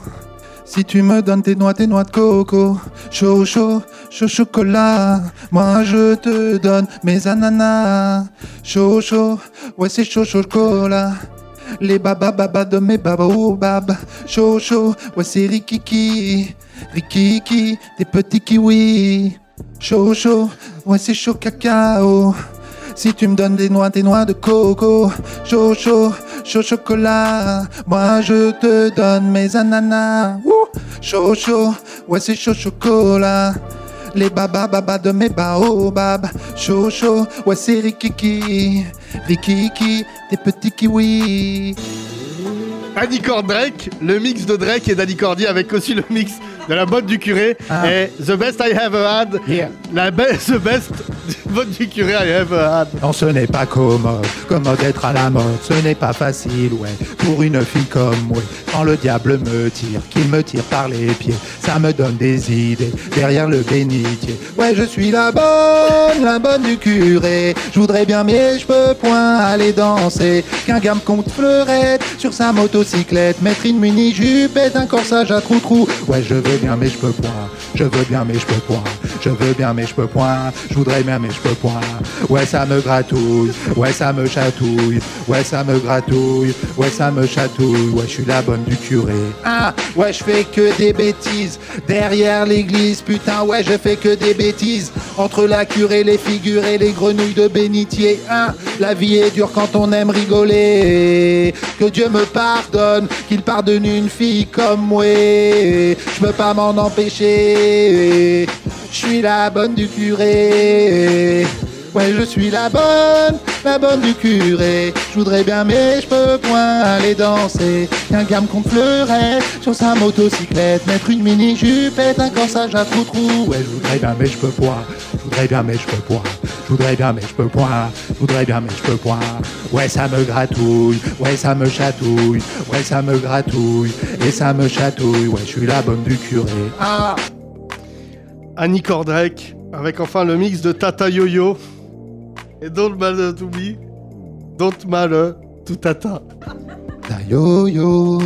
Si tu me donnes tes noix, tes noix de coco. Chaud, chaud, chaud chocolat. Moi, je te donne mes ananas. Chaud, chaud, ouais, c'est chaud chocolat. Les baba baba de mes babobab. Chaud, chaud, ouais, c'est rikiki. Rikiki, des petits kiwis. Chaud, chaud, ouais, c'est chaud cacao. Si tu me donnes des noix, des noix de coco, chaud, chaud, chaud chocolat, moi je te donne mes ananas. Ouh, chaud, chaud, ouais c'est chaud chocolat. Les baba baba de mes baobabs, chaud, chaud, ouais c'est rikiki, rikiki, des petits kiwis.
Annie Cord Drake, le mix de Drake et d'Annie Cordy avec aussi le mix de la botte du curé
Ah.
et The Best I Ever Had, la be- The Best botte du curé I Ever Had.
Non, ce n'est pas commode, commode d'être à la mode, ce n'est pas facile, ouais, pour une fille comme moi. Quand le diable me tire, qu'il me tire par les pieds, ça me donne des idées, derrière le bénitier. Ouais, je suis la bonne, la bonne du curé, je voudrais bien, mais je peux point aller danser. Qu'un gars me compte fleurette sur sa motocyclette, mettre une mini-jupe et un corsage à trou-trou. Ouais, je veux bien, mais je peux point, je veux bien, mais je peux point, je veux bien, mais je peux point, je voudrais bien, mais je peux point. Ouais, ça me gratouille, ouais, ça me chatouille, ouais, ça me gratouille, ouais, ça me chatouille, ouais, je suis la bonne du curé. Ah, ouais, je fais que des bêtises, derrière l'église, putain, ouais, je fais que des bêtises, entre la curée, les figures et les grenouilles de bénitier. Ah, la vie est dure quand on aime rigoler, que Dieu me pardonne, qu'il pardonne une fille comme moi, je peux pas m'en empêcher, je suis la bonne du curé. Ouais, je suis la bonne, la bonne du curé. Je voudrais bien, mais je peux point aller danser. Qu'un gamme qu'on pleurait sur sa motocyclette, mettre une mini jupette, un corsage à trou trou. Ouais, je voudrais bien, mais je peux point. Je voudrais bien, mais je peux point. Je voudrais bien, mais je peux point. Je voudrais bien, mais je peux point. Ouais, ça me gratouille. Ouais, ça me chatouille. Ouais, ça me gratouille. Et ça me chatouille. Ouais, je suis la bonne du curé.
Ah Annie Cordrake, avec enfin le mix de Tata Yo-Yo et Don't Matter to Me, Don't Matter to Tata.
Ta yo-yo,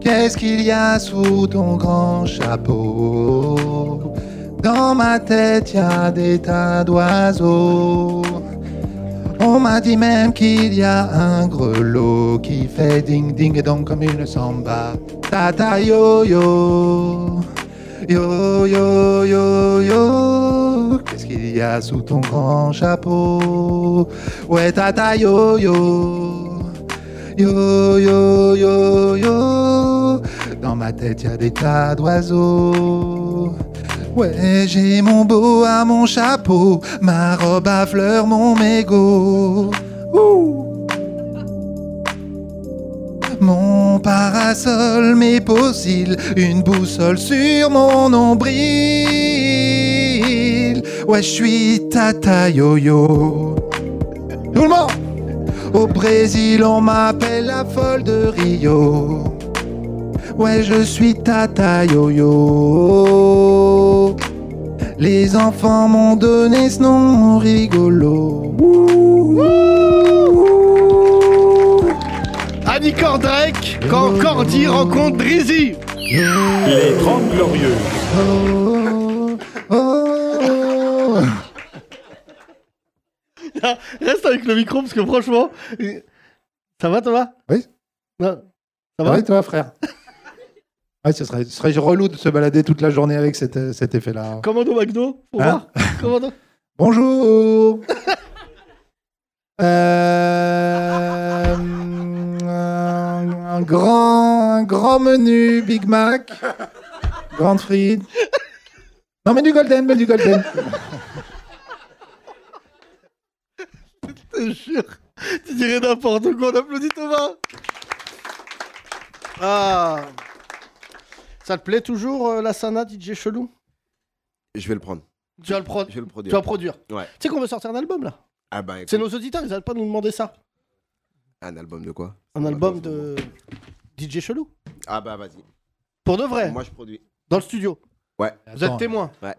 qu'est-ce qu'il y a sous ton grand chapeau Dans ma tête, y a des tas d'oiseaux. On m'a dit même qu'il y a un grelot qui fait ding ding dong comme une samba. Tata yo-yo, yo-yo-yo-yo. Qu'est-ce qu'il y a sous ton grand chapeau Ouais, tata yo-yo. Yo yo yo yo, dans ma tête y a des tas d'oiseaux. Ouais, j'ai mon beau à mon chapeau, ma robe à fleurs, mon mégot. Ouh. Mon parasol, mes possibles, une boussole sur mon nombril. Ouais, je suis tata yo yo. Tout le monde! Au Brésil, on m'appelle la folle de Rio.
Ouais, je suis Tata Yo-Yo. Les enfants m'ont donné ce nom rigolo.
Annie Cordrake, quand Cordy rencontre Drizzy.
Les 30 Glorieux.
Reste avec le micro parce que franchement. Ça va Thomas
Oui.
Non. Ça
Ah
va
oui, toi, frère. Ouais, ce serait, ce serait relou de se balader toute la journée avec cet, euh, cet effet-là.
Commando McDo pour
Hein
voir Commando.
Bonjour. Euh, un, un grand, un grand menu Big Mac, grande frite. Non, mais du golden, mais du golden.
Je te jure. Tu dirais n'importe quoi. On applaudit Thomas. Ah. Ça te plaît toujours euh, la Sana DJ Chelou
Je vais le prendre.
Tu vas le prendre.
Je vais le produire.
Tu vas produire.
Ouais.
Tu sais qu'on veut sortir un album là
Ah bah, écoute,
C'est nos auditeurs, ils n'arrêtent pas de nous demander ça.
un album de quoi
Un album
bah,
de DJ Chelou.
Ah bah, vas-y.
Pour de vrai.
Moi, je produis.
Dans le studio.
Ouais.
Vous êtes témoin.
Ouais.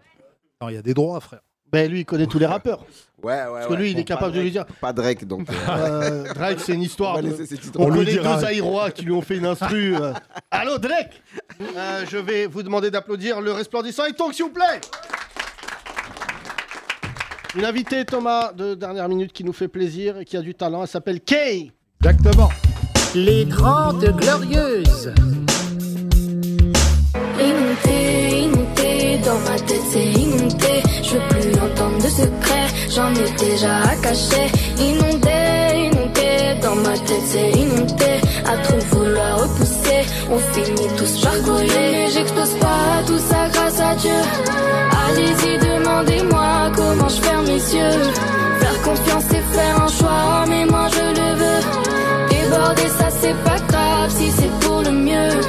Non, il y a des droits, frère.
Ben lui, il connaît tous les rappeurs.
Ouais, ouais.
Parce que lui, il est capable de lui dire.
Pas Drake, donc.
Euh, Drake, c'est une histoire.
On va
de-
laisser ces titres.
On,
On lui
connaît
dira.
deux Aïrois qui lui ont fait une instru. euh. Allô, Drake Euh, Je vais vous demander d'applaudir le resplendissant et donc, s'il vous plaît Une invitée, Thomas, de dernière minute, qui nous fait plaisir et qui a du talent. Elle s'appelle Kay.
Exactement.
Les Grandes Glorieuses.
Inondé, inondé, dans ma tête c'est inondé. Je veux plus entendre de secrets, j'en ai déjà à cacher. Inondé, inondé, dans ma tête c'est inondé. À trop vouloir repousser, on finit tous jargolés. Mais j'expose pas tout ça grâce à Dieu. Allez-y, demandez-moi comment je ferme les yeux. Faire confiance et faire un choix, mais moi je le veux. Déborder ça c'est pas grave si c'est pour le mieux.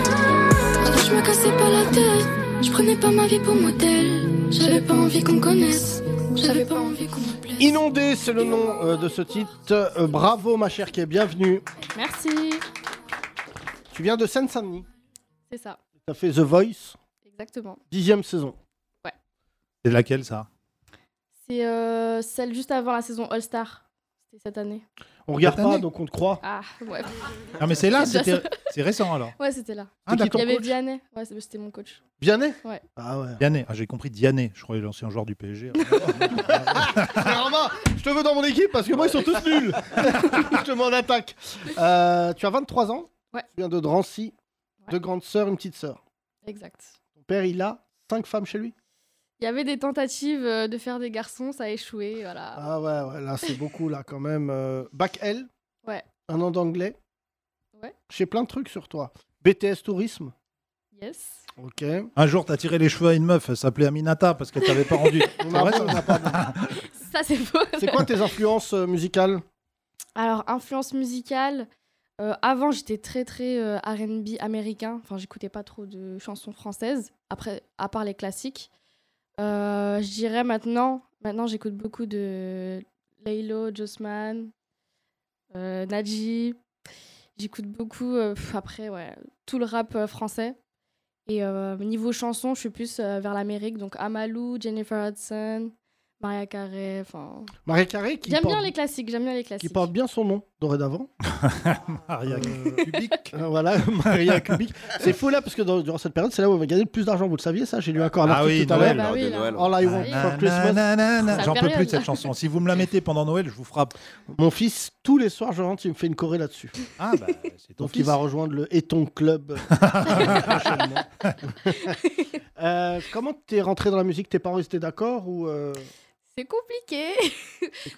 Avant, je me cassais pas la tête. Je prenais pas ma vie pour modèle. J'avais pas envie qu'on me connaisse. J'avais pas envie qu'on me plaise.
Inondé, c'est le nom euh, de ce titre. Euh, bravo, ma chère Kay, bienvenue.
Merci.
Tu viens de Seine-Saint-Denis.
C'est ça,
Tu as fait The Voice,
exactement.
dixième saison.
Ouais.
C'est laquelle, ça
C'est euh, celle juste avant la saison All Star. C'était cette année.
On regarde
Cette
pas,
année
donc on te croit.
Ah ouais.
Non, Ah, mais c'est là,
déjà
c'était-
ça.
c'est récent alors.
Ouais, c'était là.
Ah, C'était qui d'accord.
Il y
ton
avait
coach
Vianney. Ouais, c'est- c'était mon coach.
Vianney
Ouais.
Ah ouais.
Diané, ah, j'ai compris Diané, je croyais l'ancien joueur du PSG.
Frère Romain, je te veux dans mon équipe parce que moi ils sont tous nuls. je te mets en attaque. Euh, tu as 23 ans. Tu viens de Drancy. Deux grandes sœurs, une petite sœur.
Exact.
Ton père, il a cinq femmes chez lui.
Il y avait des tentatives euh, de faire des garçons, ça a échoué, voilà.
Ah ouais, ouais là c'est beaucoup là quand même. Euh, bac L,
Ouais,
un an d'anglais.
Ouais.
Je sais plein de trucs sur toi. BTS tourisme.
yes.
Ok.
Un jour, t'as tiré les cheveux à une meuf, elle s'appelait Aminata parce que t'avais pas rendu. C'est vrai, ça
Ça c'est faux.
C'est quoi tes influences euh, musicales
Alors, influence musicale. euh, avant, j'étais très très euh, RB américain. Enfin, j'écoutais pas trop de chansons françaises, après, à part les classiques. Euh, je dirais maintenant, maintenant j'écoute beaucoup de Laylo, Jossman, euh, Nadji. J'écoute beaucoup, euh, pff, après, ouais, tout le rap euh, français. Et euh, niveau chanson, je suis plus euh, vers l'Amérique. Donc, Amalou, Jennifer Hudson, Maria Carey. enfin...
Marie Carré qui
J'aime
porte,
bien les classiques, j'aime bien les
qui
classiques.
porte bien son nom dorénavant.
Maria
Kubik. voilà, Maria Kubik. C'est fou là, parce que dans- durant cette période, c'est là où on va gagner le plus d'argent, vous le saviez ça J'ai lu encore un
Ah
article
oui,
tout à
Noël,
l'heure.
lors de Ah oui, là. Noël.
All I want
Ah,
for Christmas.
nanana. J'en peux plus de cette chanson. Si vous me la mettez pendant Noël, je vous frappe.
Mon fils, tous les soirs, je rentre, il me fait une choré là-dessus.
Ah bah, c'est ton
Donc il
fils.
va rejoindre le Eton Club euh, prochainement. Euh, comment t'es rentré dans la musique Tes parents ils étaient d'accord ou euh,
C'est compliqué.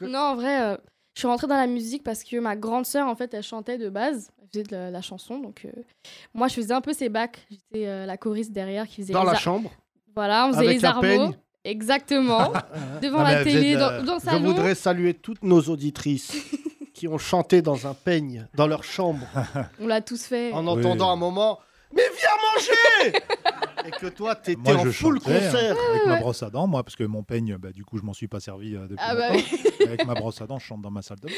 non, en vrai, euh, je suis rentrée dans la musique parce que ma grande sœur, en fait, elle chantait de base. Elle faisait de la, la chanson. Donc, euh, moi, je faisais un peu ses bacs. J'étais euh, la choriste derrière qui faisait.
Dans
les
la
ar-
chambre
Voilà, on faisait
Avec
les
un
armeaux.
peigne
Exactement.
Ah,
devant
Non, mais
la
elle faisait
télé,
de la-
dans, dans le
Je
salon.
voudrais saluer toutes nos auditrices qui ont chanté dans un peigne, dans leur chambre,
Ah,
On l'a tous fait.
en entendant un moment Mais viens manger Et que toi, t'étais en full
chantais, hein,
concert.
avec ma brosse à dents, moi, parce que mon peigne, bah, du coup, je m'en suis pas servi euh, depuis
Ah bah
longtemps. Avec ma brosse à dents, je chante dans ma salle de bain.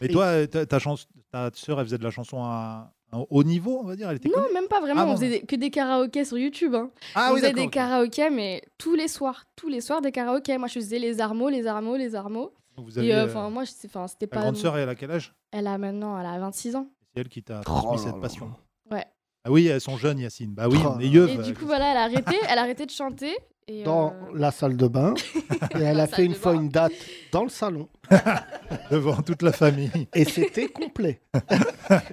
Et,
Et-
toi, euh, ta, ta chans- ta sœur, elle faisait de la chanson à, haut niveau, on va dire. Elle était
Non,
connue
même pas vraiment.
Ah bon.
on faisait des- que des karaokés sur YouTube. hein.
Ah
on
oui,
faisait
d'accord,
des
ok.
karaokés, mais tous les soirs. Tous les soirs, des karaokés. Moi, je faisais les armeaux, les armeaux, les armeaux.
Donc, vous
Et
aviez,
euh,
euh,
enfin, moi, je sais- enfin, c'était
Ta
pas.
grande sœur, elle a quel âge
Elle a maintenant, elle a 26 ans.
C'est elle qui t'a
Oh
transmis
là
cette
là.
passion.
Ouais.
Ah oui, elles sont jeunes, Yacine. Bah oui,
Oh.
les yeux.
Et du coup, euh, voilà, elle a arrêté. Elle a arrêté de chanter. Et,
dans la salle de bain. et elle a fait une fois une date dans le salon.
Devant toute la famille.
Et c'était complet.
euh,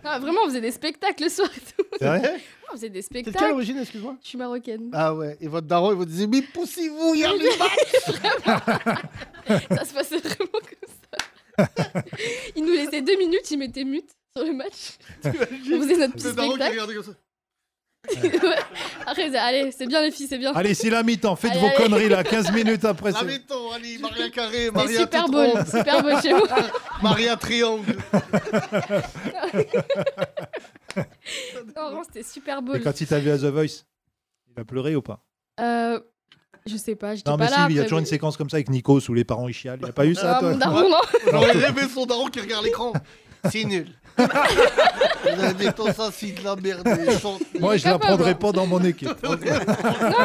non, vraiment, on faisait des spectacles le soir et tout.
C'est vrai
On faisait des
quelle
spectacles.
origine, excuse-moi
Je suis marocaine.
Ah ouais, et votre daron, il vous disait Mais poussez-vous, il y a du
ça se passait vraiment comme ça. il nous laissait deux minutes, il mettait mute sur le match. on faisait notre petit
Le daron qui
spectacle.
regardait comme ça.
Ouais. Après, il disait, allez, c'est bien les filles, c'est bien.
Allez, c'est la mi-temps. Faites
Allez,
vos
allez.
conneries là, 15 minutes après.
La
c'est-
mi-temps, allez, Maria Carré,
C'est
Maria
Super
toute
Bowl,
ronde.
Super Bowl chez moi.
Maria Triangle.
Non, vraiment, c'était Super Bowl.
Et quand il t'a vu à The Voice, il a pleuré ou pas
Euh, je sais pas, j'étais
Non,
pas
mais
là.
si, il y a
après,
toujours
mais-
une séquence comme ça avec Nikos où les parents ils chialent. Il n'y a pas eu ça,
Ah,
toi
mon daron, non.
J'aurais rêvé son daron qui regarde l'écran. C'est nul. Mettons ça, c'est de la merde. ils sont-
Moi, je la prendrai pas dans mon équipe.
Non,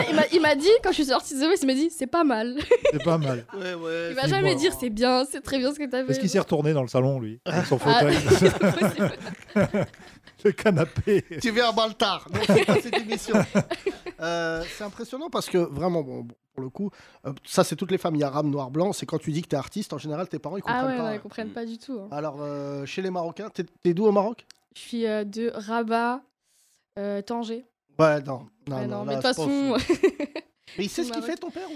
il m'a- il m'a dit, quand je suis sortie de The Voice, il m'a dit, c'est pas mal.
C'est pas mal.
Euh,
Il m'a
c'est
jamais
bon.
dire, c'est bien, c'est très bien ce que t'as fait.
Est-ce qu'il s'est retourné dans le salon, lui Dans son
Ah,
fauteuil Le canapé.
Tu viens à Baltar. Non, c'est pas cette émission. Euh, c'est impressionnant parce que vraiment, bon, bon, pour le coup, euh, ça, c'est toutes les familles arabes, noir, blanc. C'est quand tu dis que t'es artiste, en général, tes parents, ils comprennent
Ah ouais,
pas.
non, ils comprennent pas du tout. hein.
Alors, euh, chez les Marocains, t'es- t'es d'où au Maroc
Je suis euh, de Rabat, euh, Tanger.
Ouais, non. Non,
Ouais, non,
non, là,
mais de toute
je pense-
façon.
Mais il sait
au
ce qu'il
Maroc.
fait, ton père ou...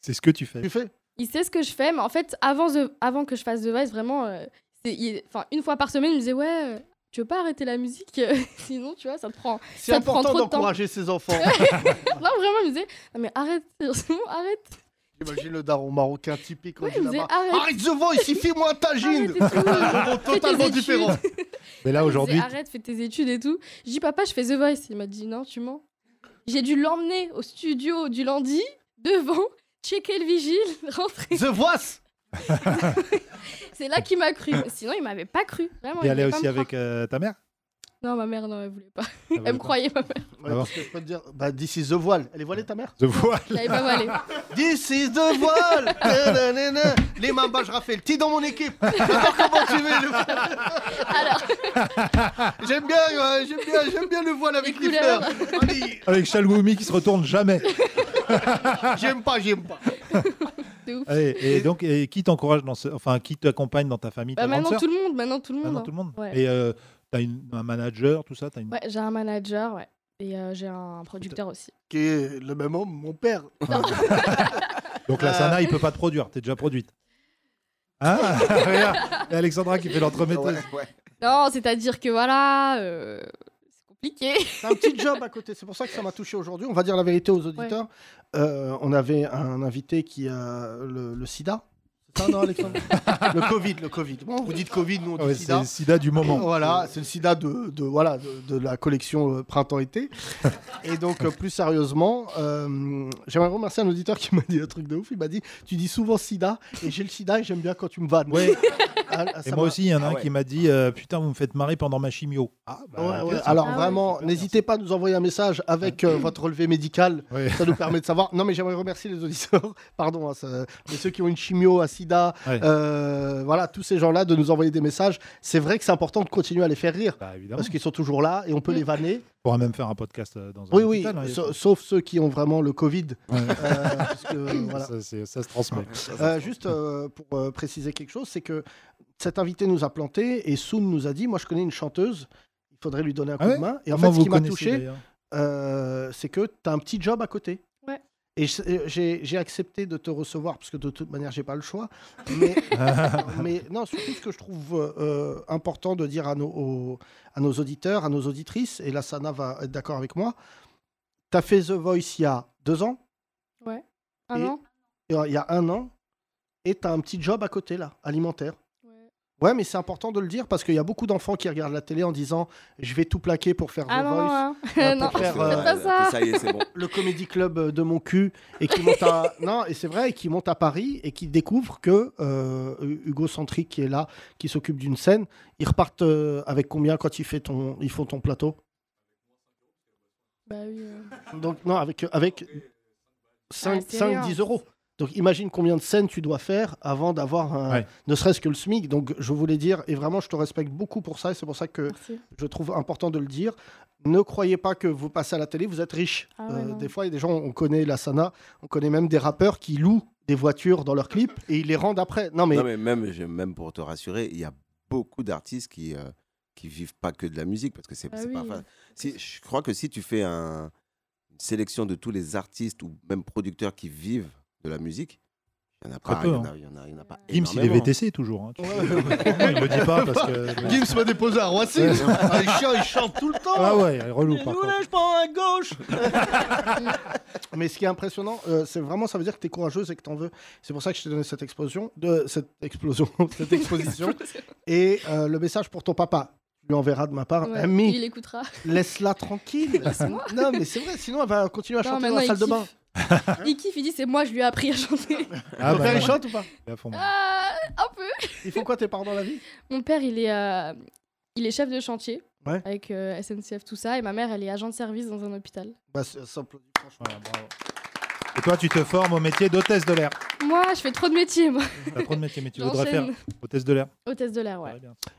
C'est ce que tu fais.
Tu fais
Il sait ce que je fais, mais en fait, avant, The- avant que je fasse The Voice, vraiment, euh, c'est- il- enfin, une fois par semaine, il me disait Ouais, euh, tu veux pas arrêter la musique Sinon, tu vois, ça te prend.
C'est
ça te prend
important
trop de temps.
d'encourager ses enfants.
Non, vraiment, il me disait Non, mais arrête, c'est bon, arrête.
J'imagine le daron marocain typique. on
Ouais,
dit
il me disait
là-bas,
Arrête.
Arrête The Voice, il fait-moi un tagine Un
Fais
monde
tes
totalement
études.
différent.
Mais là,
Il me disait,
aujourd'hui,
Arrête, fais tes études et tout. J'ai dit Papa, je fais The Voice. Il m'a dit Non, tu mens. J'ai dû l'emmener au studio du lundi, devant, checker le vigile, rentrer.
The Voice
C'est là qu'il m'a cru. Mais Sinon, il m'avait pas cru. Vraiment,
t'es
il
allé
voulait pas
aussi
me
avec euh, ta mère
croire. Non, ma mère, non, elle voulait pas.
Ah bah
voulait
elle me
pas.
croyait, ma mère.
Ouais, parce que je peux te dire, bah, this is the voile. Elle est voilée ta mère
The voile
Je l'avais pas Bah, voilée.
This is the voile Ta-da-da-da. Les mains bas, je rafale. T'es dans mon équipe Alors comment tu veux le... J'aime bien, euh, j'aime bien, j'aime bien le voile avec les, fleurs. Allez,
Avec Chalgoumi qui se retourne jamais.
j'aime pas, j'aime pas.
Allez, et donc, et qui t'encourage dans ce, enfin, qui t'accompagne dans ta famille
Bah,
ta grande
maintenant,
sœur
tout le monde. Maintenant, tout le monde.
Maintenant,
hein.
tout le monde.
Ouais.
Et euh, t'as une- un manager, tout ça, t'as une.
Ouais, j'ai un manager, ouais. Et euh, j'ai un producteur aussi.
Qui est le même homme, mon père.
Donc la Sana,
Euh.
il peut pas te produire. T'es déjà produite. Hein Regarde, il y a Alexandra qui fait l'entremetteuse.
Non, c'est-à-dire que voilà, euh, c'est compliqué.
C'est un petit job à côté. C'est pour ça que ça m'a touché aujourd'hui. On va dire la vérité aux auditeurs. Euh, on avait un invité qui a le, le sida. C'est ça, non, Alexandre Le Covid, le Covid. Bon, vous dites Covid, nous on dit
Ouais, c'est
sida.
le sida du moment.
Voilà, c'est le sida de, de- voilà, de, de la collection euh, printemps-été. Et donc, euh, plus sérieusement, euh, j'aimerais remercier un auditeur qui m'a dit un truc de ouf. Il m'a dit Tu dis souvent sida, et j'ai le sida, et j'aime bien quand tu me vannes.
Ouais.
Ah, ah,
Et
ça
moi
m'a-
aussi, il y en a
Ah
un
ouais.
qui m'a dit euh, Putain, vous me faites marrer pendant ma chimio. Ah, bah,
Ouais,
ok,
ouais.
ça-
Alors vraiment, n'hésitez pas à nous envoyer un message avec euh, votre relevé médical. Ça nous permet de savoir. Non, mais j'aimerais remercier les auditeurs, pardon, hein, ça- mais ceux qui ont une chimio, un sida,
Ouais.
euh, voilà, tous ces gens-là, de nous envoyer des messages. C'est vrai que c'est important de continuer à les faire rire,
Bah,
parce qu'ils sont toujours là et on peut les vanner.
On pourra même faire un podcast euh, dans un
Oui, oui,
hôpital, hein, il y a-
sa- sauf ceux qui ont vraiment le Covid. Euh, parce que, voilà.
ça, c'est- ça se transmet.
Euh, juste euh, pour euh, préciser quelque chose, c'est que cet invité nous a planté et Soun nous a dit Moi, je connais une chanteuse, il faudrait lui donner un coup
Ah ouais
de main. Et en
Comment
fait, ce qui
vous
m'a
connaissez,
touché,
d'ailleurs
euh, c'est que tu as un petit job à côté.
Ouais.
Et je- euh, j'ai j'ai accepté de te recevoir parce que de toute manière, j'ai pas le choix. Mais, mais non, surtout ce que je trouve euh, euh, important de dire à nos, aux- à nos auditeurs, à nos auditrices, et là, Sana va être d'accord avec moi. Tu as fait The Voice il y a deux ans
Ouais. Un
Et-
an
il y a un an et tu as un petit job à côté là, alimentaire. Ouais, mais c'est important de le dire parce qu'il y a beaucoup d'enfants qui regardent la télé en disant je vais tout plaquer pour faire
Ah
The
non,
Voice.
non,
euh,
non,
pour faire,
c'est pas ça. Ça y est, c'est bon.
Le comédie club euh, de mon cul et qui monte à non et c'est vrai et qui monte à Paris et qui découvre que euh, Hugo Centric qui est là, qui s'occupe d'une scène, ils repartent euh, avec combien quand ils, fait ton... ils font ton plateau
Bah oui. euh.
Donc non avec euh, avec 5,
c'est
5
rien.
10 euros. Donc imagine combien de scènes tu dois faire avant d'avoir un-
Ouais.
ne serait-ce que le SMIC. Donc je voulais dire, et vraiment je te respecte beaucoup pour ça, et c'est pour ça que je trouve important de le dire, ne croyez pas que vous passez à la télé, vous êtes riche. Euh,
Ah ouais, non.
des fois, il y a des gens, on connaît la Sana, on connaît même des rappeurs qui louent des voitures dans leurs clips et ils les rendent après. Non mais,
Non, mais même, je- même pour te rassurer, il y a beaucoup d'artistes qui, euh, qui vivent pas que de la musique Bah parce que c'est
Ah
c'est pas
oui.
fa- Si, je crois que si tu fais un- une sélection de tous les artistes ou même producteurs qui vivent de la musique, il n'y en a
Très
pas.
peu,
il y en
hein.
a- il y en a- il y en a pas
Gims, il est
énormément.
VTC toujours. hein. Tu- il me le dit pas parce que.
Gims m'a déposé à Roissy. Ah, il, chante, il chante tout le temps.
Ah ouais, il est relou, par contre.
je prends à gauche. Mais ce qui est impressionnant, euh, c'est vraiment ça veut dire que tu es courageuse et que tu en veux. C'est pour ça que je t'ai donné cette explosion, de cette explosion, cette exposition. et euh, le message pour ton papa, tu lui enverras de ma part.
Ouais,
Ami,
il écoutera.
Laisse-la tranquille. non, mais c'est vrai, sinon elle va continuer à
Non,
chanter dans
maintenant,
la
il
salle de bain.
kiffe. il kiffe, il dit c'est moi, je lui ai appris à chanter.
Ah, Ton bah, père, il ouais. chante ou pas
Ah, Un peu.
Ils font quoi tes parents dans la vie
Mon père, il est, euh, il est chef de chantier
Ouais.
avec euh, SNCF, tout ça. Et ma mère, elle est agent de service dans un hôpital.
Bah, c'est simple, franchement.
Et toi, tu te formes au métier d'hôtesse de l'air.
Moi, je fais trop de métiers, moi.
T'as trop de métiers, mais tu voudrais faire
J'enchaîne.
hôtesse de l'air.
Hôtesse de l'air, ouais.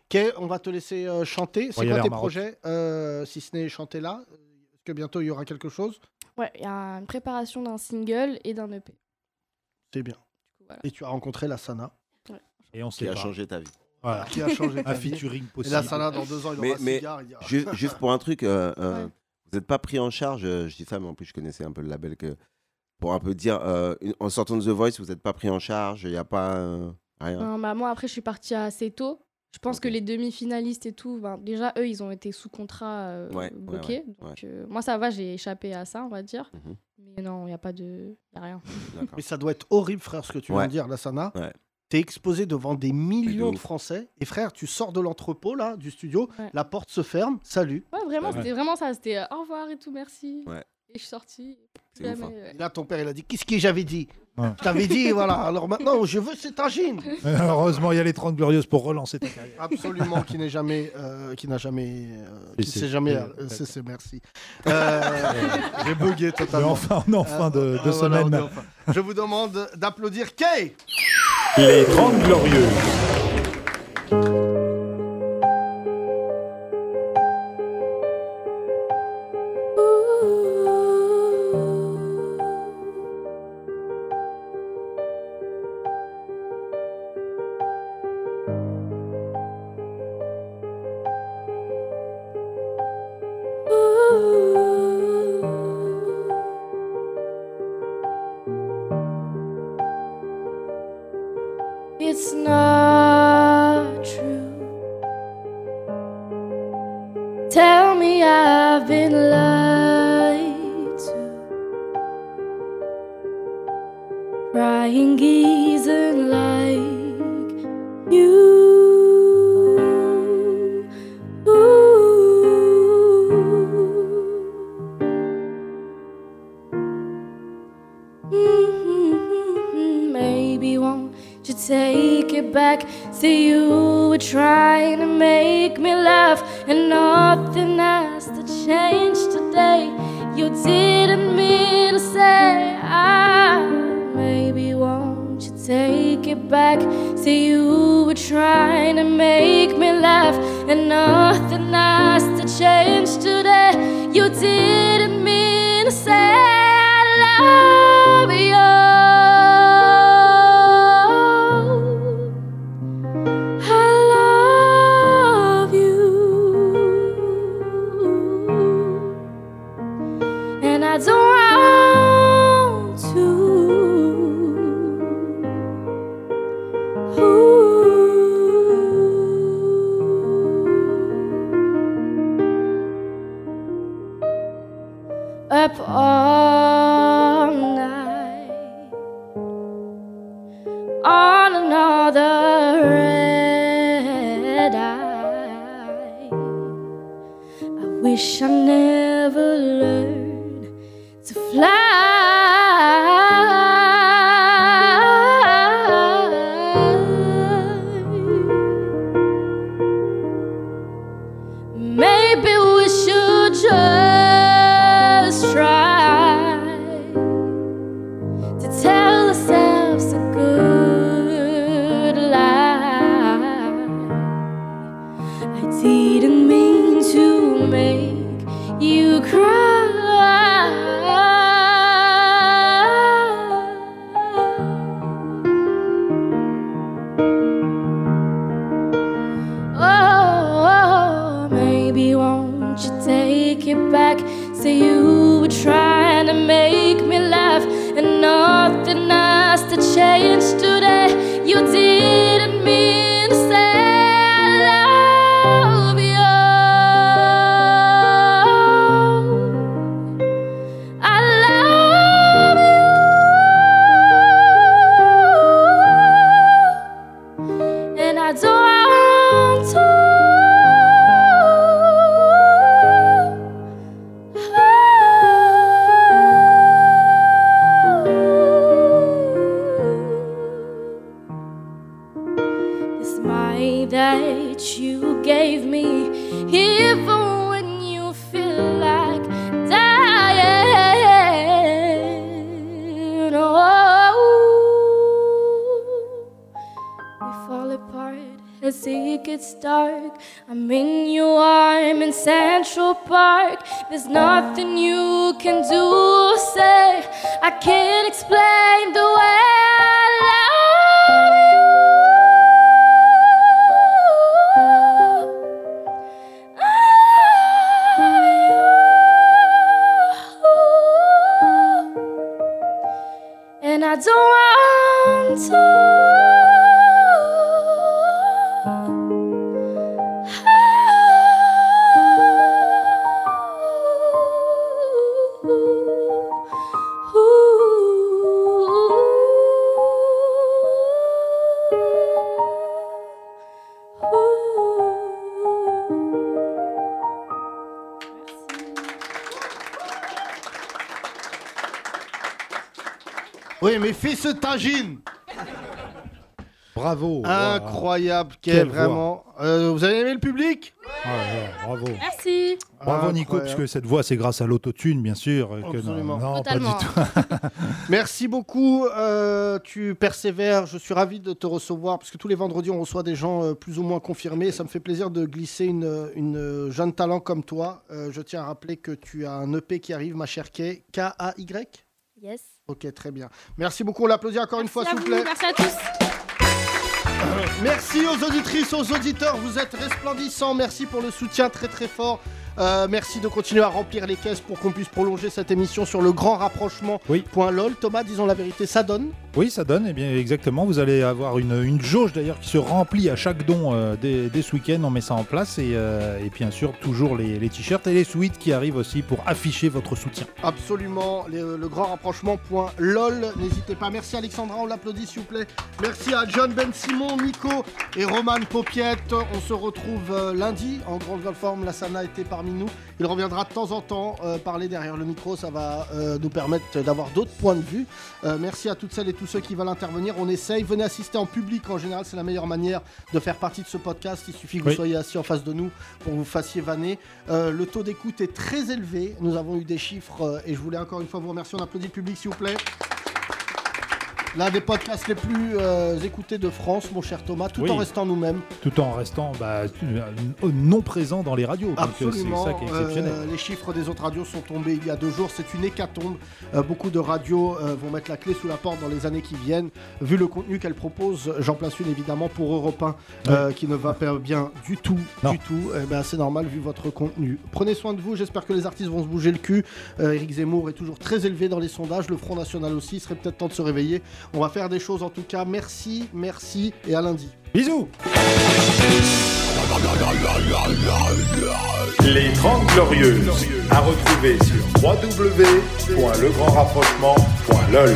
Ok, on va te laisser euh, chanter. C'est
Royal
quoi
Air
tes
Maroc.
projets euh, Si ce n'est chanter là, est-ce que bientôt il y aura quelque chose
Ouais, il y a une préparation d'un single et d'un E EP.
C'est bien.
voilà.
Et tu as rencontré la Sana.
Et on sait
Qui a
pas.
changé ta vie.
Voilà.
Qui a changé ta
Un
vie.
featuring
Et
possible.
la Sana, dans deux ans, il
mais,
aura un
mais
cigare. il dira-
ju- juste pour un truc, euh, euh, vous n'êtes pas pris en charge, euh, je dis ça, mais en plus je connaissais un peu le label, que, pour un peu dire, euh, une- en sortant de The Voice, vous n'êtes pas pris en charge, il n'y a pas euh, rien.
Non, bah, moi, après, je suis partie assez tôt. Je pense que les demi-finalistes et tout, ben, déjà, eux, ils ont été sous contrat euh,
Ouais, ouais,
bloqués.
ouais,
donc,
ouais.
euh, moi, ça va, j'ai échappé à ça, on va dire.
Mhm.
Mais non, il n'y a pas de. Y a rien.
Mais ça doit être horrible, frère, ce que tu viens
Ouais.
de dire, la Sana.
Ouais.
T'es exposé devant des millions
Mais
de,
de ouf.
Français. Et frère, tu sors de l'entrepôt, là, du studio,
Ouais.
la porte se ferme, salut.
Ouais, vraiment,
Ouais.
Ah
c'était vraiment ça. C'était euh, au revoir et tout, merci.
Ouais.
Et je suis sortie.
C'est
Jamais,
ouf, hein.
ouais.
Là, ton père, il a dit Qu'est-ce que j'avais dit Je t'avais dit, voilà, alors maintenant, je veux cette agine.
Heureusement, il y a les 30 glorieuses pour relancer ta carrière.
Absolument, qui n'est jamais, euh, qui n'a jamais, euh, qui
Cessé.
s'est jamais,
Euh,
euh, cessé, merci. Euh, J'ai bugué totalement. Ah,
Mais enfin, on est en fin de- de
voilà, on est
semaine.
en fin. Je vous demande d'applaudir Kay.
Les 30 Glorieuses.
It's not true. Tell me I've been lied to. Crying geese and like you. Mm-hmm. Ooh. Mm, Maybe won't you take it back? See, you were trying to make me laugh, and nothing has to change today. You didn't mean to say I. Maybe won't you take it back? See, you were trying to make me laugh, and nothing has to change today. You didn't mean to say I love you. I love you. And I don't want to. up all night on another wish I never learned to fly. Maybe we should just try to tell ourselves a good lie. I didn't mean to make you cry. Oh, maybe won't you take it back? Say you were trying to make me laugh, and nothing has to change today. You didn't mean to say I love you. I love you, and I don't want to. The smile that you gave me, even when you feel like dying. Oh, we fall apart as it gets dark. I'm in your arm in Central Park. There's nothing you can do or say. I can't explain the way I love you. and I don't want to.
Oui, mais fais ce tagine
Bravo.
Incroyable,
Oh, Quelle
quel
voix.
vraiment. Euh, vous avez aimé le public
Ouais, ouais, bravo.
Merci.
Bravo Nico,
Incroyable.
puisque cette voix, c'est grâce à l'autotune, bien sûr. euh, que non-
Absolument.
non, pas du
Totalement.
tout.
Merci beaucoup. euh, tu persévères. Je suis ravi de te recevoir parce que tous les vendredis, on reçoit des gens euh, plus ou moins confirmés. Ça me fait plaisir de glisser une, euh, une euh, jeune talent comme toi. Euh, je tiens à rappeler que tu as un EP qui arrive, ma chère Kay. K-A-Y
Yes.
Ok, très bien. Merci beaucoup. On l'applaudit encore une fois, s'il vous plaît.
Merci à tous.
Merci aux auditrices, aux auditeurs, vous êtes resplendissants. Merci pour le soutien très très fort. Euh, merci de continuer à remplir les caisses pour qu'on puisse prolonger cette émission sur le grand rapprochement. Point lol. Thomas, disons la vérité, ça donne.
Oui, ça donne, et bien exactement. Vous allez avoir une, une jauge d'ailleurs qui se remplit à chaque don euh, dès, dès ce week-end. On met ça en place et, euh, et bien sûr toujours les, les t-shirts et les suites qui arrivent aussi pour afficher votre soutien.
Absolument, le, le grand rapprochement. point LOL, n'hésitez pas. Merci Alexandra, on l'applaudit s'il vous plaît. Merci à John Ben Simon, Nico et Roman Popiette. On se retrouve euh, lundi en grande forme. La Sana était parmi nous. Il reviendra de temps en temps euh, parler derrière le micro. Ça va euh, nous permettre d'avoir d'autres points de vue. Euh, merci à toutes celles et tous ceux qui veulent intervenir. On essaye. Venez assister en public. En général, c'est la meilleure manière de faire partie de ce podcast. Il suffit que vous
Oui.
soyez assis en face de nous pour que vous fassiez vanner. Euh, le taux d'écoute est très élevé. Nous avons eu des chiffres euh, et je voulais encore une fois vous remercier. On applaudit le public, s'il vous plaît. L'un des podcasts les plus euh, écoutés de France, mon cher Thomas, tout
Oui.
en restant nous-mêmes.
Tout en restant bah, euh, non présent dans les radios. Donc, euh,
Absolument.
C'est ça qui est
euh,
exceptionnel.
les chiffres des autres radios sont tombés il y a deux jours. C'est une hécatombe. Euh, beaucoup de radios euh, vont mettre la clé sous la porte dans les années qui viennent. Vu le contenu qu'elles proposent, j'en place une évidemment pour Europe 1, euh, qui ne va pas bien du tout. Du tout. Eh ben, c'est normal vu votre contenu. Prenez soin de vous. J'espère que les artistes vont se bouger le cul. Euh, Éric Zemmour est toujours très élevé dans les sondages. Le Front National aussi. Il serait peut-être temps de se réveiller. On va faire des choses en tout cas. Merci, merci et à lundi.
Bisous
Les 30 Glorieuses, à retrouver sur www.legrandrapprochement.lol.